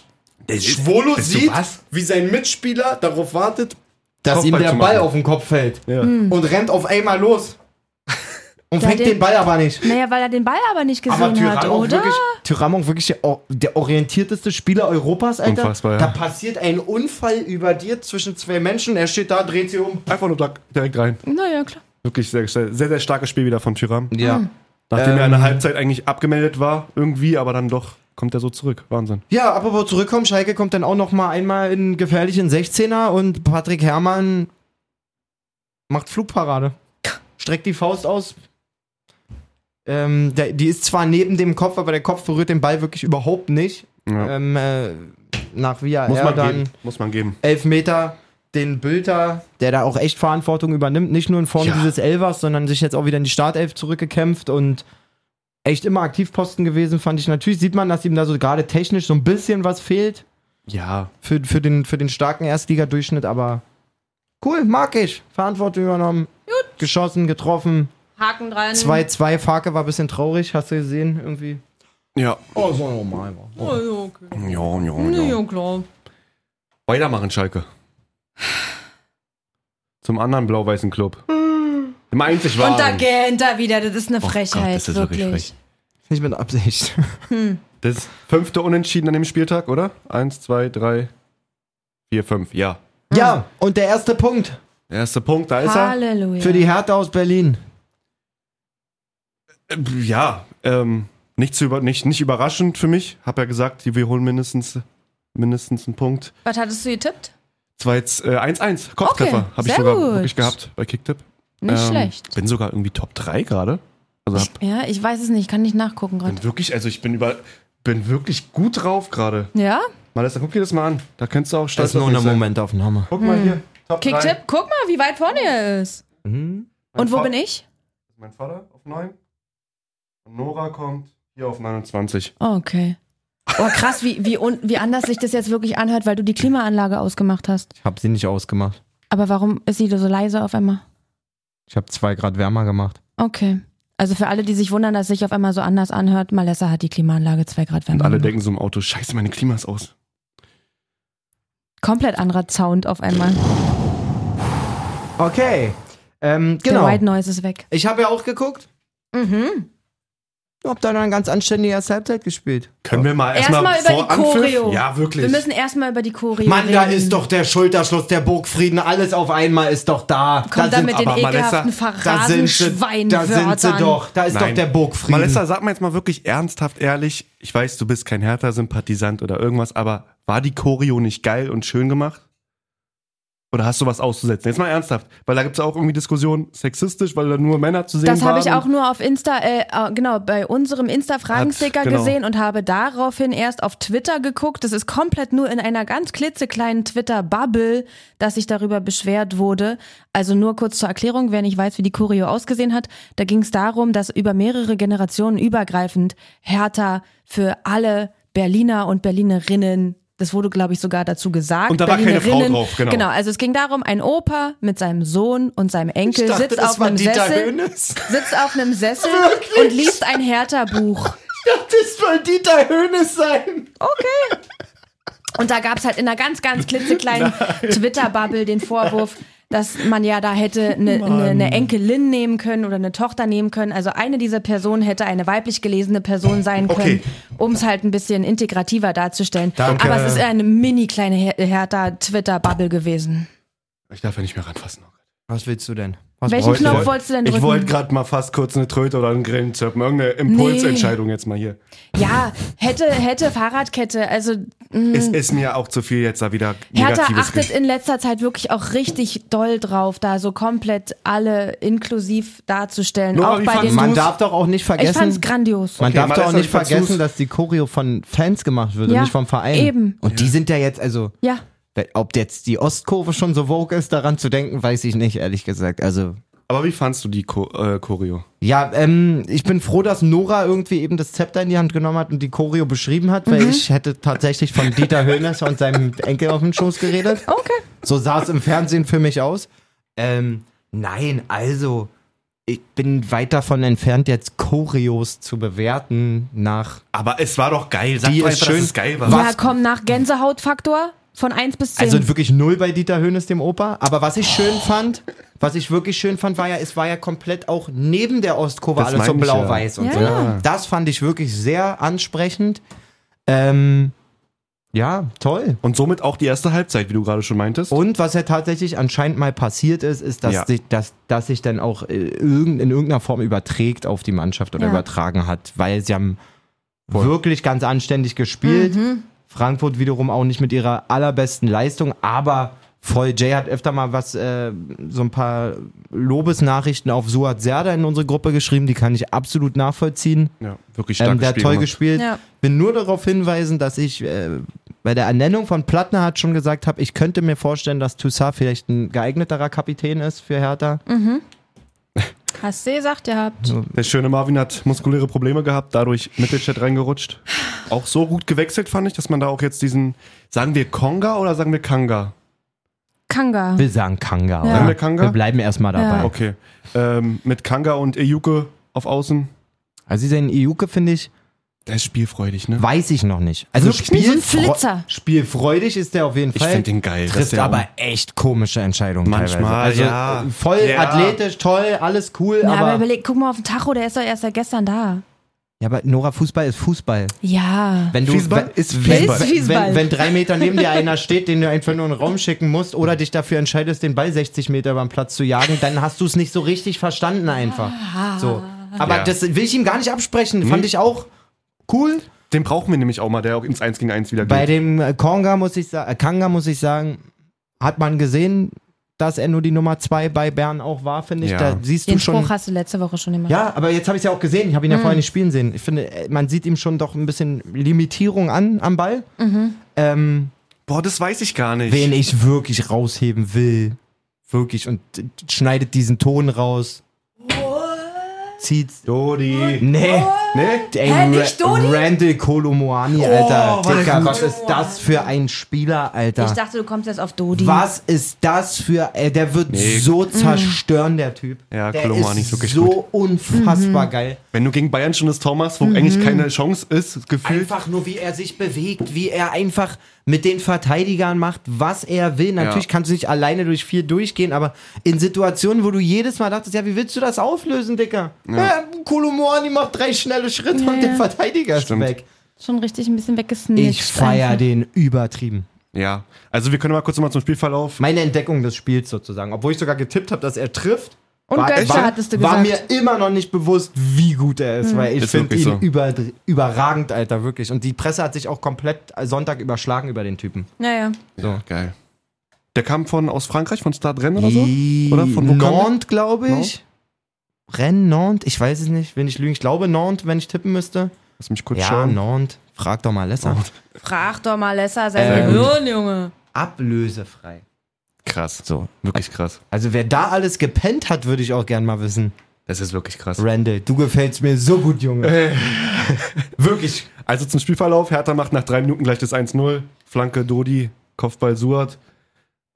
Speaker 2: Schwolo sieht,
Speaker 6: was?
Speaker 2: wie sein Mitspieler darauf wartet, dass ihm
Speaker 1: Kopfball
Speaker 2: der
Speaker 1: zu
Speaker 2: Ball
Speaker 1: machen.
Speaker 2: auf den Kopf fällt.
Speaker 1: Ja.
Speaker 2: Und rennt auf einmal los. Und
Speaker 3: Hm. Ja,
Speaker 2: fängt
Speaker 3: den-
Speaker 2: den Ball aber nicht.
Speaker 3: Naja, weil er den Ball aber nicht gesehen hat,
Speaker 2: auch
Speaker 3: oder?
Speaker 2: wirklich, Tyram auch wirklich der, or- der orientierteste Spieler Europas, Alter.
Speaker 1: Unfassbar, ja.
Speaker 2: Da passiert ein Unfall über dir zwischen zwei Menschen. Er steht da, dreht sich um.
Speaker 1: einfach nur dack- direkt rein.
Speaker 3: Naja, klar.
Speaker 1: Wirklich sehr, sehr, sehr starkes Spiel wieder von Tyram.
Speaker 3: Hm.
Speaker 2: Ja.
Speaker 1: Nachdem er
Speaker 2: Ähm.
Speaker 1: in der Halbzeit eigentlich abgemeldet war, irgendwie, aber dann doch kommt er so zurück. Wahnsinn.
Speaker 2: Ja, aber wo zurückkommen, Schalke kommt dann auch noch mal einmal in einen gefährlichen 16er und Patrick Herrmann macht Flugparade. Streckt die Faust aus. Ähm, der, die ist zwar neben dem Kopf, aber der Kopf berührt den Ball wirklich überhaupt nicht.
Speaker 1: Ja.
Speaker 2: Ähm, äh, nach VAR
Speaker 1: Muss man
Speaker 2: dann
Speaker 1: geben. Muss man geben.
Speaker 2: Elfmeter den Bülter, der da auch echt Verantwortung übernimmt, nicht nur in Form
Speaker 1: Ja.
Speaker 2: dieses Elvers, sondern sich jetzt auch wieder in die Startelf zurückgekämpft und echt immer Aktivposten gewesen, fand ich. Natürlich sieht man, dass ihm da so gerade technisch so ein bisschen was fehlt
Speaker 1: Ja.
Speaker 2: für, für, den, für den starken Erstligadurchschnitt, aber cool, mag ich. Verantwortung übernommen, geschossen, getroffen.
Speaker 3: Haken dran.
Speaker 2: 2-2 Farke war ein bisschen traurig, hast du gesehen, irgendwie.
Speaker 1: Ja.
Speaker 2: Oh, so normal war.
Speaker 3: Oh, ja, okay.
Speaker 1: Ja, ja,
Speaker 3: Ja,
Speaker 1: ja.
Speaker 3: ja, klar.
Speaker 1: Weitermachen, Schalke. Zum anderen blau-weißen Club. Im einzig wahren.
Speaker 3: Und da gähnt er wieder, das ist eine
Speaker 1: Gott,
Speaker 3: Frechheit,
Speaker 1: das ist wirklich
Speaker 3: wirklich.
Speaker 1: frech.
Speaker 2: Nicht mit [LAUGHS] Absicht.
Speaker 1: Das fünfte Unentschieden an dem Spieltag, oder? Eins, zwei, drei, vier, fünf. Ja.
Speaker 2: Ja, und der erste Punkt
Speaker 1: Der erste Punkt, da ist er.
Speaker 3: Halleluja.
Speaker 2: für die Hertha aus Berlin.
Speaker 1: Ähm, Ja, ähm, nicht, zu über, nicht, nicht überraschend für mich. Hab ja gesagt, die- wir holen mindestens, mindestens einen Punkt.
Speaker 3: Was hattest du getippt?
Speaker 1: Zwei, z- äh, 1-1, Kopftreffer.
Speaker 3: Okay,
Speaker 1: Hab ich
Speaker 3: sehr
Speaker 1: sogar
Speaker 3: gut.
Speaker 1: wirklich gehabt bei Kicktipp.
Speaker 3: Nicht
Speaker 1: Ähm,
Speaker 3: schlecht.
Speaker 1: Bin sogar irgendwie Top 3 gerade. Also hab,
Speaker 3: Ja, ich weiß es nicht, kann nicht nachgucken gerade.
Speaker 1: bin wirklich, also ich bin über, bin wirklich gut drauf gerade.
Speaker 3: Ja?
Speaker 1: Malessa, guck dir das mal an. Da kannst du auch stolz
Speaker 2: Das ist nur
Speaker 1: auf
Speaker 2: eine
Speaker 1: mich sein.
Speaker 2: Momentaufnahme.
Speaker 1: Guck
Speaker 3: Hm.
Speaker 1: mal hier. Top
Speaker 3: Kicktipp, guck mal, wie weit vorne er ist.
Speaker 2: Mhm.
Speaker 1: Mein
Speaker 3: Und wo
Speaker 1: Fa-
Speaker 3: bin ich?
Speaker 1: Mein Vater auf 9. Und Nora kommt hier auf 29.
Speaker 3: Oh, okay. Oh, krass, wie, wie, un, wie anders sich das jetzt wirklich anhört, weil du die Klimaanlage ausgemacht hast.
Speaker 2: Ich hab sie nicht ausgemacht.
Speaker 3: Aber warum ist sie so leise auf einmal?
Speaker 2: Ich habe zwei Grad wärmer gemacht.
Speaker 3: Okay. Also für alle, die sich wundern, dass es sich auf einmal so anders anhört, Malessa hat die Klimaanlage zwei Grad wärmer.
Speaker 1: Und alle
Speaker 3: gemacht.
Speaker 1: denken so im Auto, scheiße, meine Klima ist aus.
Speaker 3: Komplett anderer Sound auf einmal.
Speaker 2: Okay. Ähm,
Speaker 3: Der
Speaker 2: genau.
Speaker 3: White Noise ist weg.
Speaker 2: Ich habe ja auch geguckt.
Speaker 3: Mhm.
Speaker 2: Ich hab da noch ein ganz anständiger erste Halbzeit gespielt.
Speaker 1: Können wir mal erstmal
Speaker 3: Erstmal über die
Speaker 1: Voranpfiff?
Speaker 3: Choreo.
Speaker 1: Ja, wirklich.
Speaker 3: Wir müssen erstmal über die Choreo
Speaker 2: Mann, da
Speaker 3: reden.
Speaker 2: ist doch der Schulterschluss, der Burgfrieden, alles auf einmal ist doch da.
Speaker 3: Kommt
Speaker 2: da
Speaker 3: da mit den
Speaker 1: aber Malessa-
Speaker 3: ekelhaften
Speaker 2: da sind sie, da sind sie
Speaker 3: Verrasenschweinwörtern.
Speaker 2: doch. Da ist
Speaker 1: Nein.
Speaker 2: doch der Burgfrieden.
Speaker 1: Malessa, sag mal jetzt mal wirklich ernsthaft ehrlich. Ich weiß, du bist kein Hertha-Sympathisant oder irgendwas, aber war die Choreo nicht geil und schön gemacht? Oder hast du was auszusetzen? Jetzt mal ernsthaft, weil da gibt es auch irgendwie Diskussionen, sexistisch, weil da nur Männer zu sehen
Speaker 3: Das habe ich
Speaker 1: waren.
Speaker 3: auch nur auf Insta, äh, äh, genau, bei unserem Insta-Fragensticker
Speaker 1: Hat- genau.
Speaker 3: gesehen und habe daraufhin erst auf Twitter geguckt. Das ist komplett nur in einer ganz klitzekleinen Twitter-Bubble, dass sich darüber beschwert wurde. Also nur kurz zur Erklärung, wer nicht weiß, wie die Choreo ausgesehen hat. Da ging es darum, dass über mehrere Generationen übergreifend Hertha für alle Berliner und Berlinerinnen das wurde, glaube ich, sogar dazu gesagt.
Speaker 1: Und da war keine Frau
Speaker 3: Berlinerinnen-
Speaker 1: drauf, genau.
Speaker 3: Genau, also es ging darum, ein Opa mit seinem Sohn und seinem Enkel sitzt auf einem Sessel
Speaker 2: Hönes.
Speaker 3: sitzt auf einem Sessel und liest ein Hertha-Buch.
Speaker 2: Das soll Dieter Hönes sein.
Speaker 3: Und da gab es halt in einer ganz, ganz klitzekleinen Twitter-Bubble den Vorwurf, dass man ja da hätte eine, eine, eine Enkelin nehmen können oder eine Tochter nehmen können. Also eine dieser Personen hätte eine weiblich gelesene Person sein können,
Speaker 1: Okay.
Speaker 3: um es halt ein bisschen integrativer darzustellen.
Speaker 2: Danke.
Speaker 3: Aber es ist eine mini kleine Her Hertha-Twitter-Bubble gewesen.
Speaker 1: Ich darf ja nicht mehr ranfassen.
Speaker 2: Was willst du denn? Was
Speaker 3: Welchen
Speaker 2: wolltest du?
Speaker 3: Knopf wolltest du denn drücken?
Speaker 1: Ich wollte gerade mal fast kurz eine Tröte oder einen Grillen zirpen. Irgendeine Impulsentscheidung jetzt mal hier.
Speaker 3: ja, hätte, hätte Fahrradkette. Also
Speaker 1: Es ist mir auch zu viel jetzt da wieder
Speaker 3: Hertha
Speaker 1: Negatives
Speaker 3: achtet
Speaker 1: Gesch-
Speaker 3: in letzter Zeit wirklich auch richtig doll drauf, da so komplett alle inklusiv darzustellen.
Speaker 1: Nora,
Speaker 3: auch
Speaker 1: wie
Speaker 3: bei
Speaker 1: fandst
Speaker 3: den
Speaker 1: du's?
Speaker 2: Man darf doch auch nicht
Speaker 3: Ich
Speaker 2: vergessen.
Speaker 3: fand's grandios.
Speaker 2: Man
Speaker 1: Okay,
Speaker 2: darf
Speaker 1: mal
Speaker 2: doch auch
Speaker 1: besser,
Speaker 2: nicht
Speaker 1: ich fand's
Speaker 2: vergessen,
Speaker 1: süß.
Speaker 2: dass die Choreo von Fans gemacht wird
Speaker 3: Ja,
Speaker 2: und nicht vom Verein.
Speaker 3: eben.
Speaker 2: Und die sind ja jetzt, also,
Speaker 3: Ja.
Speaker 2: we- ob jetzt die Ostkurve schon so vogue ist, daran zu denken, weiß ich nicht, ehrlich gesagt. Also,
Speaker 1: Aber wie fandst du die Cho äh, Choreo?
Speaker 2: ja, ähm, ich bin froh, dass Nora irgendwie eben das Zepter in die Hand genommen hat und die Choreo beschrieben hat, weil ich hätte tatsächlich von Dieter Hönes und seinem Enkel auf dem Schoß geredet.
Speaker 3: Okay.
Speaker 2: So sah es im Fernsehen für mich aus. Ähm, nein, also, ich bin weit davon entfernt, jetzt Choreos zu bewerten nach
Speaker 1: Aber es war doch geil. Sag
Speaker 2: Die
Speaker 1: doch
Speaker 2: ist
Speaker 1: einfach,
Speaker 2: schön.
Speaker 1: dass es geil war.
Speaker 2: Was?
Speaker 3: Ja, komm, nach Gänsehautfaktor von 1 bis 10.
Speaker 2: Also wirklich null bei Dieter Höhnes, dem Opa. Aber was ich schön fand, was ich wirklich schön fand, war ja, es war ja komplett auch neben der Ostkurve
Speaker 1: Das
Speaker 2: alles so
Speaker 1: meine ich ja.
Speaker 2: blau-weiß und so.
Speaker 3: Ja.
Speaker 2: Das fand ich wirklich sehr ansprechend. Ähm, ja, toll.
Speaker 1: Und somit auch die erste Halbzeit, wie du gerade schon meintest.
Speaker 2: Und was ja tatsächlich anscheinend mal passiert ist, ist, dass,
Speaker 1: Ja.
Speaker 2: sich, dass, dass sich dann auch äh, irgend, in irgendeiner Form überträgt auf die Mannschaft oder
Speaker 3: Ja.
Speaker 2: übertragen hat, weil sie haben wirklich ganz anständig gespielt. Frankfurt wiederum auch nicht mit ihrer allerbesten Leistung, aber voll. Jay hat öfter mal was, äh, so ein paar Lobesnachrichten auf Suat Serda in unsere Gruppe geschrieben, die kann ich absolut nachvollziehen.
Speaker 1: ja, wirklich stark
Speaker 2: Ähm, der hat toll
Speaker 1: gespielt.
Speaker 2: gespielt.
Speaker 3: Ja.
Speaker 2: Will nur darauf hinweisen, dass ich äh, bei der Ernennung von Plattner hat schon gesagt habe, ich
Speaker 3: Mhm.
Speaker 2: könnte mir vorstellen, dass Toussaint vielleicht ein geeigneterer Kapitän ist für Hertha.
Speaker 3: HSC sagt, ihr habt.
Speaker 1: Der schöne Marvin hat muskuläre Probleme gehabt, dadurch Mittelstadt reingerutscht. Auch so gut gewechselt fand ich, dass man da auch jetzt diesen, sagen wir Konga oder sagen wir Kanga?
Speaker 3: Kanga.
Speaker 2: Wir sagen Kanga,
Speaker 3: Ja.
Speaker 2: oder?
Speaker 1: Sagen wir Kanga?
Speaker 2: Wir bleiben erstmal dabei.
Speaker 3: Ja.
Speaker 1: Okay. Ähm, mit Kanga und Ejuke auf Außen.
Speaker 2: Also diesen Iuke finde ich,
Speaker 1: Der ist spielfreudig, ne?
Speaker 2: weiß ich noch nicht. Also
Speaker 1: Wirklich nicht?
Speaker 2: spielfre-
Speaker 3: So ein Flitzer.
Speaker 2: spielfreudig ist der auf jeden
Speaker 1: Ich
Speaker 2: Fall.
Speaker 1: find den geil. dass
Speaker 2: trifft
Speaker 1: der-
Speaker 2: aber echt komische Entscheidungen
Speaker 1: Manchmal,
Speaker 2: teilweise.
Speaker 1: ja.
Speaker 2: äh, voll
Speaker 1: Ja.
Speaker 2: athletisch, toll, alles cool,
Speaker 3: Ja, aber,
Speaker 2: aber,
Speaker 3: überleg, guck mal auf den Tacho, der ist doch erst seit gestern da.
Speaker 2: ja, aber Nora, Fußball ist Fußball.
Speaker 3: Ja.
Speaker 2: Wenn du,
Speaker 1: Fußball
Speaker 2: wenn,
Speaker 1: ist
Speaker 2: wenn,
Speaker 1: Fußball.
Speaker 3: Ist Fußball.
Speaker 2: Wenn, wenn drei Meter neben dir einer steht, den du einfach nur in den Raum schicken musst oder dich dafür entscheidest, den Ball 60 Meter über den Platz zu jagen, dann hast du es nicht so richtig verstanden einfach. So. Aber
Speaker 1: Ja. Hm?
Speaker 2: das will ich ihm gar nicht absprechen. Fand ich auch cool.
Speaker 1: Den brauchen wir nämlich auch mal, der auch ins 1 gegen 1 wieder
Speaker 2: Bei
Speaker 1: geht.
Speaker 2: dem äh, Konga muss ich sagen, äh, Kanga muss ich sagen, hat man gesehen, dass er nur die Nummer zwei bei Bern auch war, finde ich.
Speaker 1: Ja.
Speaker 2: Da siehst
Speaker 3: Den
Speaker 2: du schon.
Speaker 3: Spruch Hm. hast du letzte Woche schon gemacht.
Speaker 2: Ja, aber jetzt habe ich es ja auch gesehen. Ich habe ihn ja vorher nicht spielen sehen. Ich finde, äh, man sieht ihm schon doch ein bisschen Limitierung an am Ball. Ähm,
Speaker 1: Boah, das weiß ich gar nicht.
Speaker 2: wen ich wirklich rausheben will. Wirklich. Und äh, schneidet diesen Ton raus. Zieht.
Speaker 1: Dodi.
Speaker 2: Nee.
Speaker 1: Ne?
Speaker 2: Ey,
Speaker 3: Hä,
Speaker 2: Ra-
Speaker 3: nicht Dodi?
Speaker 2: Randall Kolomoani, Alter.
Speaker 1: war der
Speaker 2: Dicker,
Speaker 1: Oh, gut.
Speaker 2: was ist das für ein Spieler,
Speaker 3: Ich
Speaker 2: Alter?
Speaker 3: dachte, du kommst jetzt auf Dodi. Mhm.
Speaker 2: Was ist das für. Ey, der wird
Speaker 1: Nee.
Speaker 2: so zerstören, der Typ.
Speaker 1: Ja,
Speaker 2: der
Speaker 1: Kolomoani
Speaker 2: ist
Speaker 1: ist wirklich
Speaker 2: so unfassbar
Speaker 3: Mhm.
Speaker 2: geil.
Speaker 1: Wenn du gegen Bayern schon das Tor machst, wo eigentlich keine Chance ist, gefühlt.
Speaker 2: Mhm. Einfach nur, wie er sich bewegt, wie er einfach mit den Verteidigern macht, was er will. Natürlich
Speaker 1: Ja.
Speaker 2: kannst du nicht alleine durch viel durchgehen, aber in Situationen, wo du jedes Mal dachtest, ja, wie willst du das auflösen, Dicker? Ja. Kolomorni macht drei schnelle Schritte und der Verteidiger ist
Speaker 1: Stimmt.
Speaker 2: weg.
Speaker 3: Schon richtig ein bisschen weggesnitcht.
Speaker 2: Ich feier
Speaker 3: einfach.
Speaker 2: den übertrieben.
Speaker 1: Ja. Also wir können mal kurz nochmal zum Spielverlauf.
Speaker 2: Meine Entdeckung des Spiels sozusagen. Obwohl ich sogar getippt habe, dass er trifft.
Speaker 3: Und Götze hattest du
Speaker 2: War mir
Speaker 3: gesagt. Hm.
Speaker 2: immer noch nicht bewusst, wie gut er ist, weil ich
Speaker 1: Ist
Speaker 2: finde
Speaker 1: wirklich
Speaker 2: ihn
Speaker 1: so.
Speaker 2: über, überragend, Alter, wirklich. Und die Presse hat sich auch komplett Sonntag überschlagen über den Typen.
Speaker 3: Naja.
Speaker 1: So. Geil. Der kam von aus Frankreich, von Stade Rennes oder so? Oder von wo kam der?
Speaker 2: Nantes, glaube ich. Rennes, Nantes, ich weiß es nicht, wenn ich lüge. Ich glaube Nantes, wenn ich tippen müsste.
Speaker 1: Lass mich kurz
Speaker 2: Ja,
Speaker 1: schauen.
Speaker 2: Nantes. Frag doch mal Lesser.
Speaker 3: Frag doch mal Lesser
Speaker 2: Sehr
Speaker 3: sein
Speaker 2: gut.
Speaker 3: Gehirn, Junge.
Speaker 2: Ablösefrei.
Speaker 1: Krass.
Speaker 2: So.
Speaker 1: Wirklich krass.
Speaker 2: Also wer da alles gepennt hat, würde ich auch gern mal wissen.
Speaker 1: Das ist wirklich krass.
Speaker 2: Randall, du gefällst mir so gut,
Speaker 1: Äh,
Speaker 2: Junge.
Speaker 1: [LAUGHS]
Speaker 2: Wirklich.
Speaker 1: Also zum Spielverlauf. Hertha macht nach drei Minuten gleich das 1-0. Flanke Dodi, Kopfball Suat.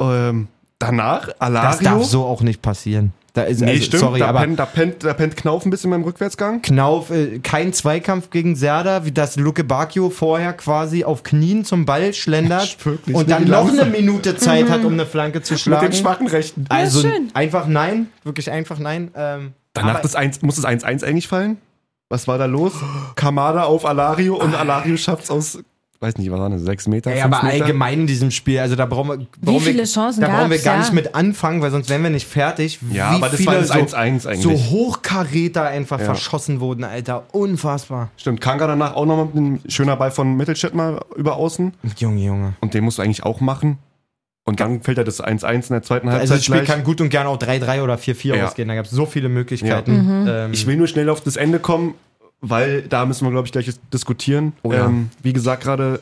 Speaker 1: Ähm, danach Alario.
Speaker 2: Das darf so auch nicht passieren. Da ist,
Speaker 1: nee,
Speaker 2: also,
Speaker 1: stimmt.
Speaker 2: Sorry,
Speaker 1: da,
Speaker 2: aber
Speaker 1: pennt, da, pennt, da pennt Knauf ein bisschen beim Rückwärtsgang.
Speaker 2: Knauf, äh, kein Zweikampf gegen Serda, wie das Luke Bacchio vorher quasi auf Knien zum Ball schlendert
Speaker 1: Wirklich,
Speaker 2: und
Speaker 1: mit
Speaker 2: dann
Speaker 1: den
Speaker 2: noch eine
Speaker 1: Laufen.
Speaker 2: Minute Zeit hat, um eine Flanke zu
Speaker 1: Mit
Speaker 2: schlagen.
Speaker 1: dem schwachen Rechten.
Speaker 2: Also
Speaker 3: schön.
Speaker 2: einfach nein, wirklich einfach nein. Ähm,
Speaker 1: Danach
Speaker 2: aber-
Speaker 1: das 1, muss das 1-1 eigentlich fallen? Was war da los? Kamada auf Alario und Alario schafft's aus, weiß nicht, was war das, 6 Meter?
Speaker 2: Ey,
Speaker 1: fünf
Speaker 2: Ah. aber
Speaker 1: Meter?
Speaker 2: allgemein in diesem Spiel, also da brauchen wir, brauchen
Speaker 3: viele
Speaker 2: wir,
Speaker 3: Chancen
Speaker 2: da brauchen wir
Speaker 3: gab's,
Speaker 2: gar
Speaker 3: ja?
Speaker 2: nicht mit anfangen, weil sonst wären wir nicht fertig.
Speaker 1: Ja,
Speaker 2: wie
Speaker 1: aber das
Speaker 2: viele
Speaker 1: war das
Speaker 2: so,
Speaker 1: 1-1 eigentlich.
Speaker 2: So Hochkaräter einfach
Speaker 1: Ja.
Speaker 2: verschossen wurden, Alter, unfassbar.
Speaker 1: Stimmt, Kanga danach auch nochmal mit einem schöner Ball von Mittelstädt mal über außen.
Speaker 2: Junge, Junge.
Speaker 1: Und den musst du eigentlich auch machen. Und dann fällt er das 1-1 in der zweiten
Speaker 2: Also
Speaker 1: Halbzeit
Speaker 2: das Spiel
Speaker 1: gleich.
Speaker 2: kann gut und gern auch 3-3 oder 4-4
Speaker 1: Ja.
Speaker 2: ausgehen. Da gab es so viele Möglichkeiten.
Speaker 3: Mhm.
Speaker 2: Ähm,
Speaker 1: Ich will nur schnell auf das Ende kommen, weil da müssen wir, glaube ich, gleich dis- diskutieren.
Speaker 2: ja.
Speaker 1: ähm, wie gesagt, gerade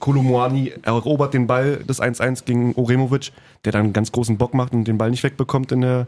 Speaker 1: Kolomoani erobert den Ball des 1-1 gegen Oremovic, der dann einen ganz großen Bock macht und den Ball nicht wegbekommt in der,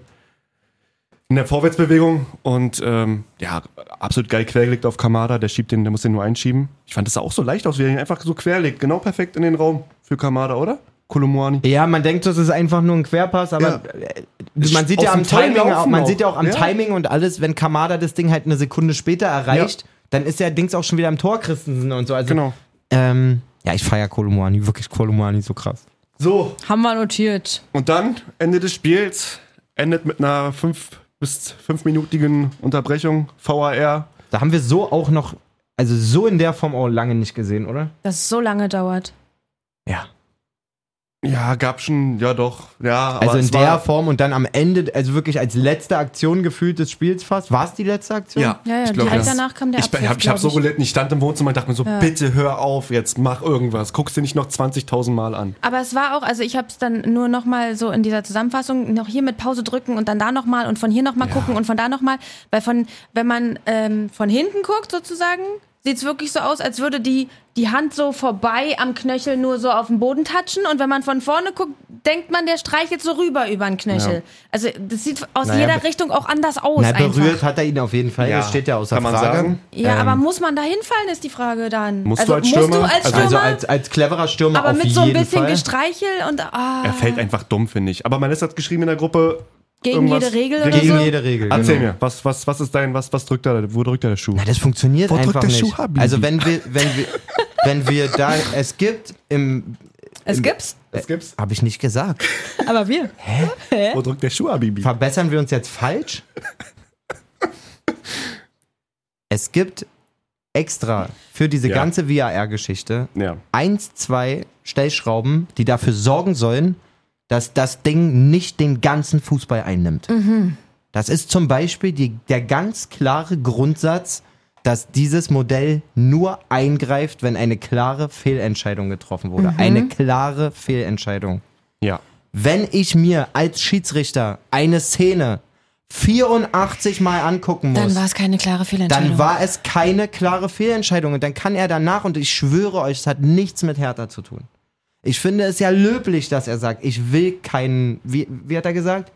Speaker 1: in der Vorwärtsbewegung. Und ähm, ja, absolut geil quergelegt auf Kamada. Der schiebt den, der muss den nur einschieben. Ich fand das sah auch so leicht aus, wie er ihn einfach so querlegt. Genau perfekt in den Raum für Kamada, oder? Kolomoani.
Speaker 2: Ja, man denkt, das ist einfach nur ein Querpass, aber äh, man sieht
Speaker 1: Aus
Speaker 2: ja am
Speaker 1: dem vollen
Speaker 2: Timing, auch,
Speaker 1: Laufen
Speaker 2: man
Speaker 1: auch.
Speaker 2: sieht ja auch am
Speaker 1: Ja.
Speaker 2: Timing und alles, wenn Kamada das Ding halt eine Sekunde später erreicht, dann ist ja Dings auch schon wieder am Tor Christensen und so. Also,
Speaker 1: Genau.
Speaker 2: ähm, ja, ich feiere Kolumani, wirklich Kolumani so krass.
Speaker 1: So,
Speaker 3: Haben wir notiert.
Speaker 1: Und dann, Ende des Spiels, endet mit einer fünf bis fünfminütigen Unterbrechung, VAR.
Speaker 2: Da haben wir so auch noch, also so in der Form auch lange nicht gesehen, oder?
Speaker 3: Dass es so lange dauert.
Speaker 2: Ja.
Speaker 1: Ja, gab schon, ja doch, ja.
Speaker 2: Also in
Speaker 1: es
Speaker 2: der
Speaker 1: war-
Speaker 2: Form und dann am Ende, also wirklich als letzte Aktion gefühlt des Spiels fast. War es die letzte Aktion?
Speaker 1: Ja,
Speaker 3: Ja, ja,
Speaker 1: ich glaub,
Speaker 3: direkt
Speaker 1: das-
Speaker 3: danach kam der
Speaker 1: Ich,
Speaker 3: Abpfiff,
Speaker 1: hab, ich hab
Speaker 3: glaub
Speaker 1: so
Speaker 3: ich.
Speaker 1: gelitten, ich stand im Wohnzimmer und dachte mir so,
Speaker 3: Ja.
Speaker 1: bitte hör auf, jetzt mach irgendwas. Guck's dir nicht noch 20.000 Mal an.
Speaker 3: Aber es war auch, also ich habe es dann nur nochmal so in dieser Zusammenfassung noch hier mit Pause drücken und dann da nochmal und von hier nochmal mal gucken und von da nochmal. Weil von, wenn man ähm, von hinten guckt sozusagen, sieht es wirklich so aus, als würde die, die Hand so vorbei am Knöchel nur so auf den Boden touchen. Und wenn man von vorne guckt, denkt man, der streichelt so rüber über den Knöchel. Also das sieht aus
Speaker 2: Naja,
Speaker 3: jeder
Speaker 2: be-
Speaker 3: Richtung auch anders aus
Speaker 2: Na,
Speaker 3: einfach.
Speaker 2: berührt hat er ihn auf jeden Fall. Das steht ja außer
Speaker 1: Kann man
Speaker 2: Frage.
Speaker 1: sagen.
Speaker 3: Ja, aber muss man da hinfallen, ist die Frage dann.
Speaker 1: Musst
Speaker 3: also,
Speaker 1: du als
Speaker 3: Musst du
Speaker 1: Stürmer?
Speaker 3: als Stürmer
Speaker 2: Also als, als cleverer Stürmer
Speaker 3: aber
Speaker 2: auf
Speaker 3: mit
Speaker 2: jeden
Speaker 3: so ein bisschen
Speaker 2: Fall.
Speaker 3: Gestreichel und ah,
Speaker 1: Er fällt einfach dumm, finde ich. Aber Melissa hat geschrieben in der Gruppe.
Speaker 3: gegen jede
Speaker 1: irgendwas-
Speaker 3: Regel oder
Speaker 1: gegen
Speaker 3: so.
Speaker 2: Gegen jede Regel.
Speaker 1: Also, Erzähl
Speaker 2: genau.
Speaker 1: mir, was, was, was ist dein, was, was drückt da, wo drückt da der Schuh?
Speaker 2: Na, das funktioniert
Speaker 1: Wo drückt
Speaker 2: einfach
Speaker 1: der
Speaker 2: nicht.
Speaker 1: Schuh, Habibi?
Speaker 2: also wenn wir,
Speaker 1: [LAUGHS]
Speaker 2: wenn wir, wenn wir da, es gibt im,
Speaker 3: Es gibt's,
Speaker 2: äh,
Speaker 1: Das gibt's.
Speaker 2: habe ich nicht gesagt.
Speaker 3: aber wir.
Speaker 1: Wo drückt der Schuh, Habibi?
Speaker 2: Verbessern wir uns jetzt falsch? Es gibt extra für diese
Speaker 1: Ja.
Speaker 2: ganze VAR-Geschichte
Speaker 1: Ja.
Speaker 2: eins, zwei Stellschrauben, die dafür sorgen sollen, dass das Ding nicht den ganzen Fußball einnimmt. Das ist zum Beispiel die, der ganz klare Grundsatz, dass dieses Modell nur eingreift, wenn eine klare Fehlentscheidung getroffen wurde. Eine klare Fehlentscheidung.
Speaker 1: Ja.
Speaker 2: Wenn ich mir als Schiedsrichter eine Szene 84 Mal angucken muss,
Speaker 3: Dann war es keine klare Fehlentscheidung.
Speaker 2: dann war es keine klare Fehlentscheidung. Und dann kann er danach, und ich schwöre euch, es hat nichts mit Hertha zu tun. Ich finde es ja löblich, dass er sagt, ich will keinen, wie, wie hat er gesagt?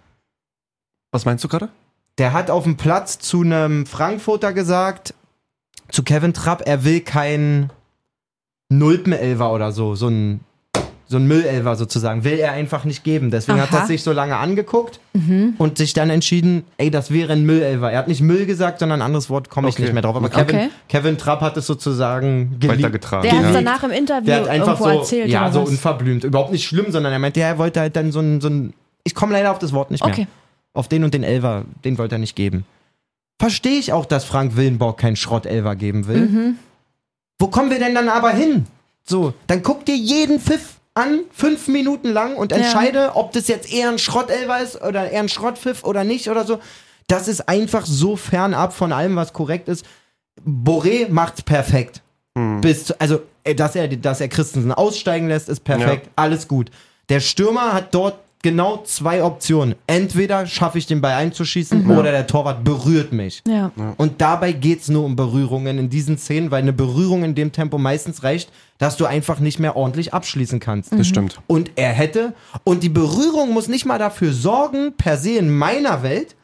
Speaker 1: Was meinst du gerade?
Speaker 2: Der hat auf dem Platz zu einem Frankfurter gesagt, zu Kevin Trapp, er will keinen Nulpenelfer oder so, so ein, so ein Müllelfer sozusagen, will er einfach nicht geben. Deswegen hat
Speaker 3: Aha. Mhm.
Speaker 2: er sich so lange angeguckt und sich dann entschieden, ey, das wäre ein Müllelfer. Er hat nicht Müll gesagt, sondern ein anderes Wort komme ich
Speaker 1: Okay.
Speaker 2: nicht mehr drauf. Aber
Speaker 3: Okay.
Speaker 2: Kevin, Kevin Trapp hat es sozusagen geleakt.
Speaker 1: Weitergetragen.
Speaker 3: der hat
Speaker 2: Ja.
Speaker 3: es danach im
Speaker 2: Genau.
Speaker 3: Interview
Speaker 2: Der hat einfach
Speaker 3: irgendwo
Speaker 2: so,
Speaker 3: erzählt.
Speaker 2: ja,
Speaker 3: oder
Speaker 2: so
Speaker 3: was.
Speaker 2: unverblümt. Überhaupt nicht schlimm, sondern er meinte, ja, er wollte halt dann so ein, so ein ich komme leider auf das Wort nicht mehr.
Speaker 3: Okay.
Speaker 2: Auf den und den Elver, den wollte er nicht geben. Verstehe ich auch, dass Frank Willenborg keinen Schrott-Elver geben will. Wo kommen wir denn dann aber hin? So, dann guck dir jeden Pfiff an, fünf Minuten lang und entscheide, ob das jetzt eher ein Schrott-Elver ist oder eher ein Schrottpfiff oder nicht oder so. Das ist einfach so fernab von allem, was korrekt ist. Boré macht's perfekt. Bis zu, also, äh, dass er, dass er Christensen aussteigen lässt, ist perfekt. Alles gut. Der Stürmer hat dort genau zwei Optionen. Entweder schaffe ich den Ball einzuschießen oder der Torwart berührt mich.
Speaker 3: Ja.
Speaker 2: Und dabei geht's nur um Berührungen in diesen Szenen, weil eine Berührung in dem Tempo meistens reicht, dass du einfach nicht mehr ordentlich abschließen kannst.
Speaker 1: Das stimmt.
Speaker 2: Und er hätte. Und die Berührung muss nicht mal dafür sorgen, per se in meiner Welt,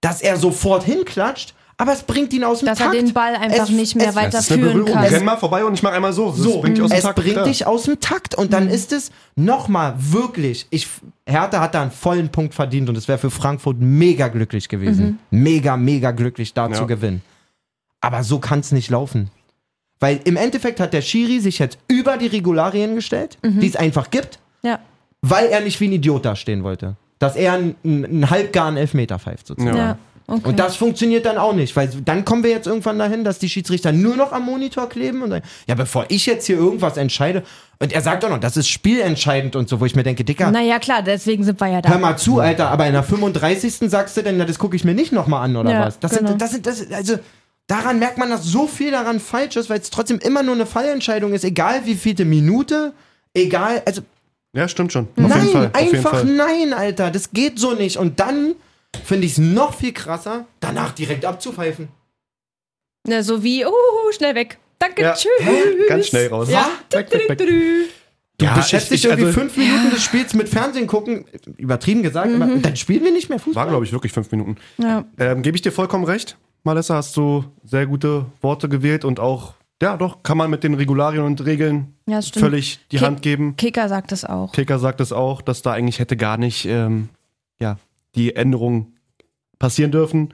Speaker 2: dass er sofort hinklatscht, aber es bringt ihn aus dem
Speaker 3: Dass er
Speaker 2: Takt.
Speaker 3: den Ball einfach
Speaker 2: Es-
Speaker 3: nicht mehr
Speaker 2: es-
Speaker 1: Das ist eine
Speaker 3: weiterführen
Speaker 1: Berührung.
Speaker 3: kann.
Speaker 1: Renn mal vorbei und ich mach einmal so. Das
Speaker 2: So,
Speaker 1: bringt dich aus dem
Speaker 2: es
Speaker 1: Takt.
Speaker 2: bringt
Speaker 1: klar.
Speaker 2: dich aus dem Takt. Und
Speaker 3: Mhm.
Speaker 2: dann ist es nochmal wirklich, ich, Hertha hat da einen vollen Punkt verdient und es wäre für Frankfurt mega glücklich gewesen.
Speaker 3: Mhm.
Speaker 2: Mega, mega glücklich da zu
Speaker 1: Ja.
Speaker 2: gewinnen. Aber so kann es nicht laufen. Weil im Endeffekt hat der Schiri sich jetzt über die Regularien gestellt,
Speaker 3: Mhm.
Speaker 2: die es einfach gibt,
Speaker 3: Ja.
Speaker 2: weil er nicht wie ein Idiot dastehen wollte. Dass er einen, einen halbgaren Elfmeter pfeift sozusagen.
Speaker 1: Ja.
Speaker 3: Ja. Okay.
Speaker 2: Und das funktioniert dann auch nicht, weil dann kommen wir jetzt irgendwann dahin, dass die Schiedsrichter nur noch am Monitor kleben und sagen, ja, bevor ich jetzt hier irgendwas entscheide. Und er sagt auch noch, das ist spielentscheidend und so, wo ich mir denke, Dicker,
Speaker 3: naja, klar, deswegen sind wir ja da.
Speaker 2: hör mal zu, Alter, aber in der 35. sagst du denn, na, das gucke ich mir nicht nochmal an oder
Speaker 3: Ja,
Speaker 2: was? Das
Speaker 3: genau.
Speaker 2: sind, das sind, das, sind- also, daran merkt man, dass so viel daran falsch ist, weil es trotzdem immer nur eine Fallentscheidung ist, egal wie vielte Minute, egal, also,
Speaker 1: Ja, stimmt schon. Auf
Speaker 2: nein,
Speaker 1: jeden Fall. Auf jeden
Speaker 2: einfach
Speaker 1: Fall.
Speaker 2: nein, Alter. Das geht so nicht. Und dann finde ich es noch viel krasser, danach direkt abzupfeifen.
Speaker 3: Na, Ne, so wie, uhuhu, schnell weg. Danke,
Speaker 1: Ja.
Speaker 3: tschüss.
Speaker 1: Ganz schnell raus.
Speaker 2: Ja.
Speaker 1: Weg, weg, weg.
Speaker 2: Du
Speaker 1: Ja,
Speaker 2: beschäftigst
Speaker 1: ich-
Speaker 2: dich
Speaker 1: ich-
Speaker 2: irgendwie
Speaker 1: also-
Speaker 2: fünf Minuten des Spiels mit Fernsehen gucken, übertrieben gesagt, aber
Speaker 3: Mhm.
Speaker 2: dann spielen wir nicht mehr Fußball.
Speaker 1: War, glaube ich, wirklich fünf Minuten.
Speaker 3: Ja.
Speaker 1: Ähm, Gebe ich dir vollkommen recht, Malessa, hast du sehr gute Worte gewählt und auch, ja doch, kann man mit den Regularien und Regeln
Speaker 3: Ja, das stimmt.
Speaker 1: völlig die
Speaker 3: Ki-
Speaker 1: Hand geben.
Speaker 3: Kicker sagt es auch.
Speaker 1: Kicker sagt es auch, dass da eigentlich hätte gar nicht ähm, ja, die Änderung passieren dürfen.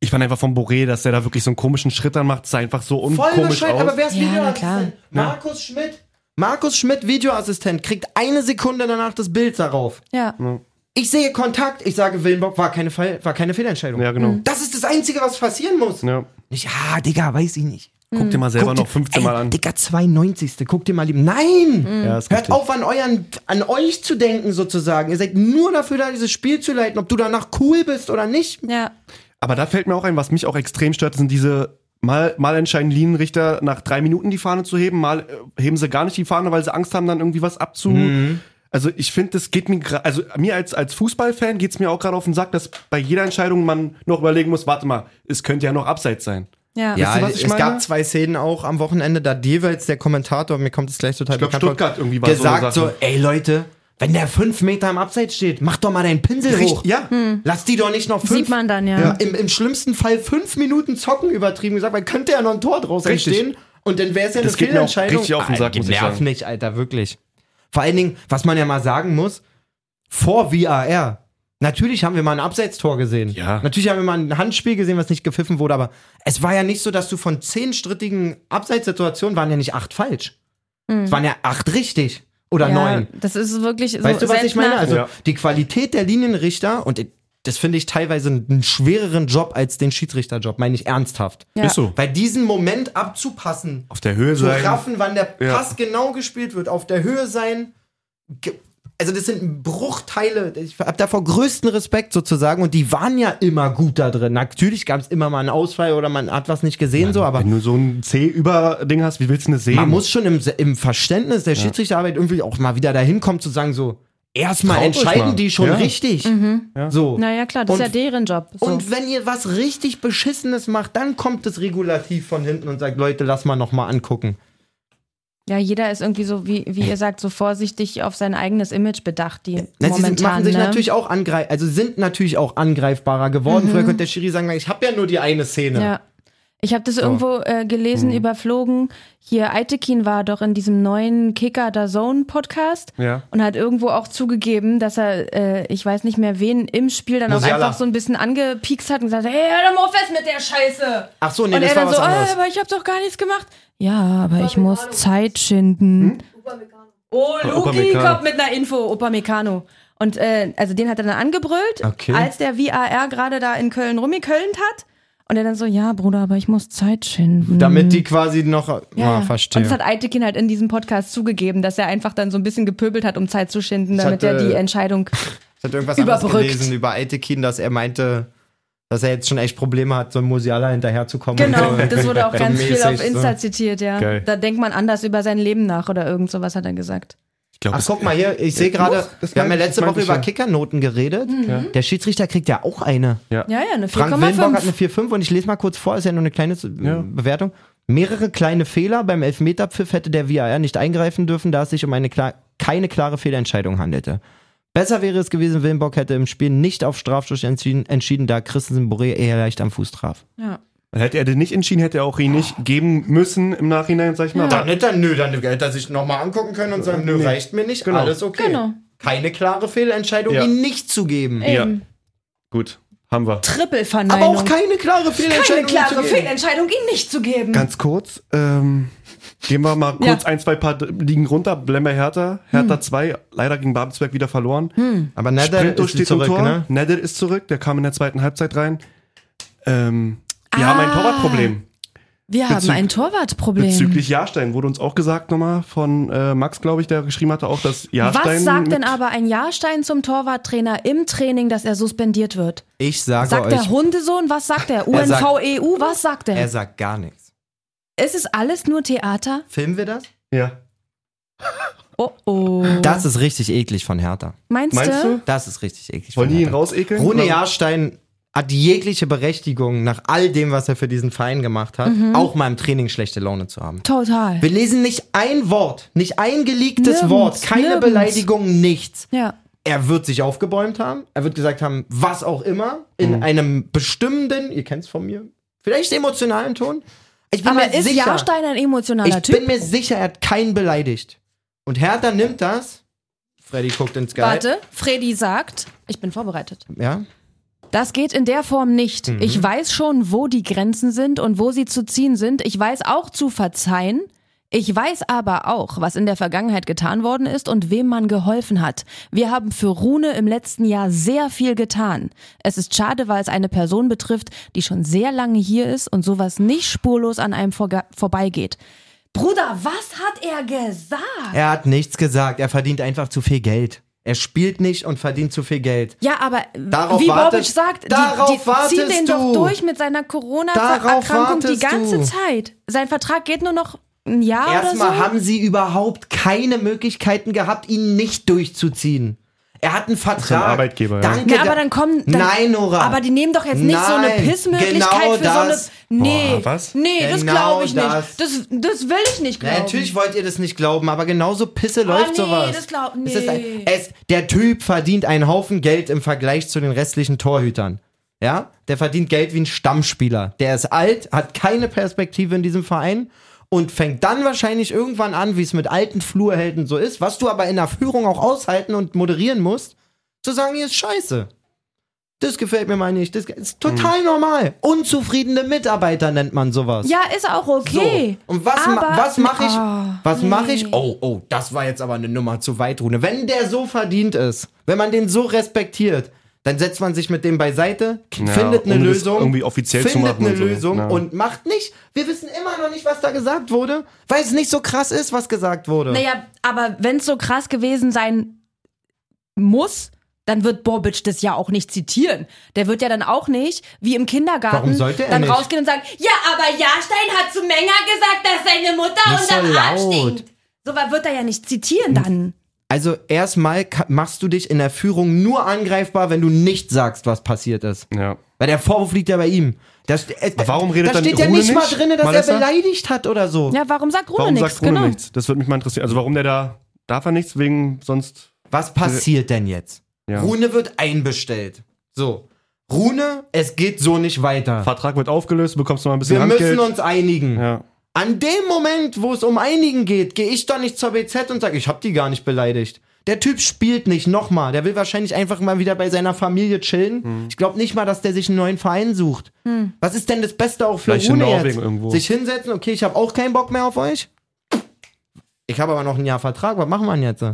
Speaker 1: Ich fand einfach von Boré, dass er da wirklich so einen komischen Schritt dann macht, sah einfach so
Speaker 2: Voll
Speaker 1: unkomisch
Speaker 2: bescheuert,
Speaker 1: aus.
Speaker 2: aber wer ist
Speaker 3: Ja, na
Speaker 2: Videoassistent? Markus Schmidt. Markus Schmidt, Videoassistent, kriegt eine Sekunde danach das Bild darauf.
Speaker 3: Ja.
Speaker 2: Ich sehe Kontakt, ich sage, Willenbock war keine, Fall, war keine Fehlentscheidung.
Speaker 1: ja, genau.
Speaker 2: Das ist das Einzige, was passieren muss.
Speaker 1: Ja.
Speaker 2: Nicht, ah, Digga, weiß ich nicht.
Speaker 1: Guck dir mal selber noch 15 Mal an.
Speaker 2: Digga, 92. Guck dir mal lieben. Nein!
Speaker 1: Ja, ist
Speaker 2: Hört
Speaker 1: richtig.
Speaker 2: auf, an, euren, an euch zu denken, sozusagen. Ihr seid nur dafür da, dieses Spiel zu leiten, ob du danach cool bist oder nicht.
Speaker 3: Ja.
Speaker 1: Aber da fällt mir auch ein, was mich auch extrem stört, sind diese mal, mal entscheiden Linienrichter nach drei Minuten die Fahne zu heben, mal äh, heben sie gar nicht die Fahne, weil sie Angst haben, dann irgendwie was abzu. Also ich finde, das geht mir gra- also mir als, als Fußballfan geht's mir auch gerade auf den Sack, dass bei jeder Entscheidung man noch überlegen muss, warte mal, es könnte ja noch abseits sein.
Speaker 3: Ja.
Speaker 1: Wisst ihr, was ich meine?
Speaker 2: zwei Szenen auch am Wochenende, da jeweils der Kommentator, mir kommt es gleich total
Speaker 1: Ich glaube,
Speaker 2: vor,
Speaker 1: Stuttgart irgendwie war so eine
Speaker 2: gesagt so,
Speaker 1: Sache.
Speaker 2: ey Leute, Wenn der fünf Meter im Abseits steht, mach doch mal deinen Pinsel hoch. Hm.
Speaker 6: ja.
Speaker 2: Lass die doch nicht noch fünf.
Speaker 3: Sieht man dann, ja.
Speaker 2: Im, Im schlimmsten Fall fünf Minuten zocken übertrieben gesagt, weil könnte ja noch ein Tor draus
Speaker 1: Richtig.
Speaker 2: entstehen. Und dann wäre es ja eine
Speaker 1: Das geht mir auch
Speaker 2: Fehlentscheidung.
Speaker 1: richtig auf den Sack,
Speaker 2: Alter,
Speaker 1: muss ich
Speaker 2: nerv
Speaker 1: sagen.
Speaker 2: nicht, Alter, wirklich. Vor allen Dingen, was man ja mal sagen muss, vor VAR. Natürlich haben wir mal ein Abseitstor gesehen.
Speaker 1: Ja.
Speaker 2: Natürlich haben wir mal ein Handspiel gesehen, was nicht gepfiffen wurde, aber es war ja nicht so, dass du von zehn strittigen Abseitssituationen waren ja nicht acht falsch. Es waren ja acht richtig oder
Speaker 3: Hm. ja,
Speaker 2: neun.
Speaker 3: Das ist wirklich so.
Speaker 2: Weißt du, was
Speaker 3: selbst
Speaker 2: ich meine?
Speaker 3: nach-
Speaker 2: Also
Speaker 1: Ja.
Speaker 2: die Qualität der Linienrichter und das finde ich teilweise einen schwereren Job als den Schiedsrichterjob, meine ich ernsthaft.
Speaker 3: ja.
Speaker 1: Ist so.
Speaker 2: Weil diesen Moment abzupassen,
Speaker 1: Auf der Höhe
Speaker 2: zu
Speaker 1: sein.
Speaker 2: raffen, wann der
Speaker 1: Ja.
Speaker 2: Pass genau gespielt wird, auf der Höhe sein. ge- Also das sind Bruchteile. Ich habe davor größten Respekt sozusagen und die waren ja immer gut da drin. Natürlich gab es immer mal einen Ausfall oder man hat was nicht gesehen so, aber
Speaker 1: Wenn du so ein C-Über-Ding hast, wie willst du das sehen?
Speaker 2: man muss schon im, im Verständnis der Schiedsrichterarbeit irgendwie auch mal wieder dahin kommen zu sagen so, erstmal
Speaker 1: Traut euch
Speaker 2: entscheiden
Speaker 1: mal.
Speaker 2: die schon
Speaker 1: Ja.
Speaker 2: richtig. So.
Speaker 3: Naja, klar, das
Speaker 2: Und-
Speaker 3: ist ja deren Job. So.
Speaker 2: Und wenn ihr was richtig Beschissenes macht, dann kommt das Regulativ von hinten und sagt, Leute, lass mal nochmal angucken.
Speaker 3: ja, jeder ist irgendwie so, wie, wie ihr sagt, so vorsichtig auf sein eigenes Image bedacht, die
Speaker 2: Na, sie
Speaker 3: momentan.
Speaker 2: sind, machen sich
Speaker 3: ne?
Speaker 2: natürlich auch angreif also sind natürlich auch angreifbarer geworden. Früher konnte der Schiri sagen, na, ich habe ja nur die eine Szene.
Speaker 3: Mhm.
Speaker 2: Mhm.
Speaker 3: Ja. Ich habe das irgendwo äh, gelesen, überflogen. Hier, Aitekin war doch in diesem neuen Kicker da Zone Podcast
Speaker 1: Ja.
Speaker 3: und hat irgendwo auch zugegeben, dass er, äh, ich weiß nicht mehr wen, im Spiel dann
Speaker 2: Musiala.
Speaker 3: auch einfach so ein bisschen angepiekst hat und gesagt hat, hey, hör doch mal auf fest mit der Scheiße.
Speaker 2: Ach so, nee,
Speaker 3: und
Speaker 2: das
Speaker 3: er
Speaker 2: war
Speaker 3: dann
Speaker 2: was
Speaker 3: so,
Speaker 2: anderes.
Speaker 3: "Ah, aber ich habe doch gar nichts gemacht. Ja, aber ich muss Zeit
Speaker 2: Hm?
Speaker 3: schinden. Oh, Luki
Speaker 1: Upamecano.
Speaker 3: kommt mit einer Info, Opa Meccano. Und äh, also den hat er dann angebrüllt,
Speaker 2: Okay.
Speaker 3: als der VAR gerade da in Köln rumgekölnt hat. Und er dann so, ja, Bruder, aber ich muss Zeit schinden.
Speaker 2: Damit die quasi noch ja,
Speaker 3: Mhm. ja.
Speaker 2: ah, verstehen.
Speaker 3: Und das hat Eitekin halt in diesem Podcast zugegeben, dass er einfach dann so ein bisschen gepöbelt hat, um Zeit zu schinden,
Speaker 2: Ich
Speaker 3: damit er
Speaker 2: hatte- [LAUGHS]
Speaker 3: die Entscheidung. [LAUGHS]
Speaker 2: Ich hatte irgendwas
Speaker 3: Überbrückt.
Speaker 2: anderes gelesen über Aitekin, dass er meinte, dass er jetzt schon echt Probleme hat, so einem Musiala hinterherzukommen.
Speaker 3: Genau,
Speaker 2: und so.
Speaker 3: das wurde auch
Speaker 2: So ne?
Speaker 3: ganz viel
Speaker 2: mäßig,
Speaker 3: auf Insta
Speaker 2: So.
Speaker 3: zitiert, ja.
Speaker 1: Geil.
Speaker 3: Da denkt man anders über sein Leben nach oder irgend sowas hat er gesagt.
Speaker 1: Ich glaube,
Speaker 2: Ach, guck mal hier, ich sehe gerade,
Speaker 1: das
Speaker 2: wir haben ja
Speaker 1: meinte ich,
Speaker 2: letzte
Speaker 1: das
Speaker 2: Woche
Speaker 1: meinte ich
Speaker 2: über
Speaker 1: ja.
Speaker 2: Kickernoten geredet.
Speaker 3: Mhm.
Speaker 2: Der Schiedsrichter kriegt ja auch eine.
Speaker 3: Ja, ja, eine
Speaker 2: Frank Willenborg hat eine
Speaker 3: 4,5.
Speaker 2: 4,5 und ich lese mal kurz vor, ist ja nur eine kleine äh, Bewertung. Mehrere kleine Fehler beim Elfmeterpfiff hätte der VAR nicht eingreifen dürfen, da es sich um eine klar, keine klare Fehlentscheidung handelte. Besser wäre es gewesen, Willenborg hätte im Spiel nicht auf Strafstoß entschieden, entschieden, da Christensen Boré eher leicht am Fuß traf.
Speaker 3: Ja.
Speaker 1: Hätte er den nicht entschieden, hätte er auch ihn nicht geben müssen im Nachhinein, sag ich mal.
Speaker 2: Dann hätte er, nö, dann hätte er sich nochmal angucken können und sagen, nö, reicht mir nicht, alles okay.
Speaker 3: Genau.
Speaker 2: Keine klare Fehlentscheidung,
Speaker 1: Ja.
Speaker 2: ihn nicht zu geben.
Speaker 1: Ja.
Speaker 3: Ähm.
Speaker 1: Gut, haben wir.
Speaker 3: Trippelverneinung.
Speaker 2: Aber auch keine klare
Speaker 3: keine
Speaker 2: Fehlentscheidung. ihm zu
Speaker 3: klare
Speaker 2: geben.
Speaker 3: Fehlentscheidung, ihn nicht zu geben.
Speaker 1: Ganz kurz, ähm, gehen wir mal kurz
Speaker 3: Ja. Hm.
Speaker 1: ein, zwei paar Ligen runter. Blemmer Hertha, Hertha 2, leider gegen Babelsberg wieder verloren.
Speaker 2: Aber Nedder
Speaker 1: Pinto
Speaker 2: ist
Speaker 1: steht im
Speaker 2: zurück,
Speaker 1: Tor,
Speaker 2: ne?
Speaker 1: Nedel ist zurück, der kam in der zweiten Halbzeit rein. Ähm, wir haben
Speaker 3: Ah.
Speaker 1: ein Torwartproblem.
Speaker 3: Wir
Speaker 1: Bezüglich-
Speaker 3: haben ein Torwartproblem.
Speaker 1: Bezüglich Jahrstein wurde uns auch gesagt nochmal von äh, Max, glaube ich, der geschrieben hatte auch, dass Jahrstein...
Speaker 3: Was sagt
Speaker 1: mit-
Speaker 3: denn aber ein Jahrstein zum Torwarttrainer im Training, dass er suspendiert wird?
Speaker 2: Ich sage
Speaker 3: Sagt
Speaker 2: euch,
Speaker 3: der Hundesohn, was sagt er?
Speaker 2: Er sagt-
Speaker 3: UNV, EU, E was sagt
Speaker 2: er
Speaker 3: er?
Speaker 2: sagt gar nichts.
Speaker 3: Ist es alles nur Theater?
Speaker 2: Filmen wir das?
Speaker 1: Ja.
Speaker 3: Oh oh.
Speaker 2: Das ist richtig eklig von Hertha.
Speaker 3: meinst,
Speaker 1: Meinst
Speaker 3: du?
Speaker 1: du?
Speaker 2: Das ist richtig eklig von
Speaker 1: Wollen die ihn
Speaker 2: Hertha.
Speaker 1: rausekeln?
Speaker 2: Rune
Speaker 1: Oder-
Speaker 2: Jahrstein hat jegliche Berechtigung, nach all dem, was er für diesen Verein gemacht hat,
Speaker 3: Mhm.
Speaker 2: auch mal im Training schlechte Laune zu haben.
Speaker 3: Total.
Speaker 2: Wir lesen nicht ein Wort, nicht ein geleaktes
Speaker 3: Nirgends,
Speaker 2: Wort, keine
Speaker 3: nirgends.
Speaker 2: Beleidigung, nichts.
Speaker 3: Ja.
Speaker 2: Er wird sich aufgebäumt haben, er wird gesagt haben, was auch immer, in einem bestimmenden, ihr kennt's von mir, vielleicht emotionalen Ton. Ich bin
Speaker 3: Aber
Speaker 2: mir
Speaker 3: ist
Speaker 2: sicher,
Speaker 3: Jahrstein ein emotionaler
Speaker 2: ich bin
Speaker 3: Typ?
Speaker 2: mir sicher, er hat keinen beleidigt. Und Hertha nimmt das. Freddy guckt ins Sky.
Speaker 3: Warte, Freddy sagt, ich bin vorbereitet.
Speaker 2: Ja.
Speaker 3: Das geht in der Form nicht. Ich weiß schon, wo die Grenzen sind und wo sie zu ziehen sind. Ich weiß auch zu verzeihen. Ich weiß aber auch, was in der Vergangenheit getan worden ist und wem man geholfen hat. Wir haben für Rune im letzten Jahr sehr viel getan. Es ist schade, weil es eine Person betrifft, die schon sehr lange hier ist und sowas nicht spurlos an einem vorga- vorbeigeht. Bruder, was hat er gesagt?
Speaker 2: Er hat nichts gesagt. Er verdient einfach zu viel Geld. Er spielt nicht und verdient zu viel Geld.
Speaker 3: Ja, aber
Speaker 2: Darauf
Speaker 3: wie Bobic
Speaker 2: wartest-
Speaker 3: sagt, die,
Speaker 2: darauf
Speaker 3: die ziehen
Speaker 2: wartest
Speaker 3: den doch
Speaker 2: du.
Speaker 3: durch mit seiner
Speaker 2: Darauf
Speaker 3: Corona-Erkrankung die
Speaker 2: wartest
Speaker 3: ganze
Speaker 2: du.
Speaker 3: Zeit. Sein Vertrag geht nur noch ein Jahr
Speaker 2: Erstmal
Speaker 3: oder so.
Speaker 2: haben sie überhaupt keine Möglichkeiten gehabt, ihn nicht durchzuziehen. Er hat einen Vertrag.
Speaker 1: Arbeitgeber, ja.
Speaker 2: Danke.
Speaker 3: Ja, aber dann kommen. Dann,
Speaker 2: Nein, Nora.
Speaker 3: Aber die nehmen doch jetzt nicht so eine
Speaker 2: Nein,
Speaker 3: Pissmöglichkeit
Speaker 2: genau
Speaker 3: für
Speaker 2: das.
Speaker 3: so eine. Nee,
Speaker 1: Boah, was?
Speaker 3: nee, das
Speaker 2: Genau
Speaker 3: glaube ich nicht.
Speaker 2: das.
Speaker 3: Das. Das, will ich nicht glauben. Ah,
Speaker 2: Na, natürlich wollt ihr das nicht glauben, aber genauso Pisse läuft
Speaker 3: nee,
Speaker 2: sowas.
Speaker 3: das glaub-
Speaker 2: Es ist ein,
Speaker 3: nee.
Speaker 2: es, der Typ verdient einen Haufen Geld im Vergleich zu den restlichen Torhütern. Ja? Der verdient Geld wie ein Stammspieler. Der ist alt, hat keine Perspektive in diesem Verein und fängt dann wahrscheinlich irgendwann an, wie es mit alten Flurhelden so ist, was du aber in der Führung auch aushalten und moderieren musst, zu sagen, hier ist scheiße. Das gefällt mir mal nicht. Das ist total normal. Unzufriedene Mitarbeiter nennt man sowas.
Speaker 3: Ja, ist auch okay.
Speaker 2: So. Und was, ma
Speaker 3: Aber-
Speaker 2: was mache ich?
Speaker 3: Ah,
Speaker 2: was mache ich? Oh, oh, das war jetzt aber eine Nummer zu weit, Rune. Wenn der so verdient ist, wenn man den so respektiert, dann setzt man sich mit dem beiseite, k-
Speaker 1: Ja,
Speaker 2: findet eine
Speaker 1: ohne das
Speaker 2: Lösung,
Speaker 1: irgendwie offiziell zu
Speaker 2: findet
Speaker 1: machen
Speaker 2: eine
Speaker 1: und so.
Speaker 2: Lösung
Speaker 1: Ja.
Speaker 2: und macht nicht. Wir wissen immer noch nicht, was da gesagt wurde, weil es nicht so krass ist, was gesagt wurde.
Speaker 3: Naja, aber wenn es so krass gewesen sein muss, dann wird Bobic das ja auch nicht zitieren. Der wird ja dann auch nicht, wie im Kindergarten,
Speaker 2: Warum sollte er
Speaker 3: dann
Speaker 2: nicht?
Speaker 3: rausgehen und sagen, ja, aber Jahrstein hat zu Menger gesagt, dass seine Mutter
Speaker 2: Nicht so
Speaker 3: unterm Arsch
Speaker 2: laut.
Speaker 3: stinkt. So was wird er ja nicht zitieren dann.
Speaker 2: Also erstmal ka- machst du dich in der Führung nur angreifbar, wenn du nicht sagst, was passiert ist.
Speaker 1: Ja.
Speaker 2: Weil der Vorwurf liegt ja bei ihm. Das, äh,
Speaker 1: warum redet
Speaker 2: da
Speaker 1: dann
Speaker 2: steht ja
Speaker 1: Rune
Speaker 2: nicht mal
Speaker 1: nicht,
Speaker 2: drin, dass
Speaker 1: Malessa?
Speaker 2: er beleidigt hat oder so.
Speaker 3: Ja, warum sagt Rune
Speaker 1: Warum
Speaker 3: nichts?
Speaker 1: sagt Rune
Speaker 3: Genau.
Speaker 1: nichts? Das würde mich mal interessieren. Also warum der da, darf er nichts wegen sonst...
Speaker 2: Was passiert denn jetzt?
Speaker 1: Ja.
Speaker 2: Rune wird einbestellt. So. Rune, es geht so nicht weiter.
Speaker 1: Vertrag wird aufgelöst, du bekommst noch mal ein bisschen
Speaker 2: Wir
Speaker 1: Handgeld.
Speaker 2: müssen uns einigen.
Speaker 1: ja.
Speaker 2: An dem Moment, wo es um Einigen geht, gehe ich doch nicht zur BZ und sage, ich hab die gar nicht beleidigt. Der Typ spielt nicht nochmal. Der will wahrscheinlich einfach mal wieder bei seiner Familie chillen.
Speaker 1: Hm.
Speaker 2: Ich glaube nicht mal, dass der sich einen neuen Verein sucht. Was ist denn das Beste auch für
Speaker 1: Vielleicht in
Speaker 2: Rune
Speaker 1: Norwegen
Speaker 2: jetzt?
Speaker 1: irgendwo.
Speaker 2: Sich hinsetzen, okay, ich habe auch keinen Bock mehr auf euch. Ich habe aber noch ein Jahr Vertrag. Was machen wir denn jetzt?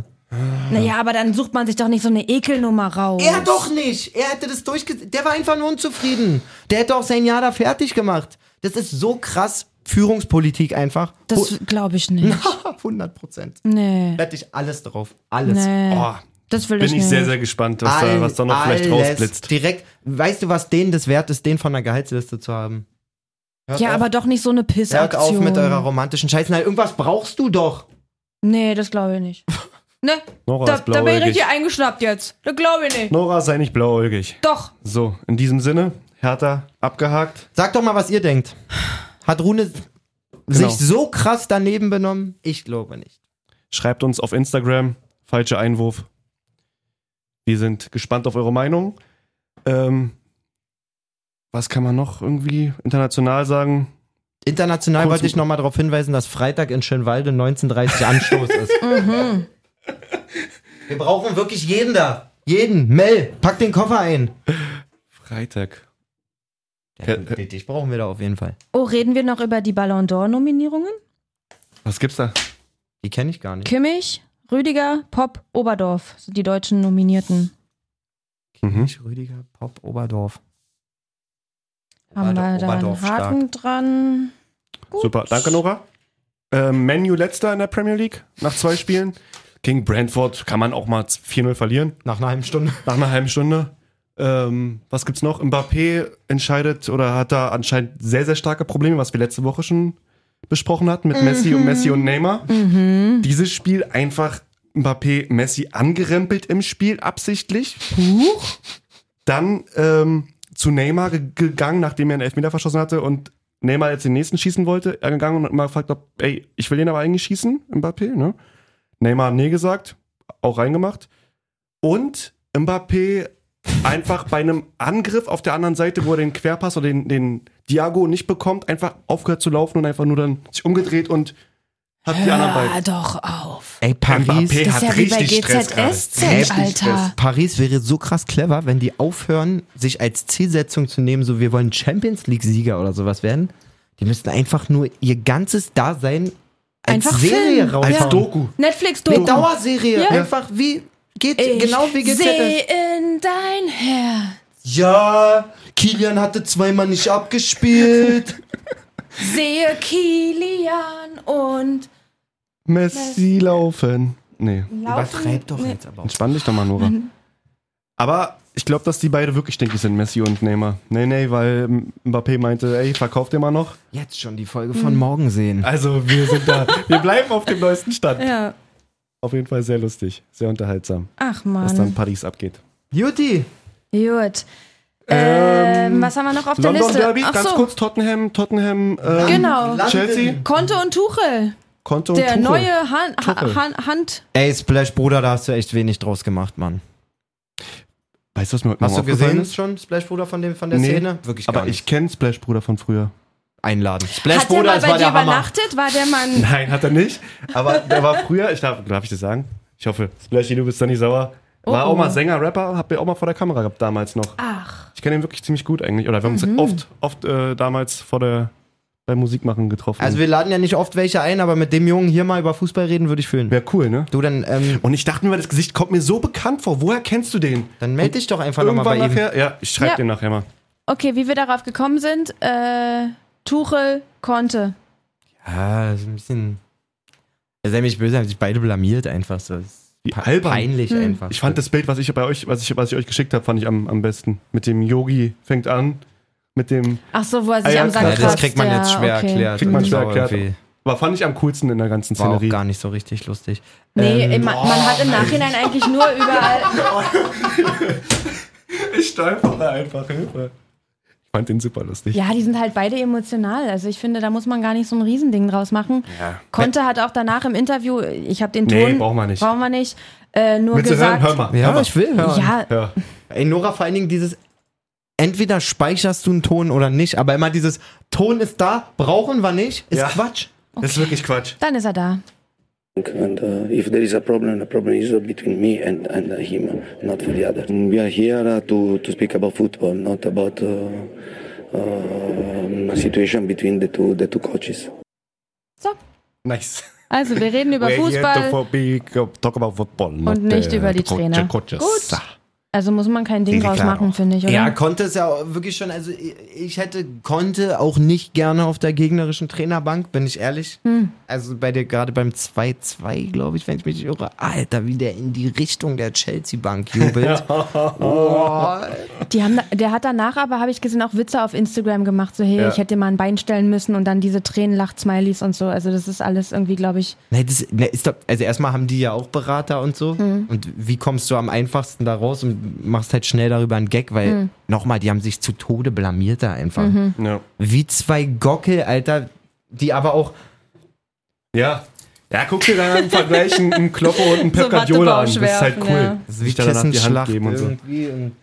Speaker 3: Naja, aber dann sucht man sich doch nicht so eine Ekelnummer raus.
Speaker 2: Er doch nicht. Er hätte das durchge... Der war einfach nur unzufrieden. Der hätte auch sein Jahr da fertig gemacht. Das ist so krass Führungspolitik einfach.
Speaker 3: Das glaube ich nicht.
Speaker 2: [LAUGHS] 100 Prozent.
Speaker 3: Nee.
Speaker 2: Wette ich alles drauf. Alles.
Speaker 3: Nee.
Speaker 1: Oh,
Speaker 3: das will
Speaker 1: bin
Speaker 3: ich
Speaker 1: ich
Speaker 3: nicht.
Speaker 1: sehr, sehr gespannt, was, da, was da noch vielleicht
Speaker 2: Alles.
Speaker 1: rausblitzt.
Speaker 2: Direkt. Weißt du, was denen das wert ist, den von der Gehaltsliste zu haben? Hört
Speaker 3: ja,
Speaker 2: auf.
Speaker 3: aber doch nicht so eine Pissaktion.
Speaker 2: Hört auf mit eurer romantischen Scheiße. Nein, irgendwas brauchst du doch.
Speaker 3: Nee, das glaube
Speaker 2: [LAUGHS]
Speaker 3: ich nicht. Ne?
Speaker 1: Nora
Speaker 3: Da,
Speaker 1: ist
Speaker 3: da bin ich
Speaker 1: blauäugig.
Speaker 3: richtig eingeschnappt jetzt. Das glaube ich nicht.
Speaker 1: Nora, sei nicht blauäugig.
Speaker 3: Doch.
Speaker 1: So, in diesem Sinne, Hertha abgehakt.
Speaker 2: Sag doch mal, was ihr denkt. Hat Rune
Speaker 1: Genau.
Speaker 2: sich so krass daneben benommen? Ich glaube nicht.
Speaker 1: Schreibt uns auf Instagram, falscher Einwurf. Wir sind gespannt auf eure Meinung. Ähm, was kann man noch irgendwie international sagen?
Speaker 2: International
Speaker 1: Kurz-
Speaker 2: wollte ich nochmal darauf hinweisen, dass Freitag in Schönwalde 1930 Anstoß
Speaker 3: [LAUGHS]
Speaker 2: ist.
Speaker 3: Mhm.
Speaker 2: Wir brauchen wirklich jeden da. Jeden. Mel, pack den Koffer ein.
Speaker 1: Freitag.
Speaker 2: Ja, gut, dich dich brauchen wir da auf jeden Fall.
Speaker 3: Oh, reden wir noch über die Ballon d'Or-Nominierungen?
Speaker 1: Was gibt's da?
Speaker 2: Die kenne ich gar nicht.
Speaker 3: Kimmich, Rüdiger, Popp, Oberdorf sind die deutschen Nominierten.
Speaker 1: Mhm.
Speaker 2: Kimmich, Rüdiger, Pop, Oberdorf.
Speaker 3: Haben wir
Speaker 2: Oberdo-
Speaker 3: da einen
Speaker 2: Oberdorf stark.
Speaker 3: Haken dran? Gut.
Speaker 1: Super, danke Nora. Ähm, Menu letzter in der Premier League nach zwei Spielen. Gegen Brentford kann man auch mal 4-0 verlieren.
Speaker 2: Nach einer halben Stunde.
Speaker 1: Nach einer halben Stunde. Ähm, was gibt's noch? Mbappé entscheidet oder hat da anscheinend sehr, sehr starke Probleme, was wir letzte Woche schon besprochen hatten mit Messi und Messi und Neymar. Dieses Spiel einfach Mbappé Messi angerempelt im Spiel absichtlich. Dann ähm, zu Neymar ge gegangen, nachdem er einen Elfmeter verschossen hatte und Neymar jetzt den nächsten schießen wollte. Er gegangen und mal gefragt, ob, ey, ich will den aber eigentlich schießen, Mbappé, ne? Neymar hat nee gesagt, auch reingemacht. Und Mbappé einfach bei einem Angriff auf der anderen Seite, wo er den Querpass oder den, den Diago nicht bekommt, einfach aufgehört zu laufen und einfach nur dann sich umgedreht und hat die anderen
Speaker 3: Hör
Speaker 1: beiden.
Speaker 3: doch auf.
Speaker 2: Ey, Paris.
Speaker 1: Mbappé
Speaker 3: Das ist ja wie bei GZSZ,
Speaker 1: Stress.
Speaker 3: Alter.
Speaker 2: Paris wäre so krass clever, wenn die aufhören, sich als Zielsetzung zu nehmen, so wir wollen Champions League-Sieger oder sowas werden. Die müssten einfach nur ihr ganzes Dasein als
Speaker 3: Einfach
Speaker 2: Serie
Speaker 3: filmen.
Speaker 2: raushauen.
Speaker 3: Ja.
Speaker 1: Doku.
Speaker 3: Netflix
Speaker 2: Eine
Speaker 3: Doku.
Speaker 2: Dauerserie.
Speaker 3: Ja.
Speaker 2: Einfach wie geht
Speaker 3: Ich
Speaker 2: genau wie geht's
Speaker 3: seh in dein Herz.
Speaker 2: Ja, Kilian hatte zweimal nicht abgespielt.
Speaker 3: Sehe Kilian und
Speaker 1: [LAUGHS] Messi laufen. Nee.
Speaker 3: laufen.
Speaker 2: Übertreib doch jetzt aber. auch.
Speaker 1: Entspann dich doch mal, Nora. Aber ich glaube, dass die beide wirklich stinkig sind, Messi und Neymar. Nee, nee, weil Mbappé meinte, ey, verkauft ihr mal noch.
Speaker 3: Hm.
Speaker 2: Jetzt schon die Folge von morgen sehen.
Speaker 1: Also, wir sind da. wir bleiben auf dem neuesten Stand.
Speaker 3: Ja.
Speaker 1: Auf jeden Fall sehr lustig, sehr unterhaltsam,
Speaker 3: Ach
Speaker 1: was dann
Speaker 3: man.
Speaker 1: Paris abgeht.
Speaker 2: Juti,
Speaker 3: Gut. Ähm, was haben wir noch auf der
Speaker 1: London
Speaker 3: Liste?
Speaker 1: Derby,
Speaker 3: Ach
Speaker 1: ganz
Speaker 3: so.
Speaker 1: kurz Tottenham, Tottenham, ähm,
Speaker 3: Genau.
Speaker 1: Chelsea,
Speaker 3: Konte und Tuchel.
Speaker 1: Konto und
Speaker 3: der
Speaker 1: Tuchel.
Speaker 3: neue Han
Speaker 1: Tuchel.
Speaker 3: Ha- Han Hand.
Speaker 2: Ey, Splash, Bruder, da hast du echt wenig draus gemacht, Mann.
Speaker 1: Weißt du, was mir heute
Speaker 2: Hast
Speaker 1: Morgen
Speaker 2: du gesehen
Speaker 1: aufgefallen
Speaker 2: ist schon, Splash, Bruder, von, dem, von der
Speaker 1: Nee,
Speaker 2: Szene? Wirklich
Speaker 1: Aber
Speaker 2: gar
Speaker 1: ich
Speaker 2: nicht.
Speaker 1: kenne Splash Bruder von früher.
Speaker 2: Einladen. Splash,
Speaker 3: Hat der mal
Speaker 2: das
Speaker 3: bei dir übernachtet? War der Mann.
Speaker 1: Nein, hat er nicht.
Speaker 2: [LAUGHS]
Speaker 1: Aber der war früher, ich darf, darf ich das sagen? Ich hoffe, Splashy, du bist da nicht sauer. War
Speaker 3: Oh.
Speaker 1: auch mal Sänger, Rapper, hab mir auch mal vor der Kamera gehabt damals noch.
Speaker 3: Ach.
Speaker 1: Ich kenne ihn wirklich ziemlich gut eigentlich. Oder wir haben uns
Speaker 2: Mhm.
Speaker 1: oft, oft äh, damals vor der, beim Musikmachen getroffen.
Speaker 2: Also wir laden ja nicht oft welche ein, aber mit dem Jungen hier mal über Fußball reden würde ich fühlen.
Speaker 1: Wäre cool, ne?
Speaker 2: Du, dann, ähm,
Speaker 1: Und ich dachte mir, das Gesicht kommt mir so bekannt vor. Woher kennst du den?
Speaker 2: dann melde dich doch einfach nochmal bei
Speaker 1: Irgendwann
Speaker 2: ihm.
Speaker 1: nachher? Ja, ich schreibe
Speaker 3: Ja.
Speaker 1: den nachher mal.
Speaker 3: Okay, wie wir darauf gekommen sind, äh, Tuchel, Konte.
Speaker 2: Ja, das ist ein bisschen... Sei mich böse, haben sich beide blamiert einfach so. Das ist
Speaker 1: Wie
Speaker 2: pe-
Speaker 1: albern.
Speaker 2: Peinlich
Speaker 3: Hm.
Speaker 2: einfach.
Speaker 1: Ich fand das Bild, was ich bei euch, was ich, was ich euch geschickt habe, fand ich am, am besten. Mit dem Yogi fängt an, mit dem.
Speaker 3: Ach so, wo er sich
Speaker 1: Ah ja,
Speaker 3: am Sand
Speaker 1: klar. krass,
Speaker 2: ja, das
Speaker 3: kratzt.
Speaker 2: kriegt man jetzt
Speaker 3: Ja,
Speaker 2: schwer
Speaker 3: okay.
Speaker 2: erklärt.
Speaker 1: Kriegt man
Speaker 2: und
Speaker 1: schwer
Speaker 2: sauer
Speaker 1: erklärt.
Speaker 2: irgendwie.
Speaker 1: Aber fand ich am coolsten in der ganzen
Speaker 2: War auch
Speaker 1: Szenerie.
Speaker 2: gar nicht so richtig lustig. Ähm,
Speaker 3: Nee,
Speaker 1: Ähm,
Speaker 3: ey, man, man hat im Nachhinein eigentlich
Speaker 1: [LAUGHS]
Speaker 3: nur überall.
Speaker 1: Ich stolpere einfach Hilfe. Ich fand den super lustig.
Speaker 3: Ja, die sind halt beide emotional. Also ich finde, da muss man gar nicht so ein Riesending draus machen. Konte hat auch danach im Interview, ich habe den Ton.
Speaker 1: Nee, brauchen wir nicht.
Speaker 3: Brauchen wir nicht. Äh, nur
Speaker 1: Willst du hören?
Speaker 3: gesagt.
Speaker 1: Hör mal. hör
Speaker 2: Ja,
Speaker 1: mal.
Speaker 2: ich will hören.
Speaker 3: Ja,
Speaker 1: Ja.
Speaker 2: Ey, Nora, vor allen Dingen dieses, entweder speicherst du einen Ton oder nicht, aber immer dieses, Ton ist da, brauchen wir nicht, ist
Speaker 1: Ja.
Speaker 2: Quatsch.
Speaker 1: Das ist wirklich Quatsch.
Speaker 3: dann ist er da.
Speaker 4: And uh, if there is a problem, the problem is between me and, and him, not for the other. And We are here uh, to, to speak about football, not about uh, um, a situation between the two, the two coaches.
Speaker 1: Nice.
Speaker 3: Also, wir reden über Fußball.
Speaker 1: talk about football.
Speaker 3: not, nicht äh, über die coach- Trainer.
Speaker 1: Coaches.
Speaker 3: Gut. Also muss man kein Ding draus machen, finde ich, oder?
Speaker 2: Ja, Conte ist ja auch wirklich schon, also ich- ich hätte Conte auch nicht gerne auf der gegnerischen Trainerbank, bin ich ehrlich.
Speaker 3: Hm.
Speaker 2: Also bei dir gerade beim 2-2, glaube ich, wenn ich mich nicht irre. Alter, wie der in die Richtung der Chelsea-Bank [LAUGHS] jubelt. oh,
Speaker 3: Die haben, da- der hat danach aber, habe ich gesehen, auch Witze auf Instagram gemacht. So, hey,
Speaker 1: Ja.
Speaker 3: ich hätte dir mal ein Bein stellen müssen und dann diese Tränen, lacht Smileys und so. Also das ist alles irgendwie, glaube ich,
Speaker 2: Nee, das, nee, ist doch, also erstmal haben die ja auch Berater und so. Und wie kommst du am einfachsten da raus und machst halt schnell darüber einen Gag, weil nochmal, die haben sich zu Tode blamiert da einfach.
Speaker 1: Ja.
Speaker 2: Wie zwei Gockel, Alter, die aber auch,
Speaker 1: ja. Ja, guck dir dann im Vergleich einen- einen Kloppo und einen Pep
Speaker 3: So
Speaker 1: Guardiola an. Das
Speaker 3: Wattebausch
Speaker 1: ist halt cool.
Speaker 3: werfen, ja.
Speaker 1: Sich
Speaker 2: wie
Speaker 1: da danach die Hand
Speaker 2: Kissenschlacht
Speaker 1: geben und so.
Speaker 2: irgendwie. Und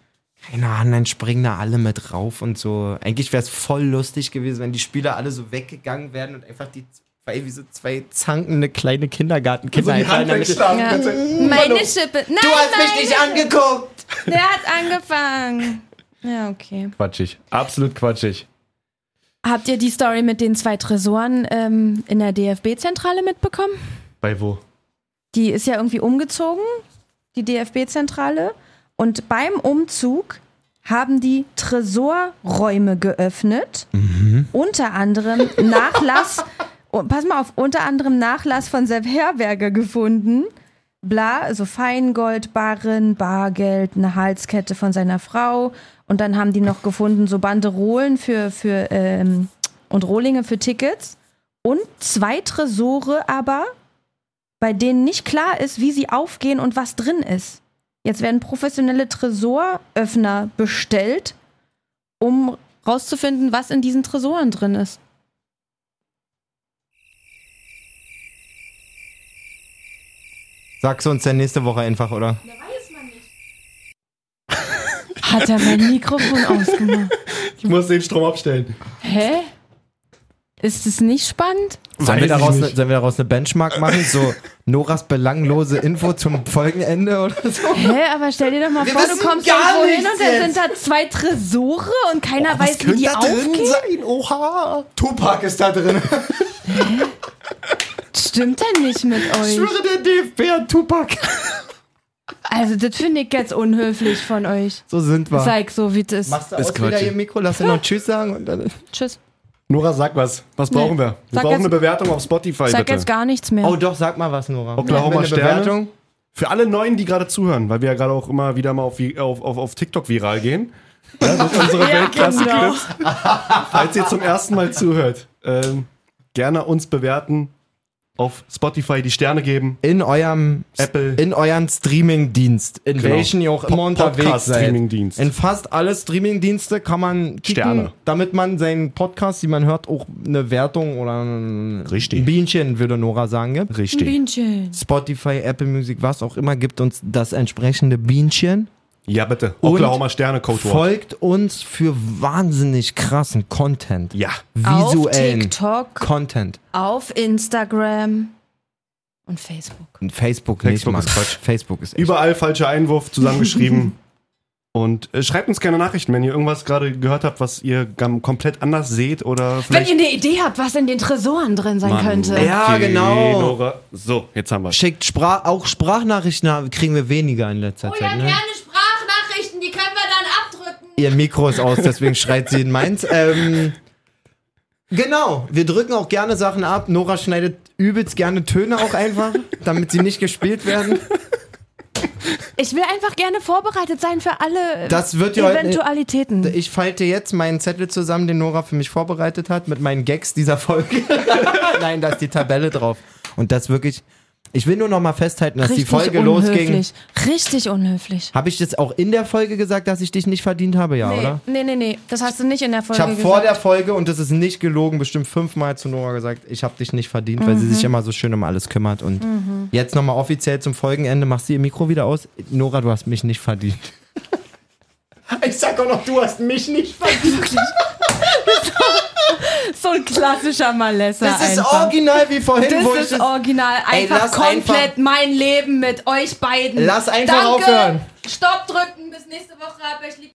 Speaker 2: keine Ahnung, dann springen da alle mit rauf und so. Eigentlich wäre es voll lustig gewesen, wenn die Spieler alle so weggegangen wären und einfach die zwei, wie so zwei zankende kleine Kindergartenkinder einfach in der Mitte-
Speaker 3: Ja. Meine Schippe. Nein,
Speaker 2: Du hast
Speaker 3: meine,
Speaker 2: mich nicht angeguckt!
Speaker 3: Der hat angefangen. Ja, okay.
Speaker 1: Quatschig. Absolut quatschig.
Speaker 3: Habt ihr die Story mit den zwei Tresoren ähm, in der DFB-Zentrale mitbekommen?
Speaker 1: Bei wo?
Speaker 3: Die ist ja irgendwie umgezogen, die DFB-Zentrale. Und beim Umzug haben die Tresorräume geöffnet. Unter anderem Nachlass, oh, pass mal auf, unter anderem Nachlass von Sepp Herberger gefunden. Bla, also Feingold, Barren, Bargeld, eine Halskette von seiner Frau. Und dann haben die noch gefunden, so Banderolen für, für ähm, und Rohlinge für Tickets. Und zwei Tresore aber bei denen nicht klar ist, wie sie aufgehen und was drin ist. Jetzt werden professionelle Tresoröffner bestellt, um rauszufinden, was in diesen Tresoren drin ist.
Speaker 2: Sag's uns dann nächste Woche einfach, oder?
Speaker 3: Hat er mein [LAUGHS] Mikrofon ausgemacht?
Speaker 1: Ich muss den Strom abstellen.
Speaker 3: Hä? Ist es nicht spannend?
Speaker 2: Sollen wir,
Speaker 1: Weiß ich
Speaker 2: daraus
Speaker 1: nicht.
Speaker 2: ne, sollen wir daraus eine Benchmark machen? So Noras belanglose Info zum Folgenende oder so?
Speaker 3: Hä, aber stell dir doch mal vor, du
Speaker 2: wissen
Speaker 3: kommst
Speaker 2: gar
Speaker 3: irgendwo hin
Speaker 2: nichts
Speaker 3: und dann
Speaker 2: jetzt.
Speaker 3: sind da zwei Tresore und keiner weiß, wie die aufgehen.
Speaker 2: sein? Oha! Tupac ist da drin.
Speaker 3: Stimmt denn
Speaker 2: [LAUGHS]
Speaker 3: nicht mit euch?
Speaker 2: der DFB hat Tupac.
Speaker 3: Also, das finde ich jetzt unhöflich von euch.
Speaker 2: So sind wir.
Speaker 3: Zeig so, wie das ist.
Speaker 2: Machst du aus wieder ihr Mikro, lass dir noch Tschüss sagen und dann.
Speaker 3: Tschüss.
Speaker 1: Nora, sag was. Was brauchen wir? Wir
Speaker 3: Sag
Speaker 1: brauchen
Speaker 3: jetzt-
Speaker 1: eine Bewertung auf Spotify,
Speaker 3: Sag
Speaker 1: bitte.
Speaker 3: jetzt gar nichts mehr.
Speaker 2: Oh doch, sag mal was, Nora.
Speaker 1: Oklahoma
Speaker 2: Wenn eine
Speaker 1: Sterne.
Speaker 2: Bewertung.
Speaker 1: Für alle Neuen, die gerade zuhören, weil wir ja gerade auch immer wieder mal auf, vi- auf, auf, auf TikTok viral gehen. Ja, durch
Speaker 3: [LAUGHS]
Speaker 1: unsere
Speaker 3: genau.
Speaker 1: Weltklasse-Clips. Falls ihr zum ersten Mal zuhört, ähm, gerne uns bewerten auf Spotify die Sterne geben.
Speaker 2: in eurem
Speaker 1: Apple.
Speaker 2: in euren Streamingdienst, in
Speaker 1: Genau.
Speaker 2: welchen ihr auch
Speaker 1: Po-
Speaker 2: immer unterwegs seid.
Speaker 1: Podcast-Streamingdienst.
Speaker 2: In fast alle Streamingdienste kann man kicken,
Speaker 1: Sterne.
Speaker 2: damit man seinen Podcast, die man hört, auch eine Wertung oder ein
Speaker 1: Richtig.
Speaker 2: Bienchen, würde Nora sagen, gibt.
Speaker 1: Richtig.
Speaker 3: Bienchen.
Speaker 2: Spotify, Apple Music, was auch immer, gibt uns das entsprechende Bienchen.
Speaker 1: Ja, bitte.
Speaker 2: Und
Speaker 1: Oklahoma Sterne Codewort.
Speaker 2: Folgt uns für wahnsinnig krassen Content.
Speaker 1: Ja.
Speaker 3: Auf
Speaker 2: Visuellen
Speaker 3: TikTok,
Speaker 2: Content.
Speaker 3: auf Instagram und Facebook.
Speaker 2: Und Facebook, nicht,
Speaker 1: Facebook
Speaker 2: Mann.
Speaker 1: ist Quatsch.
Speaker 2: Facebook ist echt.
Speaker 1: Überall falscher Einwurf
Speaker 3: [LAUGHS]
Speaker 1: zusammengeschrieben. Und äh, schreibt uns gerne Nachrichten, wenn ihr irgendwas gerade gehört habt, was ihr gam- komplett anders seht oder
Speaker 3: Wenn
Speaker 1: vielleicht.
Speaker 3: ihr eine Idee habt, was in den Tresoren drin sein
Speaker 1: Mann,
Speaker 3: könnte.
Speaker 1: okay,
Speaker 2: Ja, genau.
Speaker 1: Nora. So, jetzt haben wir
Speaker 2: Schickt Sprach auch Sprachnachrichten kriegen wir weniger in letzter Zeit. Ne?
Speaker 3: Sprachnachrichten, die können wir dann abdrücken.
Speaker 2: Ihr Mikro ist aus, deswegen schreit sie in meins. Ähm, genau, wir drücken auch gerne Sachen ab. Nora schneidet übelst gerne Töne auch einfach, damit sie nicht gespielt werden.
Speaker 3: Ich will einfach gerne vorbereitet sein für alle äh,
Speaker 2: Das wird ja heute.
Speaker 3: Eventualitäten.
Speaker 2: Ich falte jetzt meinen Zettel zusammen, den Nora für mich vorbereitet hat, mit meinen Gags dieser Folge. [LAUGHS] Nein, da ist die Tabelle drauf. Und das wirklich. Ich will nur noch mal festhalten, dass die Folge losging.
Speaker 3: unhöflich. Richtig unhöflich.
Speaker 2: Habe ich das auch in der Folge gesagt, dass ich dich nicht verdient habe, ja, oder?
Speaker 3: Nee, nee, nee, nee. Das hast du nicht in der
Speaker 2: Ich
Speaker 3: Folge
Speaker 2: habe
Speaker 3: gesagt.
Speaker 2: vor der Folge, und das ist nicht gelogen, bestimmt fünfmal zu Nora gesagt, ich habe dich nicht verdient, weil sie
Speaker 3: Mhm.
Speaker 2: sich immer so schön um alles kümmert. Und jetzt nochmal offiziell zum Folgenende, machst du ihr Mikro wieder aus. Nora, du hast mich nicht verdient. [LAUGHS] Ich sag auch noch, du hast mich nicht verdient.
Speaker 3: so ein klassischer Malessa
Speaker 2: Das ist
Speaker 3: einfach.
Speaker 2: original wie vorhin. wo
Speaker 3: Das
Speaker 2: ich
Speaker 3: ist original.
Speaker 2: Ey,
Speaker 3: Einfach
Speaker 2: lass einfach-
Speaker 3: komplett mein Leben mit euch beiden.
Speaker 2: Lass einfach
Speaker 3: Danke.
Speaker 2: aufhören.
Speaker 3: Stopp drücken. Bis nächste Woche. Aber ich liebe